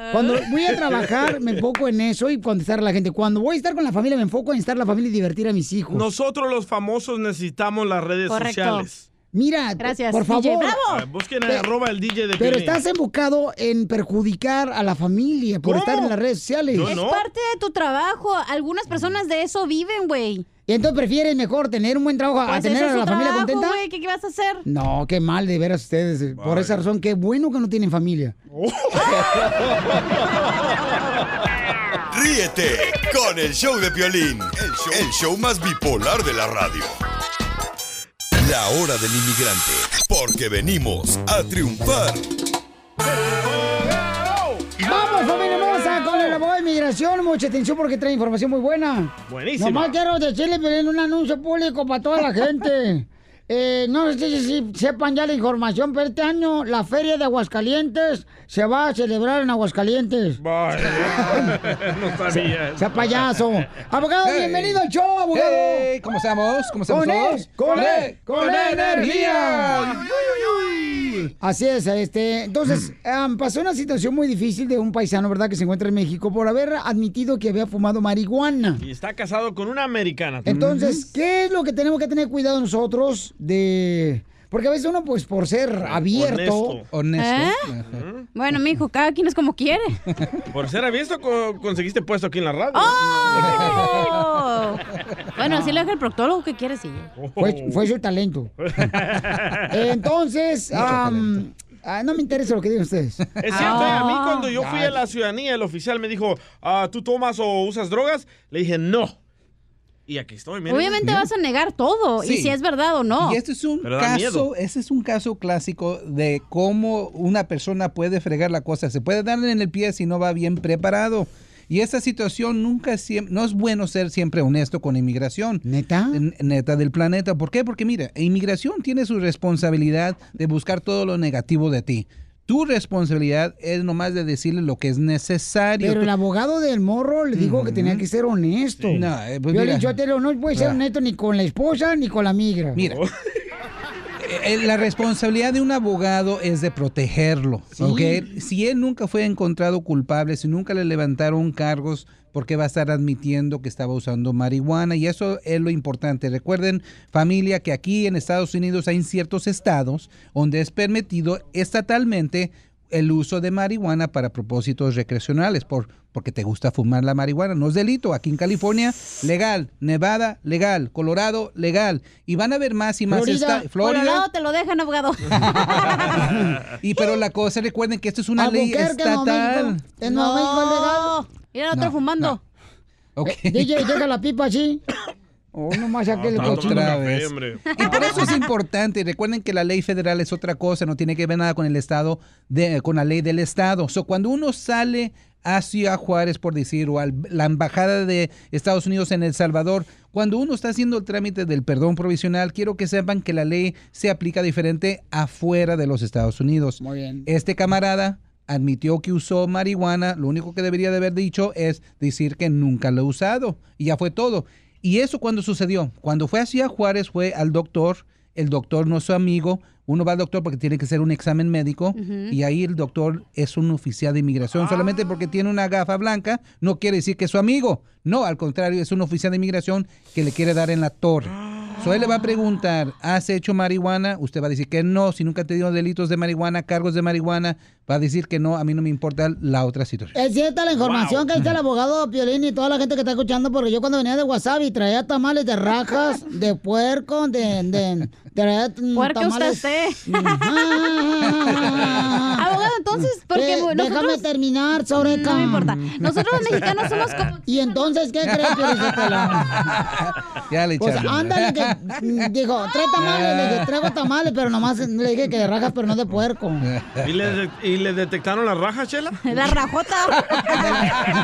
[SPEAKER 4] pa?
[SPEAKER 3] Cuando voy a trabajar, me enfoco en eso y contestar a la gente. Cuando voy a estar con la familia, me enfoco en estar la familia y divertir a mis hijos.
[SPEAKER 5] Nosotros los famosos necesitamos las redes sociales.
[SPEAKER 3] Mira,
[SPEAKER 4] Gracias,
[SPEAKER 3] por
[SPEAKER 4] DJ.
[SPEAKER 3] favor.
[SPEAKER 5] Ah, Busquen
[SPEAKER 3] Pe-
[SPEAKER 5] arroba el DJ de
[SPEAKER 3] Pero
[SPEAKER 5] Piolín.
[SPEAKER 3] estás enfocado en perjudicar a la familia por
[SPEAKER 5] ¿Cómo?
[SPEAKER 3] estar en las redes sociales.
[SPEAKER 4] es parte de tu trabajo. Algunas personas de eso viven, güey.
[SPEAKER 3] Y entonces prefieres mejor tener un buen trabajo a
[SPEAKER 4] Pues
[SPEAKER 3] tener
[SPEAKER 4] ese
[SPEAKER 3] a
[SPEAKER 4] es
[SPEAKER 3] la
[SPEAKER 4] su
[SPEAKER 3] familia
[SPEAKER 4] trabajo,
[SPEAKER 3] contenta.
[SPEAKER 4] güey, ¿Qué, qué vas a hacer?
[SPEAKER 3] No, qué mal de veras ustedes. Por esa razón, qué bueno que no tienen familia.
[SPEAKER 7] Ríete con el show de Piolín, el show, el show más bipolar de la radio. La hora del inmigrante, porque venimos a triunfar.
[SPEAKER 3] Vamos, familia hermosa, con el abogado de inmigración. Mucha atención porque trae información muy buena.
[SPEAKER 5] Buenísima.
[SPEAKER 3] Nomás quiero decirle, Piolín, un anuncio público para toda la gente. Eh, no sé si, si sepan ya la información, pero este año la Feria de Aguascalientes se va a celebrar en Aguascalientes.
[SPEAKER 5] no sabía.
[SPEAKER 3] Sea payaso. Abogado,
[SPEAKER 5] Hey.
[SPEAKER 3] bienvenido al show, abogado.
[SPEAKER 8] Hey, ¿Cómo estamos? ¿Cómo estamos
[SPEAKER 3] Con él,
[SPEAKER 8] todos?
[SPEAKER 3] con él, con él, energía.
[SPEAKER 8] energía!
[SPEAKER 3] Así es, este. Entonces, em, pasó una situación muy difícil de un paisano, ¿verdad?, que se encuentra en México por haber admitido que había fumado marihuana.
[SPEAKER 5] Y está casado con una americana.
[SPEAKER 3] Entonces, ¿qué es lo que tenemos que tener cuidado nosotros de. Porque a veces uno, pues, por ser abierto.
[SPEAKER 5] Honesto. Honesto.
[SPEAKER 4] ¿Eh? Bueno, mijo, cada quien es como quiere.
[SPEAKER 5] Ah. Por ser abierto co- conseguiste puesto aquí en la radio.
[SPEAKER 4] ¡Oh! bueno, así lo deja el proctólogo que quiere, sí.
[SPEAKER 3] Fue, fue su talento. Entonces,
[SPEAKER 5] Mucho
[SPEAKER 3] am, ah, no me interesa lo que digan ustedes.
[SPEAKER 5] Es cierto, eh, a mí cuando yo fui a la ciudadanía, el oficial me dijo, "Ah, ¿tú tomas o usas drogas? Le dije, no. Y aquí estoy, mira.
[SPEAKER 4] Obviamente vas a negar todo y
[SPEAKER 8] Sí.
[SPEAKER 4] si es verdad o no.
[SPEAKER 8] Y esto es un
[SPEAKER 5] Pero da miedo.
[SPEAKER 8] caso, ese es un caso clásico de cómo una persona puede fregar la cosa. Se puede dar en el pie si no va bien preparado. Y esa situación nunca es siem- no es bueno ser siempre honesto con inmigración.
[SPEAKER 3] ¿Neta?
[SPEAKER 8] Neta del planeta. ¿Por qué? Porque mira, inmigración tiene su responsabilidad de buscar todo lo negativo de ti. Tu responsabilidad es nomás de decirle lo que es necesario.
[SPEAKER 3] Pero
[SPEAKER 8] Tú-
[SPEAKER 3] el abogado del morro le dijo que tenía que ser honesto.
[SPEAKER 8] Sí. No, eh, pues
[SPEAKER 3] Yo le
[SPEAKER 8] mira.
[SPEAKER 3] dije, yo te lo- no puede ser
[SPEAKER 8] Ah.
[SPEAKER 3] honesto ni con la esposa ni con la migra. Oh.
[SPEAKER 8] Mira. Eh, La responsabilidad de un abogado es de protegerlo, ¿ok? Si él nunca fue encontrado culpable, si nunca le levantaron cargos, ¿por qué va a estar admitiendo que estaba usando marihuana? Y eso es lo importante. Recuerden, familia, que aquí en Estados Unidos hay ciertos estados donde es permitido estatalmente el uso de marihuana para propósitos recreacionales, por, porque te gusta fumar la marihuana. No es delito. Aquí en California, legal. Nevada, legal. Colorado, legal. Y van a ver más y más.
[SPEAKER 4] Florida,
[SPEAKER 8] esta-
[SPEAKER 4] Colorado te lo dejan, abogado.
[SPEAKER 8] Y pero la cosa, recuerden que esto es una ley
[SPEAKER 4] Albuquerque, Nuevo
[SPEAKER 8] estatal.
[SPEAKER 4] México. En Nuevo México es legal. Eh, Mira, otro
[SPEAKER 8] No,
[SPEAKER 4] fumando.
[SPEAKER 8] no. Ok.
[SPEAKER 3] DJ, llega la pipa así. Oh, nomás ya que le
[SPEAKER 8] Otra
[SPEAKER 3] cochino.
[SPEAKER 8] vez. Y por eso es importante. Recuerden que la ley federal es otra cosa, no tiene que ver nada con el estado, de, con la ley del estado. So, cuando uno sale hacia Juárez, por decir, o a la embajada de Estados Unidos en El Salvador, cuando uno está haciendo el trámite del perdón provisional, quiero que sepan que la ley se aplica diferente afuera de los Estados Unidos.
[SPEAKER 3] Muy bien.
[SPEAKER 8] Este camarada admitió que usó marihuana. Lo único que debería de haber dicho es decir que nunca lo ha usado. Y ya fue todo. ¿Y eso cuando sucedió? Cuando fue hacia Juárez fue al doctor. El doctor no es su amigo. Uno va al doctor porque tiene que hacer un examen médico.
[SPEAKER 2] Ujú.
[SPEAKER 8] Y ahí el doctor es un oficial de inmigración. Solamente porque tiene una gafa blanca no quiere decir que es su amigo. No, al contrario, es un oficial de inmigración que le quiere dar en la torre. So, él le va a preguntar, ¿has hecho marihuana? Usted va a decir que no, si nunca te dio delitos de marihuana, cargos de marihuana, va a decir que no, a mí no me importa la otra situación.
[SPEAKER 3] Es cierta la información que dice el abogado Piolín y toda la gente que está escuchando, porque yo cuando venía de Wasabi traía tamales de rajas, de puerco, de... de traía mm,
[SPEAKER 4] Puerco
[SPEAKER 3] tamales...
[SPEAKER 4] usted, sí.
[SPEAKER 3] Ajá.
[SPEAKER 4] Abogado, entonces, porque
[SPEAKER 3] Eh,
[SPEAKER 4] nosotros...
[SPEAKER 3] Déjame terminar, sobre No me importa.
[SPEAKER 4] Nosotros los mexicanos somos como-
[SPEAKER 3] ¿Y entonces qué crees, Piolín? Sotelo?
[SPEAKER 8] Ya le
[SPEAKER 3] Pues
[SPEAKER 8] echaron.
[SPEAKER 3] ándale que... mm, Dijo, trae tamales, le dije, traigo tamales, pero nomás le dije que de rajas, pero no de puerco.
[SPEAKER 5] ¿Y le, de- y le detectaron la raja, Chela?
[SPEAKER 4] La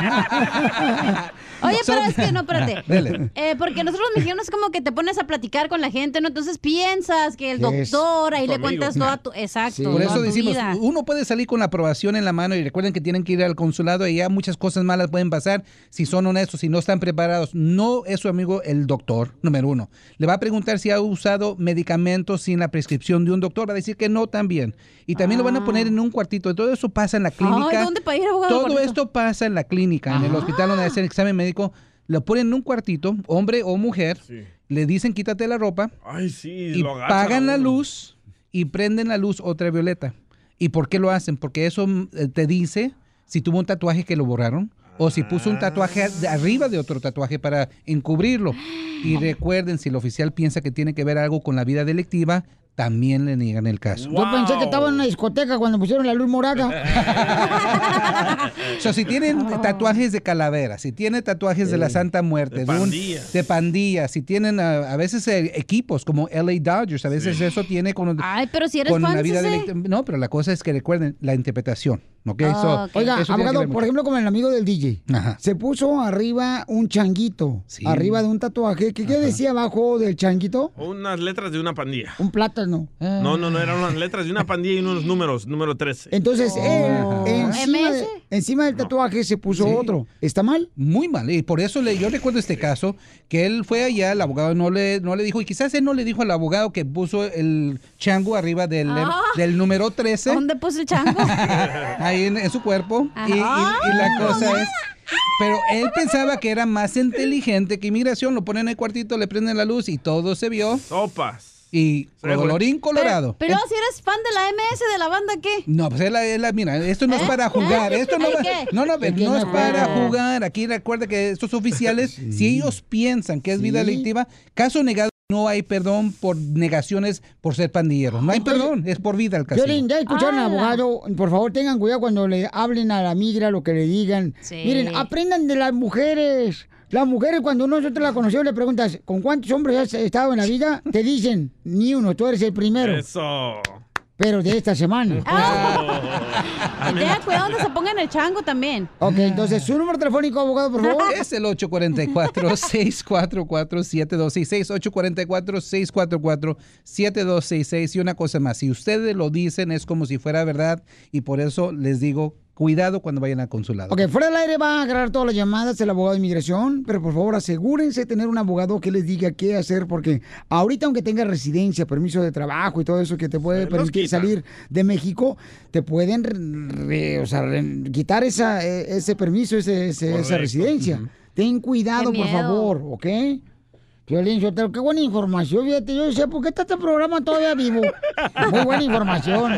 [SPEAKER 4] rajota. Oye, pero es que no, espérate.
[SPEAKER 5] Dele.
[SPEAKER 4] Eh, porque nosotros los mexicanos como que te pones a platicar con la gente, ¿no? Entonces piensas que el
[SPEAKER 8] Que es
[SPEAKER 4] doctor, ahí
[SPEAKER 8] tu
[SPEAKER 4] le
[SPEAKER 8] amigo.
[SPEAKER 4] cuentas toda tu... Exacto,
[SPEAKER 8] Por
[SPEAKER 4] toda
[SPEAKER 8] eso
[SPEAKER 4] tu
[SPEAKER 8] decimos,
[SPEAKER 4] vida.
[SPEAKER 8] uno puede salir con la aprobación en la mano y recuerden que tienen que ir al consulado y ya muchas cosas malas pueden pasar si son honestos, si no están preparados. No es su amigo el doctor, número uno. Le va a preguntar si ha usado medicamentos sin la prescripción de un doctor. Va a decir que no también. Y también lo van a poner en un cuartito. Todo eso pasa en la clínica.
[SPEAKER 4] Ay, ¿dónde para ir, abogado?
[SPEAKER 8] Todo
[SPEAKER 4] Cuartito. Ah.
[SPEAKER 8] esto pasa en la clínica, en el hospital donde hacen el examen médico. Lo ponen en un cuartito, hombre o mujer. Le dicen quítate la ropa
[SPEAKER 5] Ay, sí,
[SPEAKER 8] y
[SPEAKER 5] lo agachan.
[SPEAKER 8] pagan la luz y prenden la luz otra violeta. ¿Y por qué lo hacen? Porque eso mm, eh, te dice si tuvo un tatuaje que lo borraron o si puso un tatuaje de arriba de otro tatuaje para encubrirlo. Y recuerden, si el oficial piensa que tiene que ver algo con la vida delictiva, también le niegan el caso.
[SPEAKER 3] Yo pensé que estaba en una discoteca cuando pusieron la luz morada.
[SPEAKER 8] O sea, si tienen
[SPEAKER 4] Ah.
[SPEAKER 8] tatuajes de calavera, si tienen tatuajes de la Santa Muerte, de, un-
[SPEAKER 5] pandilla.
[SPEAKER 8] de pandilla, si tienen a, a veces eh, equipos como LA Dodgers, a veces eso tiene con,
[SPEAKER 4] Ay, pero si eres
[SPEAKER 8] con
[SPEAKER 4] fan,
[SPEAKER 8] la vida
[SPEAKER 4] sí
[SPEAKER 8] de
[SPEAKER 4] sé.
[SPEAKER 8] la- No, pero la cosa es que recuerden la interpretación. ¿ok?
[SPEAKER 3] Ah,
[SPEAKER 8] So,
[SPEAKER 3] ok. Oiga,
[SPEAKER 8] eso tiene que
[SPEAKER 3] abogado, por
[SPEAKER 8] ver mucho.
[SPEAKER 3] ejemplo, como el amigo del DJ, se puso arriba un changuito, arriba de un tatuaje. ¿Qué, qué decía abajo del changuito?
[SPEAKER 5] Unas letras de una pandilla.
[SPEAKER 3] Un plátano.
[SPEAKER 5] No, no, no, eran unas letras de una pandilla y unos números, número 13.
[SPEAKER 3] Entonces, él, encima, de- encima del tatuaje se puso
[SPEAKER 8] Sí.
[SPEAKER 3] otro. ¿Está mal?
[SPEAKER 8] Muy mal. Y por eso le, yo recuerdo este caso, que él fue allá, el abogado no le, no le dijo, y quizás él no le dijo al abogado que puso el chango arriba del,
[SPEAKER 4] Ah.
[SPEAKER 8] del número 13.
[SPEAKER 4] ¿Dónde puso el chango?
[SPEAKER 8] ahí en, en su cuerpo. Y, y- y
[SPEAKER 4] Ah.
[SPEAKER 8] la cosa es. Pero él pensaba que era más inteligente que inmigración. Lo ponen en el cuartito, le prenden la luz y todo se vio.
[SPEAKER 5] Sopas.
[SPEAKER 8] Y colorín colorado.
[SPEAKER 4] Pero, pero si eres fan de la MS, de la banda, ¿qué?
[SPEAKER 8] No, pues es la, es la- mira, esto no es para jugar, esto no,
[SPEAKER 4] ¿El
[SPEAKER 8] va-
[SPEAKER 4] qué?
[SPEAKER 8] no, no,
[SPEAKER 4] ¿El qué
[SPEAKER 8] no es
[SPEAKER 4] no?
[SPEAKER 8] para
[SPEAKER 4] Ah.
[SPEAKER 8] jugar. Aquí recuerda que estos oficiales, si ellos piensan que es vida
[SPEAKER 3] Sí.
[SPEAKER 8] delictiva, caso negado, no hay perdón por negaciones por ser pandillero, no hay perdón, es por vida el caso.
[SPEAKER 3] Violín, ya escucharon al abogado. Por favor, tengan cuidado cuando le hablen a la migra lo que le digan.
[SPEAKER 4] Sí.
[SPEAKER 3] Miren, aprendan de las mujeres. Las mujeres, cuando nosotros las conocemos, le preguntas, ¿con cuántos hombres has estado en la vida? Te dicen, ni uno, tú eres el primero.
[SPEAKER 5] Eso.
[SPEAKER 3] Pero de esta semana.
[SPEAKER 4] Tengan cuidado donde se pongan el chango también.
[SPEAKER 3] Ok, entonces su número telefónico, abogado, por favor.
[SPEAKER 8] Ah. Es el 844-644-7266. 844-644-7266. Y una cosa más, si ustedes lo dicen es como si fuera verdad y por eso les digo, cuidado cuando vayan al consulado.
[SPEAKER 3] Ok, fuera del aire van a agarrar todas las llamadas el abogado de inmigración, pero por favor asegúrense de tener un abogado que les diga qué hacer, porque ahorita aunque tenga residencia, permiso de trabajo y todo eso que te puede permitir salir de México, te pueden re- re- o sea, re- quitar esa, eh, ese permiso, ese- ese- esa
[SPEAKER 8] Correcto.
[SPEAKER 3] residencia. Ten cuidado,
[SPEAKER 8] Qué
[SPEAKER 3] por
[SPEAKER 8] miedo.
[SPEAKER 3] favor, ¿ok? Violín Sotelo, qué buena información, fíjate, yo sé, ¿por qué está este programa todavía vivo? Muy buena información.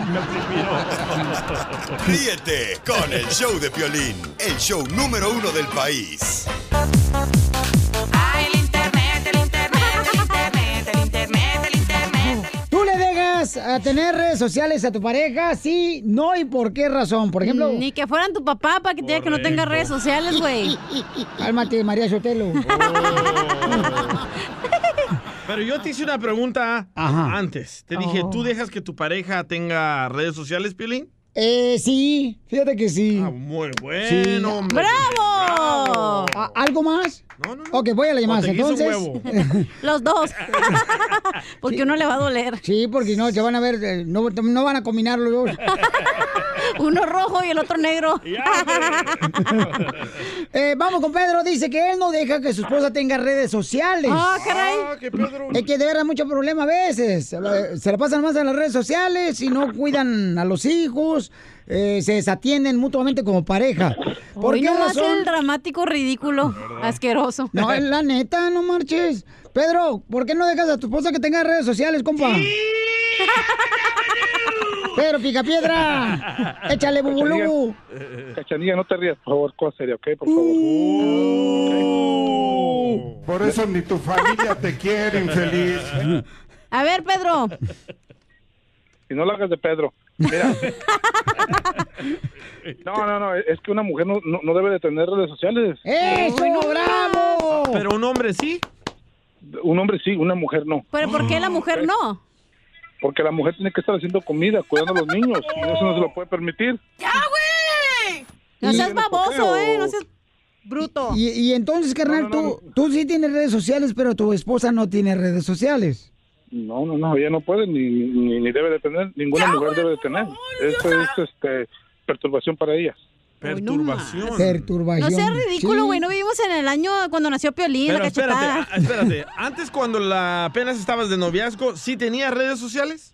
[SPEAKER 7] Ríete con el show de Piolín, el show número uno del país.
[SPEAKER 3] ¿Tú le dejas a tener redes sociales a tu pareja? Sí, no y por qué razón. Por ejemplo.
[SPEAKER 4] Ni que fueran tu papá para que te diga que no tenga redes sociales, güey.
[SPEAKER 3] Cálmate, María Sotelo.
[SPEAKER 5] Pero yo te hice una pregunta antes. Te dije,
[SPEAKER 3] Oh.
[SPEAKER 5] ¿tú dejas que tu pareja tenga redes sociales, Piolín?
[SPEAKER 3] Eh, sí, fíjate que sí.
[SPEAKER 5] Muy bueno.
[SPEAKER 3] Sí.
[SPEAKER 5] hombre.
[SPEAKER 4] ¡Bravo!
[SPEAKER 3] ¿A- ¿Algo más? No, no, Ok, voy a la llamada.
[SPEAKER 4] te guiso
[SPEAKER 3] Entonces.
[SPEAKER 4] huevo. Los dos. Porque uno le va a doler.
[SPEAKER 3] Sí, porque no, se van a ver, eh, no, no van a combinar los dos.
[SPEAKER 4] Uno rojo y el otro negro.
[SPEAKER 3] Eh, vamos con Pedro, dice que él no deja que su esposa tenga redes sociales.
[SPEAKER 13] Ah, caray. Ah, que Pedro.
[SPEAKER 3] Es que de verdad mucho problema a veces. Se la- Se la pasan más en las redes sociales y no cuidan a los hijos, eh, se desatienden mutuamente como pareja. ¿Por
[SPEAKER 4] Hoy
[SPEAKER 3] qué
[SPEAKER 4] nomás
[SPEAKER 3] razón?
[SPEAKER 4] el dramático ridículo, asqueroso.
[SPEAKER 3] No, es la neta, no marches. Pedro, ¿por qué no dejas a tu esposa que tenga redes sociales, compa? Pedro Picapiedra, échale bubulú.
[SPEAKER 20] Cachanilla, Cachanilla, no te rías, por favor, cosa seria, ¿ok? Por favor.
[SPEAKER 2] Uh. Por eso ni tu familia te quiere, infeliz.
[SPEAKER 4] A ver, Pedro.
[SPEAKER 20] Y no lo hagas de Pedro. Mira. no, no, no, es que una mujer no, no- no debe de tener redes sociales.
[SPEAKER 3] ¡Eso, bravo!
[SPEAKER 5] Pero un hombre sí.
[SPEAKER 20] Un hombre sí, una mujer no.
[SPEAKER 4] ¿Pero por qué la mujer no?
[SPEAKER 20] Porque la mujer tiene que estar haciendo comida, cuidando a los niños. Y eso no se lo puede permitir.
[SPEAKER 4] ¡Ya, güey! No
[SPEAKER 3] Y-
[SPEAKER 4] seas baboso, ¿eh? No seas
[SPEAKER 3] Bruto.
[SPEAKER 4] bruto.
[SPEAKER 3] Y, y entonces, carnal, tú, tú sí tienes redes sociales, pero tu esposa no tiene redes sociales.
[SPEAKER 20] No, no, no, ella no puede ni, ni, ni debe de tener, ninguna mujer debe de tener. Esto es este, perturbación para ella.
[SPEAKER 5] Perturbación.
[SPEAKER 4] No
[SPEAKER 3] Perturbación.
[SPEAKER 4] seas ridículo,
[SPEAKER 5] Sí.
[SPEAKER 4] güey. No vivimos en el año cuando nació Piolín,
[SPEAKER 5] Pero
[SPEAKER 4] la
[SPEAKER 5] espérate,
[SPEAKER 4] cachetada.
[SPEAKER 20] ah,
[SPEAKER 5] a- espérate. Antes, cuando la- apenas estabas de noviazgo, ¿sí tenías redes sociales?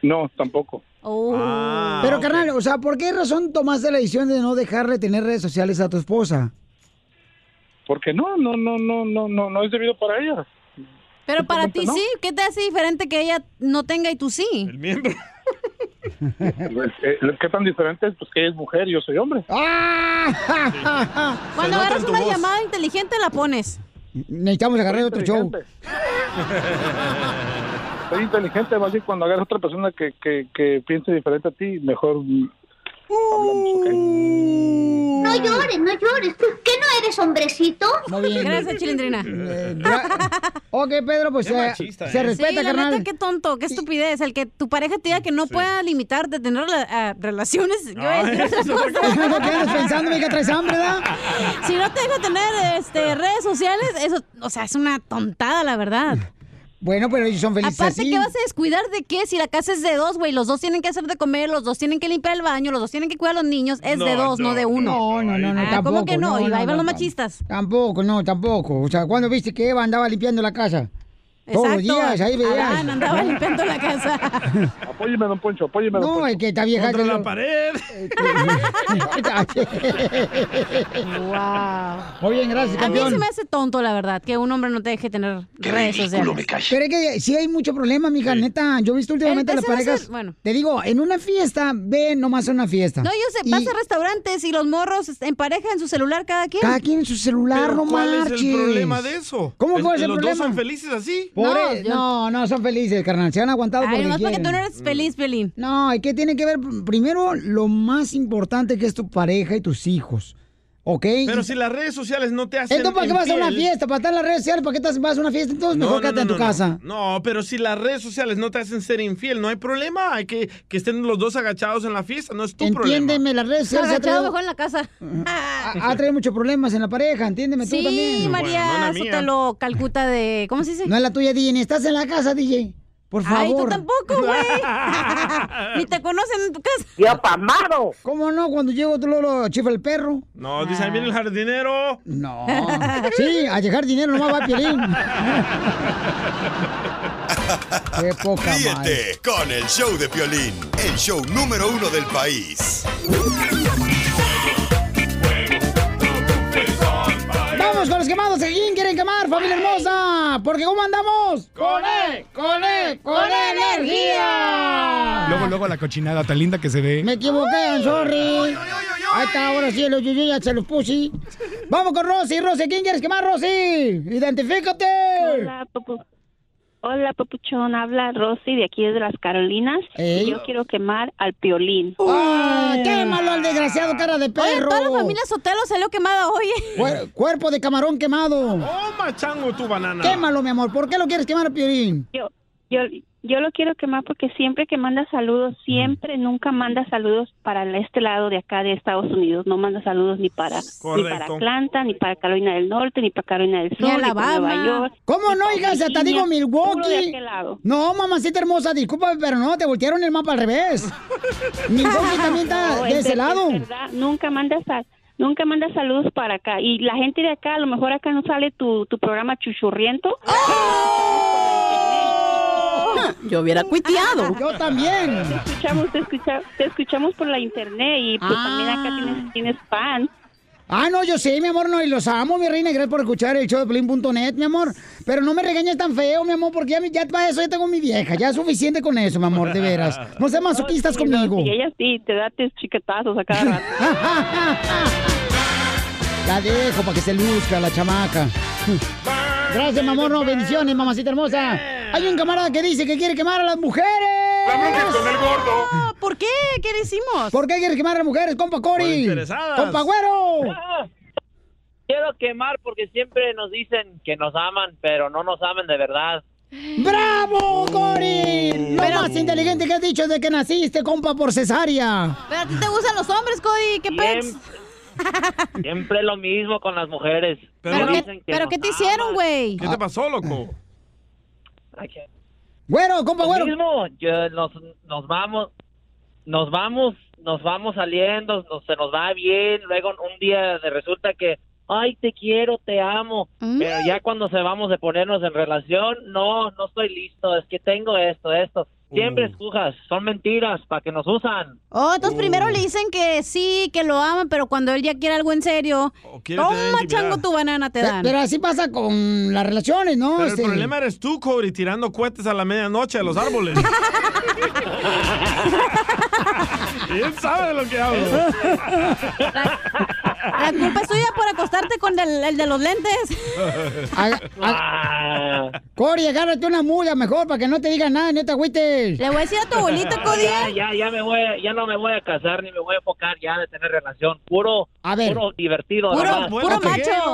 [SPEAKER 20] No, tampoco.
[SPEAKER 4] Oh.
[SPEAKER 5] Ah,
[SPEAKER 3] pero,
[SPEAKER 5] ok.
[SPEAKER 3] carnal, o sea, ¿por qué razón tomaste la decisión de no dejarle tener redes sociales a tu esposa?
[SPEAKER 20] Porque no, no, no, no, no, no, no es debido para ella.
[SPEAKER 4] Pero para ti
[SPEAKER 20] ¿no?
[SPEAKER 4] sí, ¿qué te hace diferente que ella no tenga y tú sí? El
[SPEAKER 5] miembro.
[SPEAKER 20] Pues, eh, ¿Qué tan diferente es? Pues que ella es mujer y yo soy hombre.
[SPEAKER 3] Ah,
[SPEAKER 4] Cuando
[SPEAKER 20] Se nota
[SPEAKER 4] agarras
[SPEAKER 20] en tu
[SPEAKER 4] una
[SPEAKER 20] voz.
[SPEAKER 4] llamada inteligente la pones.
[SPEAKER 3] Necesitamos agarrar otro show.
[SPEAKER 20] Soy inteligente, más bien cuando agarras a otra persona que, que, que piense diferente a ti, mejor mm,
[SPEAKER 11] No llores, no llores. ¿Tú ¿Qué no eres hombrecito?
[SPEAKER 3] Uh. Muy bien. Eh,
[SPEAKER 4] Gracias, Chilindrina.
[SPEAKER 3] ok, Pedro, pues
[SPEAKER 4] Eh, Qué
[SPEAKER 3] eh,
[SPEAKER 4] machista,
[SPEAKER 3] se
[SPEAKER 4] ¿eh?
[SPEAKER 3] respeta,
[SPEAKER 4] Sí, la
[SPEAKER 3] carnal.
[SPEAKER 4] neta, qué tonto, qué estupidez. El que tu pareja te diga que no pueda limitarte a tener rela- a relaciones. Yo voy a decir otra cosa.
[SPEAKER 3] ¿Qué andas pensando, mija? ¿Traes hambre, da?
[SPEAKER 4] Si no te deja tener este, redes sociales, eso, o sea, es una tontada, la verdad.
[SPEAKER 3] Bueno, pero ellos son felices
[SPEAKER 4] Aparte,
[SPEAKER 3] así.
[SPEAKER 4] ¿qué vas a descuidar de qué? Si la casa es de dos, güey, los dos tienen que hacer de comer, los dos tienen que limpiar el baño, los dos tienen que cuidar a los niños. Es de dos, no, de uno.
[SPEAKER 3] No, no, no, no,
[SPEAKER 4] Ah,
[SPEAKER 3] tampoco.
[SPEAKER 4] ¿Cómo que no? y ahí van los
[SPEAKER 3] no,
[SPEAKER 4] machistas.
[SPEAKER 3] Tampoco, no, tampoco. O sea, ¿cuándo viste que Eva andaba limpiando la casa? Todos los
[SPEAKER 4] Exacto.
[SPEAKER 3] días, ahí veías.
[SPEAKER 4] Adán andaba limpiando la casa.
[SPEAKER 20] Apóyeme, don Poncho, apóyeme, don
[SPEAKER 3] No,
[SPEAKER 20] Poncho.
[SPEAKER 3] es que está vieja.
[SPEAKER 20] Contra
[SPEAKER 3] que
[SPEAKER 20] la
[SPEAKER 3] lo-
[SPEAKER 5] pared.
[SPEAKER 3] Muy bien, gracias,
[SPEAKER 4] A mí
[SPEAKER 3] campeón.
[SPEAKER 4] se me hace tonto, la verdad, que un hombre no te deje tener redes sociales.
[SPEAKER 3] Pero es que sí hay mucho problema, mija, neta. Yo he visto últimamente las
[SPEAKER 4] Empecé a hacer-
[SPEAKER 3] parejas.
[SPEAKER 4] bueno.
[SPEAKER 3] Te digo, en una fiesta, ve nomás a una fiesta.
[SPEAKER 4] No, yo sé,
[SPEAKER 3] Y
[SPEAKER 4] vas a restaurantes y los morros este, en pareja en su celular cada quien.
[SPEAKER 3] Cada quien en su celular, no
[SPEAKER 5] ¿Cuál es el
[SPEAKER 3] marches.
[SPEAKER 5] problema de eso?
[SPEAKER 3] ¿Cómo
[SPEAKER 5] El- eh,
[SPEAKER 3] cuál es el
[SPEAKER 5] los
[SPEAKER 3] problema?
[SPEAKER 5] dos son felices así?
[SPEAKER 3] Por
[SPEAKER 4] No,
[SPEAKER 3] e-
[SPEAKER 4] yo-
[SPEAKER 3] no, no son felices, carnal. Se han aguantado
[SPEAKER 4] Ay,
[SPEAKER 3] porque
[SPEAKER 4] nomás porque
[SPEAKER 3] quieren.
[SPEAKER 4] tú no eres feliz, Pelín.
[SPEAKER 3] No, ¿y qué tiene que ver? Primero, lo más importante que es tu pareja y tus hijos. ¿Ok?
[SPEAKER 5] Pero si las redes sociales no te hacen.
[SPEAKER 3] Entonces, ¿para qué vas a una
[SPEAKER 5] infiel-
[SPEAKER 3] fiesta? ¿Para estar en las redes sociales? ¿Para qué te vas a una fiesta? Entonces,
[SPEAKER 5] No,
[SPEAKER 3] mejor
[SPEAKER 5] no,
[SPEAKER 3] quédate
[SPEAKER 5] no,
[SPEAKER 3] en tu
[SPEAKER 5] no, no.
[SPEAKER 3] casa.
[SPEAKER 5] No, pero si las redes sociales no te hacen ser infiel, no hay problema. Hay que, que estén los dos agachados en la fiesta, no es tu problema.
[SPEAKER 3] Entiéndeme, las redes sociales.
[SPEAKER 4] Agachado mejor en la casa.
[SPEAKER 3] Ha, ha traído muchos problemas en la pareja, entiéndeme tú también.
[SPEAKER 4] Sí, María Sotelo, Calcuta de... ¿Cómo se dice?
[SPEAKER 3] No es la tuya, DJ. ni Estás en la casa, DJ. Por favor.
[SPEAKER 4] Ay, tú tampoco, güey. Ni te conocen en tu casa.
[SPEAKER 3] ¡Yo apamado! ¿Cómo no? Cuando llego tú lo, lo chifa el perro.
[SPEAKER 5] No, dice, ahí viene el jardinero.
[SPEAKER 3] Ah. No. Sí, a dejar dinero nomás va Piolín. Qué poca madre.
[SPEAKER 7] Ríete con el show de Piolín, el show número uno del país.
[SPEAKER 3] Vamos con los quemados. ¿A quién quieren quemar, familia hermosa? Porque ¿cómo andamos?
[SPEAKER 13] ¡Con él!
[SPEAKER 3] ¡Con él!
[SPEAKER 13] ¡Con E, energía!
[SPEAKER 12] Luego, luego la cochinada tan linda que se ve.
[SPEAKER 3] Me equivoqué, sorry. Ahí está, ahora sí, los yuyos ya se los puse. Vamos con Rosy, Rosy, ¿quién quieres quemar, Rosy? ¡Identifícate!
[SPEAKER 24] Hola, papu- Hola, papuchón. Habla Rosy de aquí de las Carolinas.
[SPEAKER 3] Ey.
[SPEAKER 24] Y yo quiero quemar al piolín.
[SPEAKER 3] ¡Ah! ¡Quémalo al desgraciado, cara de perro!
[SPEAKER 24] Oye, toda la familia
[SPEAKER 3] Sotelo salió quemada hoy. cuerpo de camarón quemado.
[SPEAKER 5] Toma, chango, tu banana.
[SPEAKER 3] Quémalo, mi amor. ¿Por qué lo quieres quemar, Piolín?
[SPEAKER 24] Yo, yo, yo lo quiero quemar porque siempre que manda saludos, siempre,
[SPEAKER 3] Mm.
[SPEAKER 24] nunca manda saludos para el- este lado de acá de Estados Unidos. No manda saludos ni para, ni
[SPEAKER 3] Correcto.
[SPEAKER 24] para Atlanta, ni para Carolina del Norte, ni para Carolina del Sur,
[SPEAKER 3] Ni
[SPEAKER 24] ni, para
[SPEAKER 3] Alabama.
[SPEAKER 24] Nueva York.
[SPEAKER 3] ¿Cómo no, hija? Se te digo
[SPEAKER 24] Puro de
[SPEAKER 3] Milwaukee.
[SPEAKER 24] aquel lado.
[SPEAKER 3] No, mamacita hermosa, discúlpame, pero no, te voltearon el mapa al revés. Milwaukee también está
[SPEAKER 24] No,
[SPEAKER 3] de
[SPEAKER 24] es
[SPEAKER 3] ese
[SPEAKER 24] ver-
[SPEAKER 3] lado.
[SPEAKER 24] es verdad, nunca mandas a- nunca mandas saludos para acá y la gente de acá, a lo mejor acá no sale tu, tu programa chuchurriento.
[SPEAKER 3] ¡Oh!
[SPEAKER 25] Yo hubiera cuiteado.
[SPEAKER 3] Yo también.
[SPEAKER 24] Te escuchamos, te, escucha- te escuchamos por la internet y pues también acá tienes, tienes fan.
[SPEAKER 3] Ah, no, yo sé, mi amor, no, y los amo, mi reina, gracias por escuchar el show de Plin.net, mi amor. Pero no me regañes tan feo, mi amor, porque ya, me- ya para eso ya tengo mi vieja, ya es suficiente con eso, mi amor, de veras. No seas masoquistas conmigo.
[SPEAKER 24] Y ella sí, te da tus chiquetazos a cada rato.
[SPEAKER 3] La dejo para que se luzca la chamaca. Gracias, mi amor, no, bendiciones, mamacita hermosa. Hay un camarada que dice que quiere quemar a las mujeres.
[SPEAKER 13] con el
[SPEAKER 4] Ah,
[SPEAKER 13] gordo!
[SPEAKER 3] ¿Por qué? ¿Qué le hicimos? ¿Por qué quieres quemar a las mujeres, compa
[SPEAKER 13] Pues
[SPEAKER 3] Cori?
[SPEAKER 16] interesadas.
[SPEAKER 3] ¡Compa Güero!
[SPEAKER 16] Quiero quemar porque siempre nos dicen que nos aman, pero no nos aman de verdad.
[SPEAKER 13] Oh.
[SPEAKER 3] ¡Bravo, Cori! Lo más inteligente que has dicho desde que naciste, compa, por cesárea.
[SPEAKER 4] Pero a ti te gustan los hombres, Cody. ¿Qué pens?
[SPEAKER 16] Siempre lo mismo con las mujeres.
[SPEAKER 4] ¿Pero,
[SPEAKER 16] Nos
[SPEAKER 4] qué,
[SPEAKER 16] dicen que
[SPEAKER 4] pero
[SPEAKER 16] nos
[SPEAKER 4] qué te
[SPEAKER 16] aman.
[SPEAKER 4] hicieron, güey?
[SPEAKER 16] ¿Qué te
[SPEAKER 5] pasó, loco?
[SPEAKER 3] Güero, compa,
[SPEAKER 16] güero. mismo, yo- nos, nos vamos, nos vamos, nos vamos saliendo, nos- se nos va bien, luego un día de- resulta que, ay, te quiero, te amo,
[SPEAKER 4] Mm.
[SPEAKER 16] pero ya cuando se vamos de ponernos en relación, no, no estoy listo, es que tengo esto, esto. Siempre
[SPEAKER 4] Uh.
[SPEAKER 16] escujas, son mentiras para que nos usan.
[SPEAKER 4] Oh, entonces primero le dicen que sí, que lo aman, pero cuando él ya quiere algo en serio,
[SPEAKER 5] quiere tener
[SPEAKER 4] toma
[SPEAKER 5] intimidad.
[SPEAKER 4] chango tu banana, te
[SPEAKER 5] Pe-
[SPEAKER 4] dan.
[SPEAKER 5] pero
[SPEAKER 3] así pasa con las relaciones, ¿no?
[SPEAKER 5] Pero
[SPEAKER 3] Este-
[SPEAKER 5] el problema eres tú, Cody, tirando cohetes a la medianoche a los árboles. Y Él sabe de lo que hablo.
[SPEAKER 4] La culpa es tuya por acostarte con el, el de los lentes.
[SPEAKER 3] Aga-
[SPEAKER 16] Ah.
[SPEAKER 3] Cori, agárrate una mula mejor para que no te digan nada, no te agüites.
[SPEAKER 4] Le voy a decir a tu abuelita,
[SPEAKER 16] Ya, ya, ya me voy, ya no me voy a casar ni me voy a enfocar ya de tener relación. Puro,
[SPEAKER 3] ver.
[SPEAKER 16] puro divertido.
[SPEAKER 3] Puro-
[SPEAKER 16] nada más.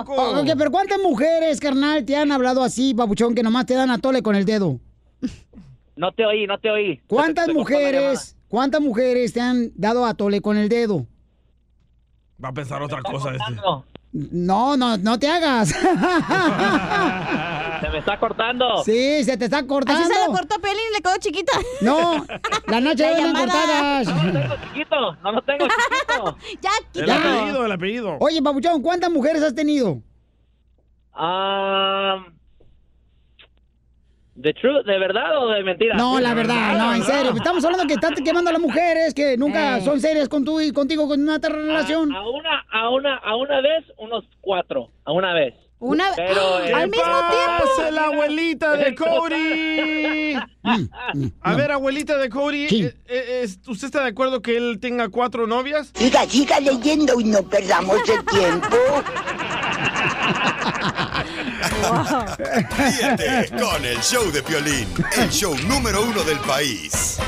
[SPEAKER 3] O- ok, pero ¿cuántas mujeres, carnal, te han hablado así, papuchón, que nomás te dan a tole con el dedo?
[SPEAKER 16] No te oí, no te oí.
[SPEAKER 3] ¿Cuántas
[SPEAKER 16] Se te cortó la
[SPEAKER 3] mujeres, cuántas mujeres te han dado a tole con el dedo?
[SPEAKER 5] Va a pensar otra cosa este.
[SPEAKER 3] No, no, no te hagas.
[SPEAKER 16] llamada. Se me está cortando.
[SPEAKER 3] sí, se te está cortando.
[SPEAKER 4] Así se la cortó Pelín y le quedó chiquita.
[SPEAKER 3] No, las nachas
[SPEAKER 4] La
[SPEAKER 3] ya están
[SPEAKER 4] llamada.
[SPEAKER 3] cortadas.
[SPEAKER 16] Chiquito, no lo tengo chiquito.
[SPEAKER 4] ya,
[SPEAKER 5] El
[SPEAKER 3] Ya.
[SPEAKER 5] apellido, el apellido.
[SPEAKER 3] Oye, papuchón, ¿cuántas mujeres has tenido?
[SPEAKER 16] Ah, ¿De true, de verdad o de mentira? Ah,
[SPEAKER 3] No, la verdad, no, en serio. Estamos hablando que estás quemando a las mujeres que nunca
[SPEAKER 16] Eh.
[SPEAKER 3] son serias con tú y contigo con una otra relación.
[SPEAKER 16] A una, a una, a una vez, unos cuatro, a una vez.
[SPEAKER 3] Una-
[SPEAKER 16] Pero,
[SPEAKER 3] ¡Ah!
[SPEAKER 16] eh,
[SPEAKER 3] ¡Al mismo tiempo!
[SPEAKER 5] ¡Pase la abuelita de Cody!
[SPEAKER 3] Mm.
[SPEAKER 5] A ver, abuelita de Cody,
[SPEAKER 13] Sí.
[SPEAKER 5] eh, eh, es- ¿usted está de acuerdo que él tenga cuatro novias?
[SPEAKER 13] Siga, siga leyendo y no perdamos el tiempo.
[SPEAKER 7] Ríete con el show de Piolín, el show número uno del país.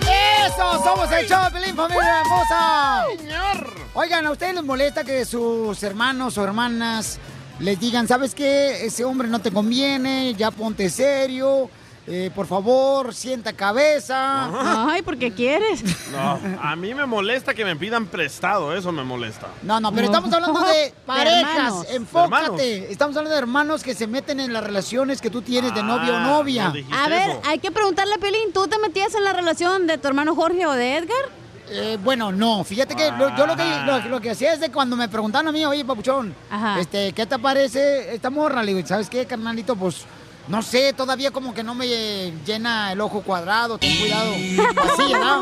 [SPEAKER 3] ¡Eso! ¡Somos el show, de Pelín, familia hermosa! ¡Señor! Oigan, ¿a ustedes les molesta que sus hermanos o hermanas les digan, ¿sabes qué? Ese hombre no te conviene, ya ponte serio, eh, por favor, sienta cabeza. Ay, porque quieres.
[SPEAKER 5] No, a mí me molesta que me pidan prestado, eso me molesta.
[SPEAKER 3] No, no, pero estamos hablando
[SPEAKER 13] De
[SPEAKER 3] de parejas.
[SPEAKER 13] hermanos.
[SPEAKER 3] Enfócate.
[SPEAKER 5] Hermanos.
[SPEAKER 3] Estamos hablando de hermanos que se meten en las relaciones que tú tienes de novio o
[SPEAKER 5] Ah,
[SPEAKER 3] novia.
[SPEAKER 5] no dijiste
[SPEAKER 4] A ver, hay que preguntarle a Pelín, ¿tú te metías en la relación de tu hermano Jorge o de Edgar?
[SPEAKER 3] Eh, bueno, no, fíjate que lo- yo lo que, lo, lo que hacía es de cuando me preguntaban a mí, oye, papuchón, este, ¿qué te parece esta morra? Le digo, ¿sabes qué, carnalito? Pues No sé, todavía como que no me llena el ojo cuadrado, ten cuidado. Así, ¿verdad?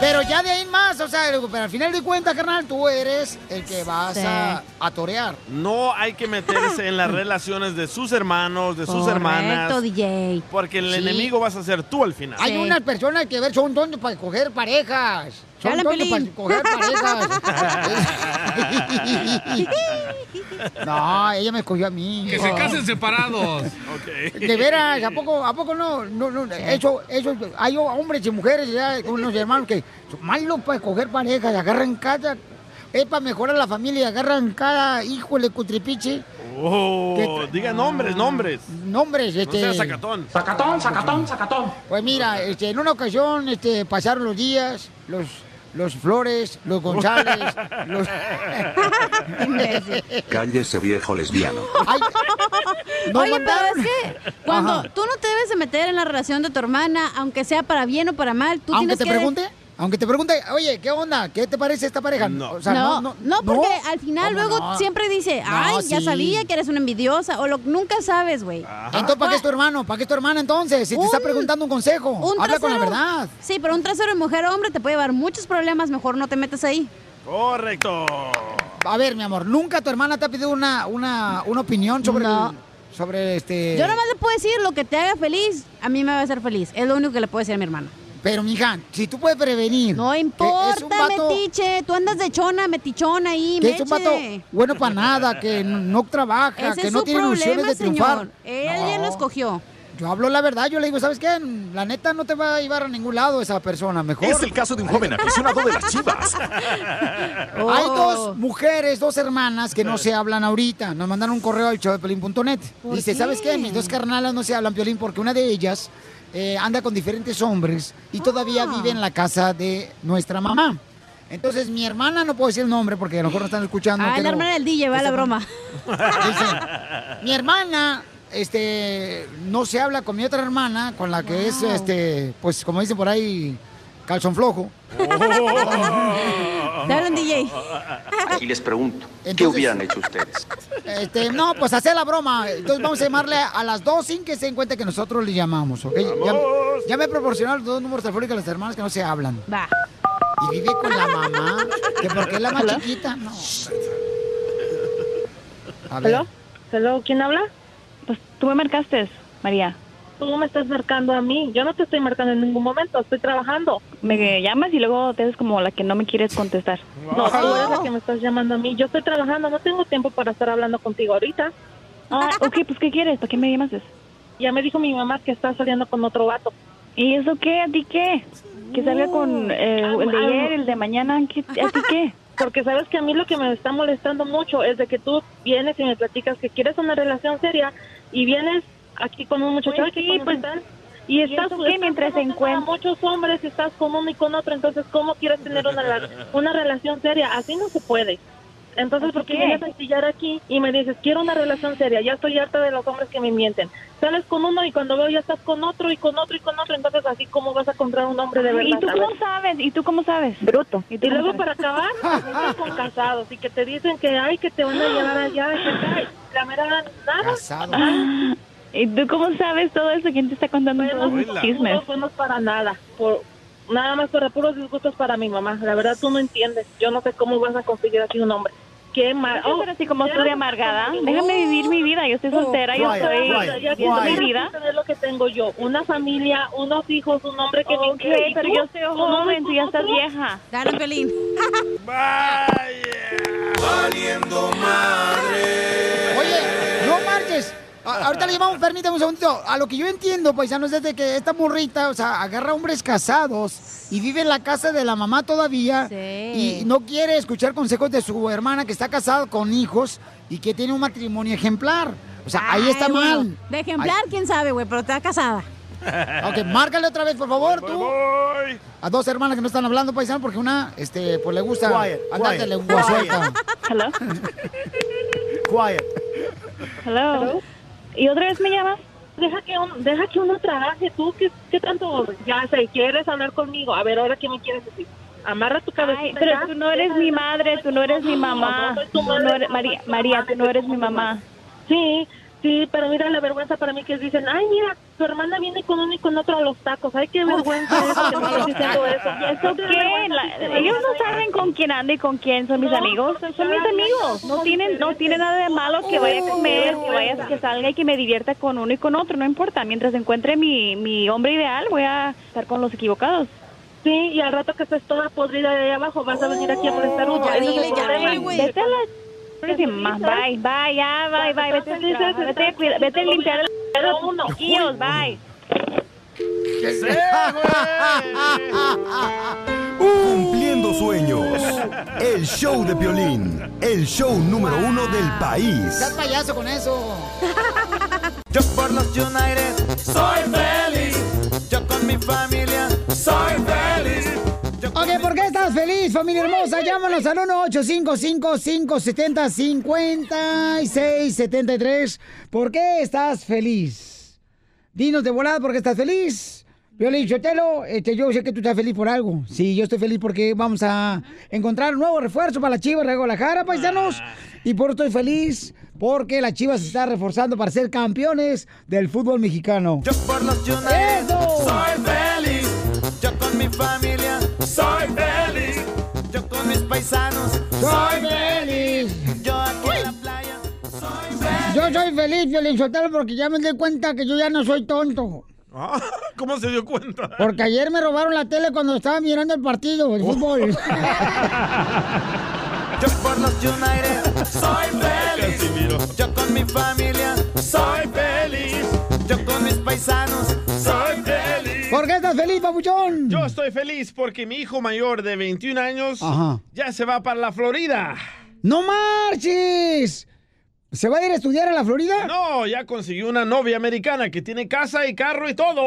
[SPEAKER 3] Pero ya de ahí en más, o sea, pero al final de cuentas, carnal, tú eres el que vas a, a torear.
[SPEAKER 5] No hay que meterse en las relaciones de sus hermanos, de sus
[SPEAKER 4] Correcto,
[SPEAKER 5] hermanas.
[SPEAKER 4] DJ.
[SPEAKER 5] Porque el
[SPEAKER 4] Sí.
[SPEAKER 5] enemigo vas a ser tú al final.
[SPEAKER 3] Hay unas personas que ver son tontos para coger parejas. Son
[SPEAKER 4] Dale,
[SPEAKER 3] tontos para
[SPEAKER 4] Pelín.
[SPEAKER 3] coger parejas. No, ella me escogió a mí.
[SPEAKER 13] Que se casen separados.
[SPEAKER 3] De veras, ¿a poco, a poco no? no, no eso, eso, hay hombres y mujeres, ya, unos hermanos que son malos para escoger parejas, agarran cada... Es para mejorar la familia, agarran cada hijo de cutripiche.
[SPEAKER 5] Oh,
[SPEAKER 3] ¿Qué-
[SPEAKER 5] digan nombres, nombres.
[SPEAKER 3] Nombres,
[SPEAKER 5] No
[SPEAKER 3] este...
[SPEAKER 5] seas sacatón.
[SPEAKER 3] Sacatón, sacatón, sacatón. Pues mira, este, en una ocasión este, pasaron los días, los, los Flores, los González, los...
[SPEAKER 9] Cállese viejo lesbiano.
[SPEAKER 3] Ay, no
[SPEAKER 4] Oye,
[SPEAKER 3] mandaron.
[SPEAKER 4] pero es que cuando
[SPEAKER 3] Ajá.
[SPEAKER 4] tú no te debes de meter en la relación de tu hermana, aunque sea para bien o para mal, tú
[SPEAKER 3] Aunque
[SPEAKER 4] tienes
[SPEAKER 3] te
[SPEAKER 4] que...
[SPEAKER 3] pregunte, aunque te pregunte, oye, ¿qué onda? ¿Qué te parece esta pareja?
[SPEAKER 4] No.
[SPEAKER 3] O sea,
[SPEAKER 4] no, no, porque
[SPEAKER 3] no.
[SPEAKER 4] al final
[SPEAKER 3] ¿Cómo
[SPEAKER 4] luego
[SPEAKER 3] no?
[SPEAKER 4] siempre dice,
[SPEAKER 3] No,
[SPEAKER 4] ay, ya
[SPEAKER 3] sí.
[SPEAKER 4] sabía que eres una envidiosa, o lo nunca sabes, güey.
[SPEAKER 3] Entonces, ¿para qué es tu hermano? ¿Para qué es tu hermana entonces? Si te está preguntando un consejo, habla con la verdad.
[SPEAKER 4] Sí, pero un trasero de mujer o hombre te puede llevar muchos problemas, mejor no te metas ahí.
[SPEAKER 5] Correcto.
[SPEAKER 3] A ver, mi amor, ¿nunca tu hermana te ha pedido una, una, una opinión sobre, el- sobre este...?
[SPEAKER 4] Yo nomás le puedo decir lo que te haga feliz, a mí me va a hacer feliz. Es lo único que le puedo decir a mi hermana.
[SPEAKER 3] Pero, mija, si tú puedes prevenir...
[SPEAKER 4] No importa, metiche. Tú andas de chona, metichona ahí,
[SPEAKER 3] Que es un
[SPEAKER 4] meche.
[SPEAKER 3] vato bueno para nada, que no, no trabaja,
[SPEAKER 4] Ese
[SPEAKER 3] que
[SPEAKER 4] es
[SPEAKER 3] no
[SPEAKER 4] su
[SPEAKER 3] tiene ilusiones
[SPEAKER 4] problema,
[SPEAKER 3] de triunfar.
[SPEAKER 4] señor. Él ya lo escogió.
[SPEAKER 3] Yo hablo la verdad, yo le digo, ¿sabes qué? La neta no te va a llevar a ningún lado esa persona, mejor.
[SPEAKER 9] Es el caso de un joven aficionado de las chivas.
[SPEAKER 3] Oh. Hay dos mujeres, dos hermanas que no se hablan ahorita. Nos mandaron un correo al showdepiolín.net.
[SPEAKER 18] ¿Por
[SPEAKER 3] Dice,
[SPEAKER 18] qué?
[SPEAKER 3] ¿sabes qué? Mis dos carnalas no se hablan, Piolín, porque una de ellas eh, anda con diferentes hombres
[SPEAKER 4] Ah.
[SPEAKER 3] y todavía vive en la casa de nuestra mamá. Entonces, mi hermana, no puedo decir el nombre porque a lo mejor no están escuchando.
[SPEAKER 4] Ah,
[SPEAKER 3] que no-
[SPEAKER 4] la hermana del DJ, va la broma.
[SPEAKER 3] mi hermana, este, no se habla con mi otra hermana, con la que es, este, pues como dicen por ahí, calzón flojo.
[SPEAKER 5] Oh.
[SPEAKER 4] hablan, DJ.
[SPEAKER 9] Y les pregunto, ¿qué
[SPEAKER 3] Entonces-
[SPEAKER 9] hubieran hecho ustedes?
[SPEAKER 3] Este, no, pues hacer la broma. Entonces vamos a llamarle a las dos sin que se den cuenta que nosotros le llamamos, ¿ok? Ya, ya me proporcionaron los dos números telefónicos de las hermanas que no se hablan.
[SPEAKER 4] Va.
[SPEAKER 3] Y vive con la mamá, que porque es la más chiquita, no. A ver.
[SPEAKER 22] ¿Hello? ¿Hello? ¿Quién habla? Pues tú me marcaste, María. Tú me estás marcando a mí. Yo no te estoy marcando en ningún momento. Estoy trabajando. Me llamas y luego te haces como la que no me quieres contestar. No, tú eres la que me estás llamando a mí. Yo estoy trabajando. No tengo tiempo para estar hablando contigo ahorita. Ah, ok, pues ¿qué quieres? ¿Para qué me llamas? Ya me dijo mi mamá que está saliendo con otro vato. ¿Y eso qué? ¿A ti qué?
[SPEAKER 24] Que salga con, eh, el de ayer, el
[SPEAKER 22] de mañana. ¿A ti qué? Porque sabes que a mí lo que me está molestando mucho es de que tú vienes y me platicas que quieres una relación seria y vienes aquí con un muchacho
[SPEAKER 24] Pues
[SPEAKER 22] "Ay, qué
[SPEAKER 24] sí,
[SPEAKER 22] bonito
[SPEAKER 24] pues,
[SPEAKER 22] estás", y estás,
[SPEAKER 24] eso qué, mientras se
[SPEAKER 22] encuentran muchos hombres estás con uno y con otro entonces cómo quieres tener una la- una relación seria así no se puede entonces,
[SPEAKER 24] ¿Así
[SPEAKER 22] ¿por qué
[SPEAKER 24] qué?
[SPEAKER 22] vienes a chillar aquí y me dices, quiero una relación seria? Ya estoy harta de los hombres que me mienten. Sales con uno y cuando veo ya estás con otro y con otro y con otro. Entonces, así cómo vas a comprar un hombre de
[SPEAKER 24] Ay,
[SPEAKER 22] verdad.
[SPEAKER 24] ¿y tú cómo
[SPEAKER 22] sabes? ¿Y tú cómo sabes? Bruto. Y,
[SPEAKER 24] tú cómo sabes?
[SPEAKER 22] luego, para acabar, estás con casados y que te dicen que hay que te van a llevar allá. Que, ay, la mera nada.
[SPEAKER 3] Casados.
[SPEAKER 24] Ah, ¿Y tú cómo sabes todo eso? ¿Quién te está contando todos esos chismes?
[SPEAKER 22] No fuimos para nada. Por, nada más para puros disgustos para mi mamá. La verdad, tú no entiendes. Yo no sé cómo vas a conseguir aquí un hombre. Qué mal. oh,
[SPEAKER 24] Yo siempre así como estoy de amargada. Déjame vivir mi vida. Yo estoy soltera, yo estoy viviendo mi vida.
[SPEAKER 22] Es lo que tengo yo. Una familia, unos hijos, un hombre que
[SPEAKER 24] Ok,
[SPEAKER 22] me quiere. ¿Y
[SPEAKER 24] pero
[SPEAKER 22] tú?
[SPEAKER 24] yo soy
[SPEAKER 22] ¿Tú no
[SPEAKER 24] joven,
[SPEAKER 22] ves
[SPEAKER 24] tú ya estás
[SPEAKER 22] nosotros?
[SPEAKER 24] vieja.
[SPEAKER 4] Dale, Pelín.
[SPEAKER 3] Oye, no marches. A- ahorita le llamamos, permítame un segundito. A lo que yo entiendo, paisanos, es de que esta morrita, o sea, agarra hombres casados y vive en la casa de la mamá todavía y no quiere escuchar consejos de su hermana que está casada con hijos y que tiene un matrimonio ejemplar. O sea, ahí está
[SPEAKER 4] Ay, güey.
[SPEAKER 3] mal.
[SPEAKER 4] De ejemplar, quién sabe, güey, pero está casada.
[SPEAKER 3] Ok, márcale otra vez, por favor, tú. A dos hermanas que no están hablando, paisano, porque una, este, pues le gusta
[SPEAKER 13] Quiet,
[SPEAKER 3] andar
[SPEAKER 13] quiet,
[SPEAKER 3] de lengua
[SPEAKER 13] quiet.
[SPEAKER 3] suelta.
[SPEAKER 24] Hello.
[SPEAKER 3] Quiet.
[SPEAKER 24] Hello. ¿Y otra vez me llamas?
[SPEAKER 22] Deja que, un- deja que uno trabaje. ¿Tú qué, qué tanto? Ya sé, ¿quieres hablar conmigo? A ver, ¿ahora qué me quieres decir? Amarra tu cabeza.
[SPEAKER 24] Ay, pero tú no eres mi madre, tú no eres mi mamá. Tú no eres- María, María, tú no eres mi mamá.
[SPEAKER 22] Sí,
[SPEAKER 18] Sí, pero mira la vergüenza para mí que dicen, ay, mira, tu hermana viene con uno y con otro a los tacos. Ay, qué vergüenza eso que me estés diciendo eso.
[SPEAKER 26] ¿Eso qué? La- ellos no saben con quién anda y con quién son mis
[SPEAKER 18] No,
[SPEAKER 26] amigos.
[SPEAKER 18] pues,
[SPEAKER 26] Son mis
[SPEAKER 18] claro,
[SPEAKER 26] amigos.
[SPEAKER 18] son
[SPEAKER 26] No tienen, no tiene nada de malo que vaya a
[SPEAKER 18] Oh,
[SPEAKER 26] comer,
[SPEAKER 18] qué
[SPEAKER 26] que vaya,
[SPEAKER 18] vergüenza.
[SPEAKER 26] que salga y que me divierta con uno y con otro. No importa. Mientras encuentre mi, mi hombre ideal, voy a estar con los equivocados.
[SPEAKER 18] Sí, y al rato que estés toda podrida de ahí abajo, vas a venir aquí a molestar uno.
[SPEAKER 26] Oh, Ya
[SPEAKER 18] Ese es el
[SPEAKER 26] dile, ya
[SPEAKER 18] problema.
[SPEAKER 26] dile, güey. Vete a la- Más, Bye, bye, ya, bye, bye. Vete a trabajar, vete a cuidar- vete a limpiar el a uno. Guíos, bye.
[SPEAKER 13] Uh.
[SPEAKER 7] Cumpliendo sueños. El show de Piolín. El show número uno del país.
[SPEAKER 3] Estás payaso con eso.
[SPEAKER 13] Yo por los United soy feliz. Yo con mi familia soy feliz.
[SPEAKER 3] Ok, ¿por qué estás feliz, familia hermosa? Llámanos al 1-855-570-5673. ¿Por qué estás feliz? Dinos de volada por qué estás feliz. Violín Chotelo, este, yo sé que tú estás feliz por algo. Sí, yo estoy feliz porque vamos a encontrar un nuevo refuerzo para la Chivas de Guadalajara, paisanos. Y por eso estoy feliz porque la Chivas se está reforzando para ser campeones del fútbol mexicano.
[SPEAKER 13] Por los United soy feliz. Yo con mi familia soy feliz. Yo con mis paisanos soy feliz. Yo aquí en la playa soy feliz.
[SPEAKER 3] Yo soy feliz, Violín Sotelo, porque ya me di cuenta que yo ya no soy tonto.
[SPEAKER 5] Ah, ¿Cómo se dio cuenta?
[SPEAKER 3] Porque ayer me robaron la tele cuando estaba mirando el partido, el
[SPEAKER 5] Oh.
[SPEAKER 3] fútbol.
[SPEAKER 13] Yo por los United soy feliz. Yo con mi familia soy feliz. Yo con mis paisanos soy feliz.
[SPEAKER 3] ¿Por qué estás feliz, papuchón?
[SPEAKER 5] Yo estoy feliz porque mi hijo mayor de 21 años
[SPEAKER 3] Ajá.
[SPEAKER 5] ya se va para la Florida.
[SPEAKER 3] ¡No marches! ¿Se va a ir a estudiar a la Florida?
[SPEAKER 5] No, ya consiguió una novia americana que tiene casa y carro y todo.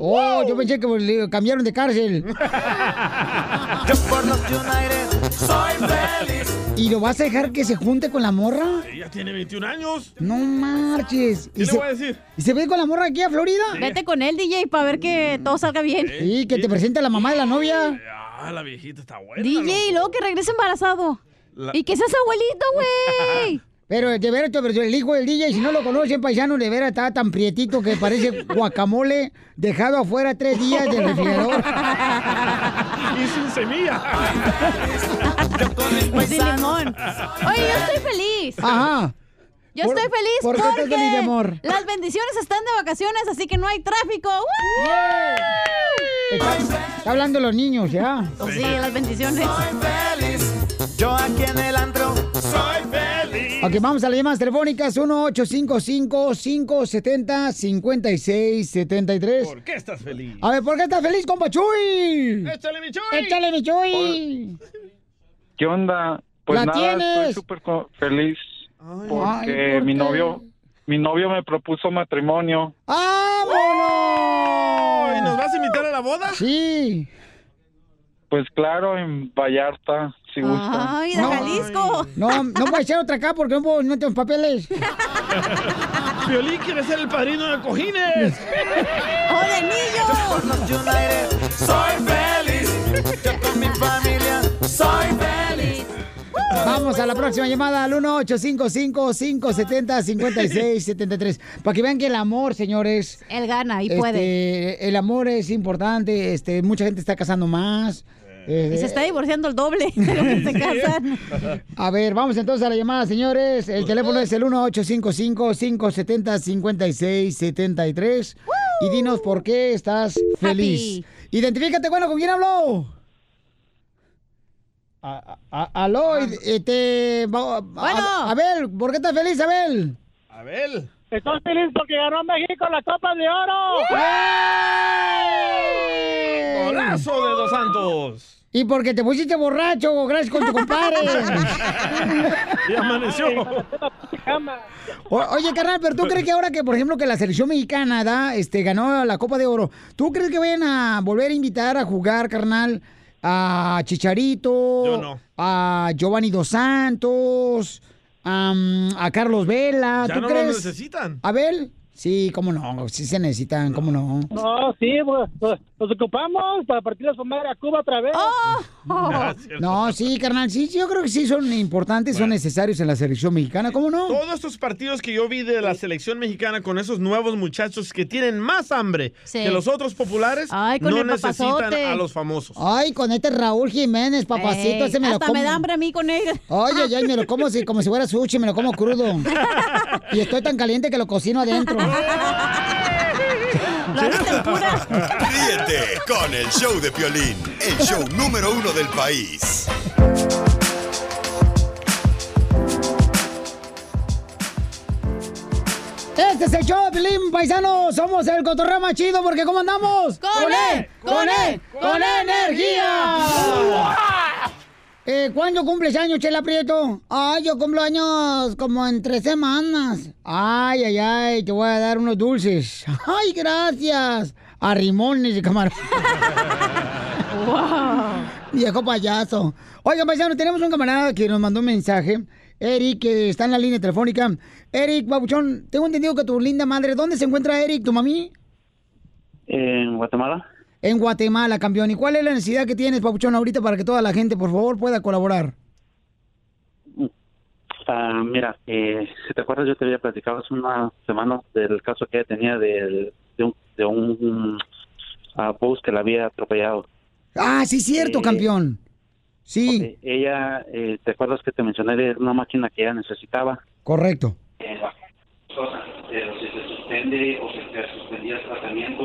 [SPEAKER 3] Oh, yo pensé que le cambiaron de cárcel.
[SPEAKER 13] Yo por los United soy feliz.
[SPEAKER 3] ¿Y lo vas a dejar que se junte con la morra?
[SPEAKER 5] Ella tiene 21 años.
[SPEAKER 3] No marches.
[SPEAKER 5] ¿Qué le voy a decir?
[SPEAKER 3] ¿Y se ve con la morra aquí a Florida?
[SPEAKER 4] Vete con él, DJ, para ver que
[SPEAKER 5] Mm.
[SPEAKER 4] todo salga bien.
[SPEAKER 3] Y que te presente a la mamá de la novia.
[SPEAKER 5] Ah, la viejita está buena.
[SPEAKER 4] DJ, y luego que regrese embarazado.
[SPEAKER 5] La-
[SPEAKER 4] Y que seas abuelito, güey.
[SPEAKER 3] Pero de veras, pero el hijo del DJ, si no lo conocen, paisano, de veras está tan prietito que parece guacamole dejado afuera tres días del refrigerador.
[SPEAKER 5] Y sin semilla.
[SPEAKER 4] Sin limón. Pues Oye, yo estoy feliz.
[SPEAKER 3] Ajá.
[SPEAKER 4] Yo
[SPEAKER 3] ¿Por-
[SPEAKER 4] estoy feliz
[SPEAKER 3] por qué estás
[SPEAKER 4] porque
[SPEAKER 3] feliz, mi amor?
[SPEAKER 4] las bendiciones están de vacaciones, así que no hay tráfico. ¡Woo!
[SPEAKER 3] Está, está hablando los niños ya.
[SPEAKER 4] Pues sí, las bendiciones.
[SPEAKER 13] Yo aquí en el antro soy feliz.
[SPEAKER 3] Ok, vamos a las llamadas telefónicas 1-855-570-5673.
[SPEAKER 5] ¿Por qué estás feliz?
[SPEAKER 3] A ver, ¿por qué estás feliz, compa Chuy?
[SPEAKER 5] ¡Échale mi Chuy!
[SPEAKER 3] ¡Échale mi Chuy!
[SPEAKER 19] ¿Qué onda? Pues
[SPEAKER 3] ¡La
[SPEAKER 19] nada,
[SPEAKER 3] tienes!
[SPEAKER 19] estoy súper co- feliz porque
[SPEAKER 3] Ay, ¿por
[SPEAKER 19] mi
[SPEAKER 3] qué?
[SPEAKER 19] novio mi novio me propuso matrimonio.
[SPEAKER 3] ¡Vámonos!
[SPEAKER 5] ¿Y nos vas a invitar a la boda?
[SPEAKER 3] Sí.
[SPEAKER 19] Pues claro, en Vallarta, si gusta.
[SPEAKER 4] Ay, de
[SPEAKER 3] No.
[SPEAKER 4] Jalisco.
[SPEAKER 3] No, no puede ser otra acá porque no, puedo- no tengo papeles.
[SPEAKER 5] Violín quiere ser el padrino de cojines.
[SPEAKER 4] ¡O de niños!
[SPEAKER 13] Los United soy feliz. Yo con mi familia soy feliz.
[SPEAKER 3] Vamos a la próxima llamada al 1-855-570-5673. Para que vean que el amor, señores.
[SPEAKER 4] Él gana y
[SPEAKER 3] este,
[SPEAKER 4] puede.
[SPEAKER 3] El amor es importante. Este, mucha gente está casando más.
[SPEAKER 4] Y se
[SPEAKER 3] eh,
[SPEAKER 4] está divorciando el doble de lo que se casan.
[SPEAKER 3] A ver, vamos entonces a la llamada, señores. El teléfono es el 1-855-570-5673. Y dinos por qué estás feliz. Identifícate, bueno, ¿con quién habló? A- a- a- aló, y- este, va- a- a- Abel, ¿por qué estás feliz, Abel?
[SPEAKER 5] Abel.
[SPEAKER 13] Estoy feliz porque ganó México la Copa de Oro.
[SPEAKER 5] ¡Golazo de Dos Santos!
[SPEAKER 3] Y porque te pusiste borracho, gracias con tu compadre.
[SPEAKER 5] Y amaneció.
[SPEAKER 3] O- oye, carnal, pero ¿tú crees que ahora que, por ejemplo, que la selección mexicana da, este, ganó la Copa de Oro, ¿tú crees que vayan a volver a invitar a jugar, carnal, a Chicharito,
[SPEAKER 5] Yo no.
[SPEAKER 3] a Giovanni Dos Santos, am, a Carlos Vela?
[SPEAKER 5] Ya
[SPEAKER 3] ¿Tú
[SPEAKER 5] no lo
[SPEAKER 3] crees?
[SPEAKER 5] necesitan.
[SPEAKER 3] Abel, Sí, cómo no, sí se necesitan, cómo no.
[SPEAKER 1] No, sí, pues, pues, nos ocupamos para partir a su madre a Cuba otra vez.
[SPEAKER 3] Oh.
[SPEAKER 13] Ah,
[SPEAKER 3] Ah, No, sí, carnal, sí, yo creo que sí son importantes, son necesarios en la selección mexicana, ¿cómo no?
[SPEAKER 5] Todos estos partidos que yo vi de la selección mexicana con esos nuevos muchachos que tienen más hambre
[SPEAKER 3] Sí.
[SPEAKER 5] que los otros populares
[SPEAKER 3] Ay, con
[SPEAKER 5] no
[SPEAKER 3] el
[SPEAKER 5] necesitan
[SPEAKER 3] papazote.
[SPEAKER 5] a los famosos.
[SPEAKER 3] Ay, con este Raúl Jiménez, papacito,
[SPEAKER 4] Ey,
[SPEAKER 3] ese me lo
[SPEAKER 4] hasta
[SPEAKER 3] como.
[SPEAKER 4] me da hambre a mí con él.
[SPEAKER 3] Ay, ay, ay, me lo como si- como si fuera sushi, me lo como crudo. Y estoy tan caliente que lo cocino adentro.
[SPEAKER 7] Ríete con el show de Piolín, el show número uno del país.
[SPEAKER 3] Este es el show, de Piolín, paisano. Somos el cotorreo más chido porque ¿cómo andamos?
[SPEAKER 13] ¡Con E! ¡Con E!
[SPEAKER 3] ¡Con E energía! Eh, ¿Cuándo cumples años, Chela Prieto? Ay, yo cumplo años como en tres semanas. Ay, ay, ay, te voy a dar unos dulces. Ay, gracias. A rimones y camarón. Viejo payaso. Oigan, paisano, tenemos un camarada que nos mandó un mensaje. Eric, que está en la línea telefónica. Eric, babuchón, tengo entendido que tu linda madre, ¿dónde se encuentra Eric, tu mami?
[SPEAKER 21] En Guatemala.
[SPEAKER 3] En Guatemala, campeón. ¿Y cuál es la necesidad que tienes, babuchón, ahorita para que toda la gente, por favor, pueda colaborar?
[SPEAKER 21] Ah, mira, eh, si te acuerdas, yo te había platicado hace unas semanas del caso que ella tenía del- de un, de un ah, bus que la había atropellado.
[SPEAKER 3] Ah, sí, cierto, campeón. Sí,
[SPEAKER 21] Eh, ella, eh, ¿te acuerdas que te mencioné de una máquina que ella necesitaba?
[SPEAKER 3] correcto.
[SPEAKER 21] Pero si se suspende o se te suspendía el tratamiento,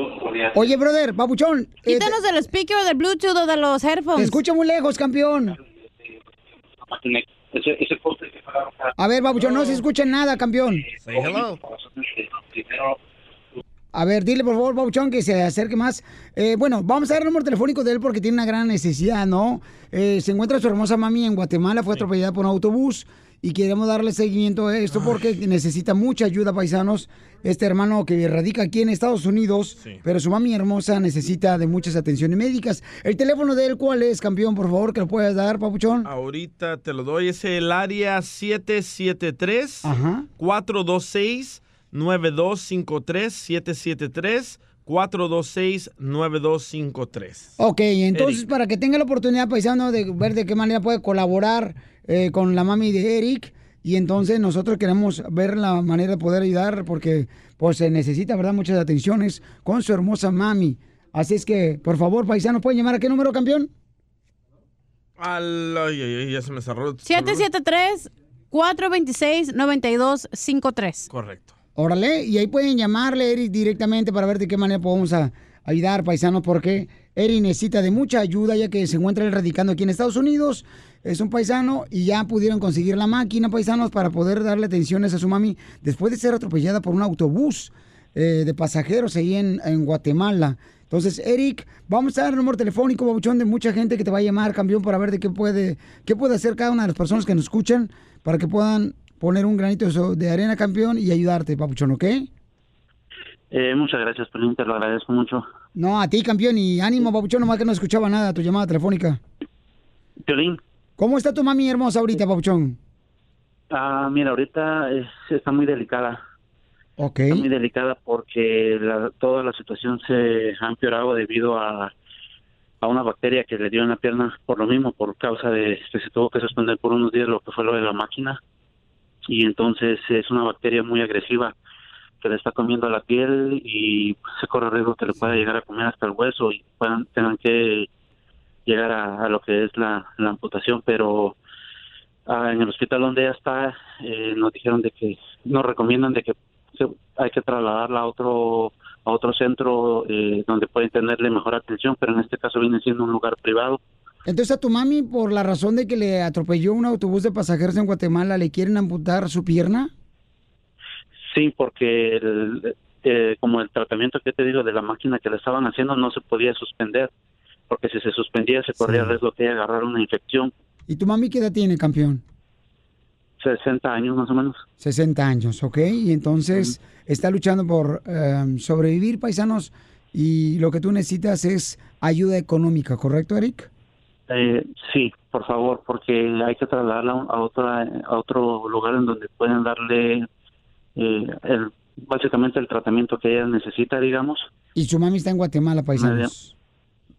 [SPEAKER 3] Oye, brother, babuchón.
[SPEAKER 4] Quítanos del speaker, del Bluetooth o de los headphones.
[SPEAKER 3] escucha muy lejos, campeón.
[SPEAKER 21] Ese, ese corte que pagaron para-
[SPEAKER 3] A ver, babuchón, no se escucha nada, campeón.
[SPEAKER 21] Primero,
[SPEAKER 3] A ver, dile por favor, Bauchón, que se acerque más. Eh, bueno, vamos a dar el número telefónico de él porque tiene una gran necesidad, ¿no? Eh, se encuentra su hermosa mami en Guatemala, fue atropellada por un autobús y queremos darle seguimiento a esto porque necesita mucha ayuda, paisanos. Este hermano que radica aquí en Estados Unidos, pero su mami hermosa necesita de muchas atenciones médicas. El teléfono de él, ¿cuál es, campeón? Por favor, que lo puedas dar, Papuchón.
[SPEAKER 5] Ahorita te lo doy, es el área 773 426 9253 773 426 9253.
[SPEAKER 3] Ok, entonces
[SPEAKER 5] Eric.
[SPEAKER 3] para que tenga la oportunidad, paisano, de ver de qué manera puede colaborar eh, con la mami de Eric. Y entonces nosotros queremos ver la manera de poder ayudar porque pues se necesita, ¿verdad? Muchas atenciones con su hermosa mami. Así es que, por favor, paisanos, ¿pueden llamar a qué número, campeón?
[SPEAKER 5] Al, ay, ay, ay, ya se me cerró. el celular.
[SPEAKER 4] 773-426-9253.
[SPEAKER 5] Correcto.
[SPEAKER 3] Órale, y ahí pueden llamarle, Eric, directamente para ver de qué manera podemos a- ayudar, paisanos, porque Eric necesita de mucha ayuda ya que se encuentra él radicando aquí en Estados Unidos. Es un paisano y ya pudieron conseguir la máquina, paisanos, para poder darle atenciones a su mami después de ser atropellada por un autobús eh, de pasajeros ahí en, en Guatemala. Entonces, Eric, vamos a dar el número telefónico, babuchón, de mucha gente que te va a llamar, campeón, para ver de qué puede, qué puede hacer cada una de las personas que nos escuchan para que puedan poner un granito de so- de arena, campeón, y ayudarte, babuchón, ¿ok?
[SPEAKER 21] eh, muchas gracias, Pelín, te lo agradezco mucho.
[SPEAKER 3] No, a ti, campeón, y ánimo, babuchón, nomás que no escuchaba nada tu llamada telefónica.
[SPEAKER 21] Piolín,
[SPEAKER 3] ¿Cómo está tu mami hermosa ahorita, babuchón?
[SPEAKER 21] ah, mira, ahorita es- está muy delicada.
[SPEAKER 3] Ok.
[SPEAKER 21] Está muy delicada porque la- toda la situación se ha empeorado debido a, a una bacteria que le dio en la pierna por lo mismo, por causa de que se tuvo que suspender por unos días lo que fue lo de la máquina. Y entonces es una bacteria muy agresiva que le está comiendo la piel y se corre riesgo que le pueda llegar a comer hasta el hueso y puedan, tengan que llegar a, a lo que es la, la amputación, pero ah, en el hospital donde ella está eh, nos dijeron de que nos recomiendan de que se- hay que trasladarla a otro a otro centro eh, donde pueden tenerle mejor atención, pero en este caso viene siendo un lugar privado.
[SPEAKER 3] Entonces a tu mami, por la razón de que le atropelló un autobús de pasajeros en Guatemala, ¿le quieren amputar su pierna?
[SPEAKER 21] Sí, porque el- eh, como el tratamiento que te digo de la máquina que le estaban haciendo no se podía suspender, porque si se suspendía se corría riesgo de agarrar una infección.
[SPEAKER 3] ¿Y tu mami qué edad tiene, campeón?
[SPEAKER 21] 60 años más o menos.
[SPEAKER 3] 60 años, ¿ok? Y entonces está luchando por eh, sobrevivir, paisanos, y lo que tú necesitas es ayuda económica, ¿correcto, Eric?
[SPEAKER 21] Eh, sí, por favor, porque hay que trasladarla a, otra, a otro lugar en donde pueden darle eh, el básicamente el tratamiento que ella necesita, digamos.
[SPEAKER 3] Y su mami está en Guatemala, paisanos.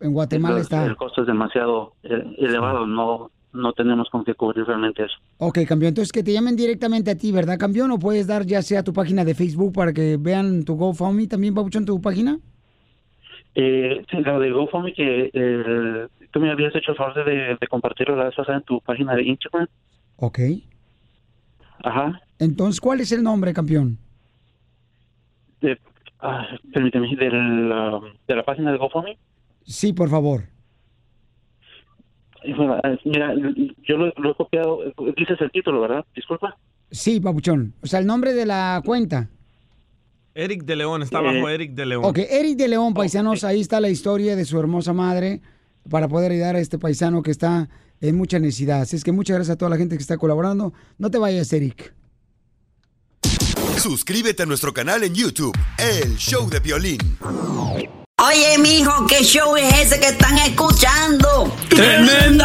[SPEAKER 3] En Guatemala
[SPEAKER 21] Entonces,
[SPEAKER 3] está.
[SPEAKER 21] El costo es demasiado eh, elevado, no no tenemos con qué cubrir realmente eso.
[SPEAKER 3] Ok, campeón. Entonces que te llamen directamente a ti, ¿verdad, campeón? ¿O puedes dar ya sea tu página de Facebook para que vean tu GoFundMe también, Pabuchón, tu página?
[SPEAKER 21] Eh, sí, lo de GoFundMe que eh, tú me habías hecho el favor de, de compartirlo la vez pasada en tu página de Instagram.
[SPEAKER 3] Ok.
[SPEAKER 21] Ajá.
[SPEAKER 3] Entonces, ¿cuál es el nombre, campeón?
[SPEAKER 21] De, ah, permíteme, de la, de la página de GoFundMe.
[SPEAKER 3] Sí, por favor.
[SPEAKER 21] Hijo de la- eh, Mira, yo lo, lo he copiado. eh, Dices el título, ¿verdad? Disculpa.
[SPEAKER 3] Sí, Pabuchón. O sea, el nombre de la cuenta.
[SPEAKER 5] Eric de León, está bajo Eric de León.
[SPEAKER 3] Ok, Eric de León, paisanos, ahí está la historia de su hermosa madre para poder ayudar a este paisano que está en mucha necesidad. Así es que muchas gracias a toda la gente que está colaborando. No te vayas, Eric.
[SPEAKER 7] Suscríbete a nuestro canal en YouTube, El Show de Violín.
[SPEAKER 6] Oye, mijo, ¿qué show es ese que están escuchando?
[SPEAKER 7] ¡Tremenda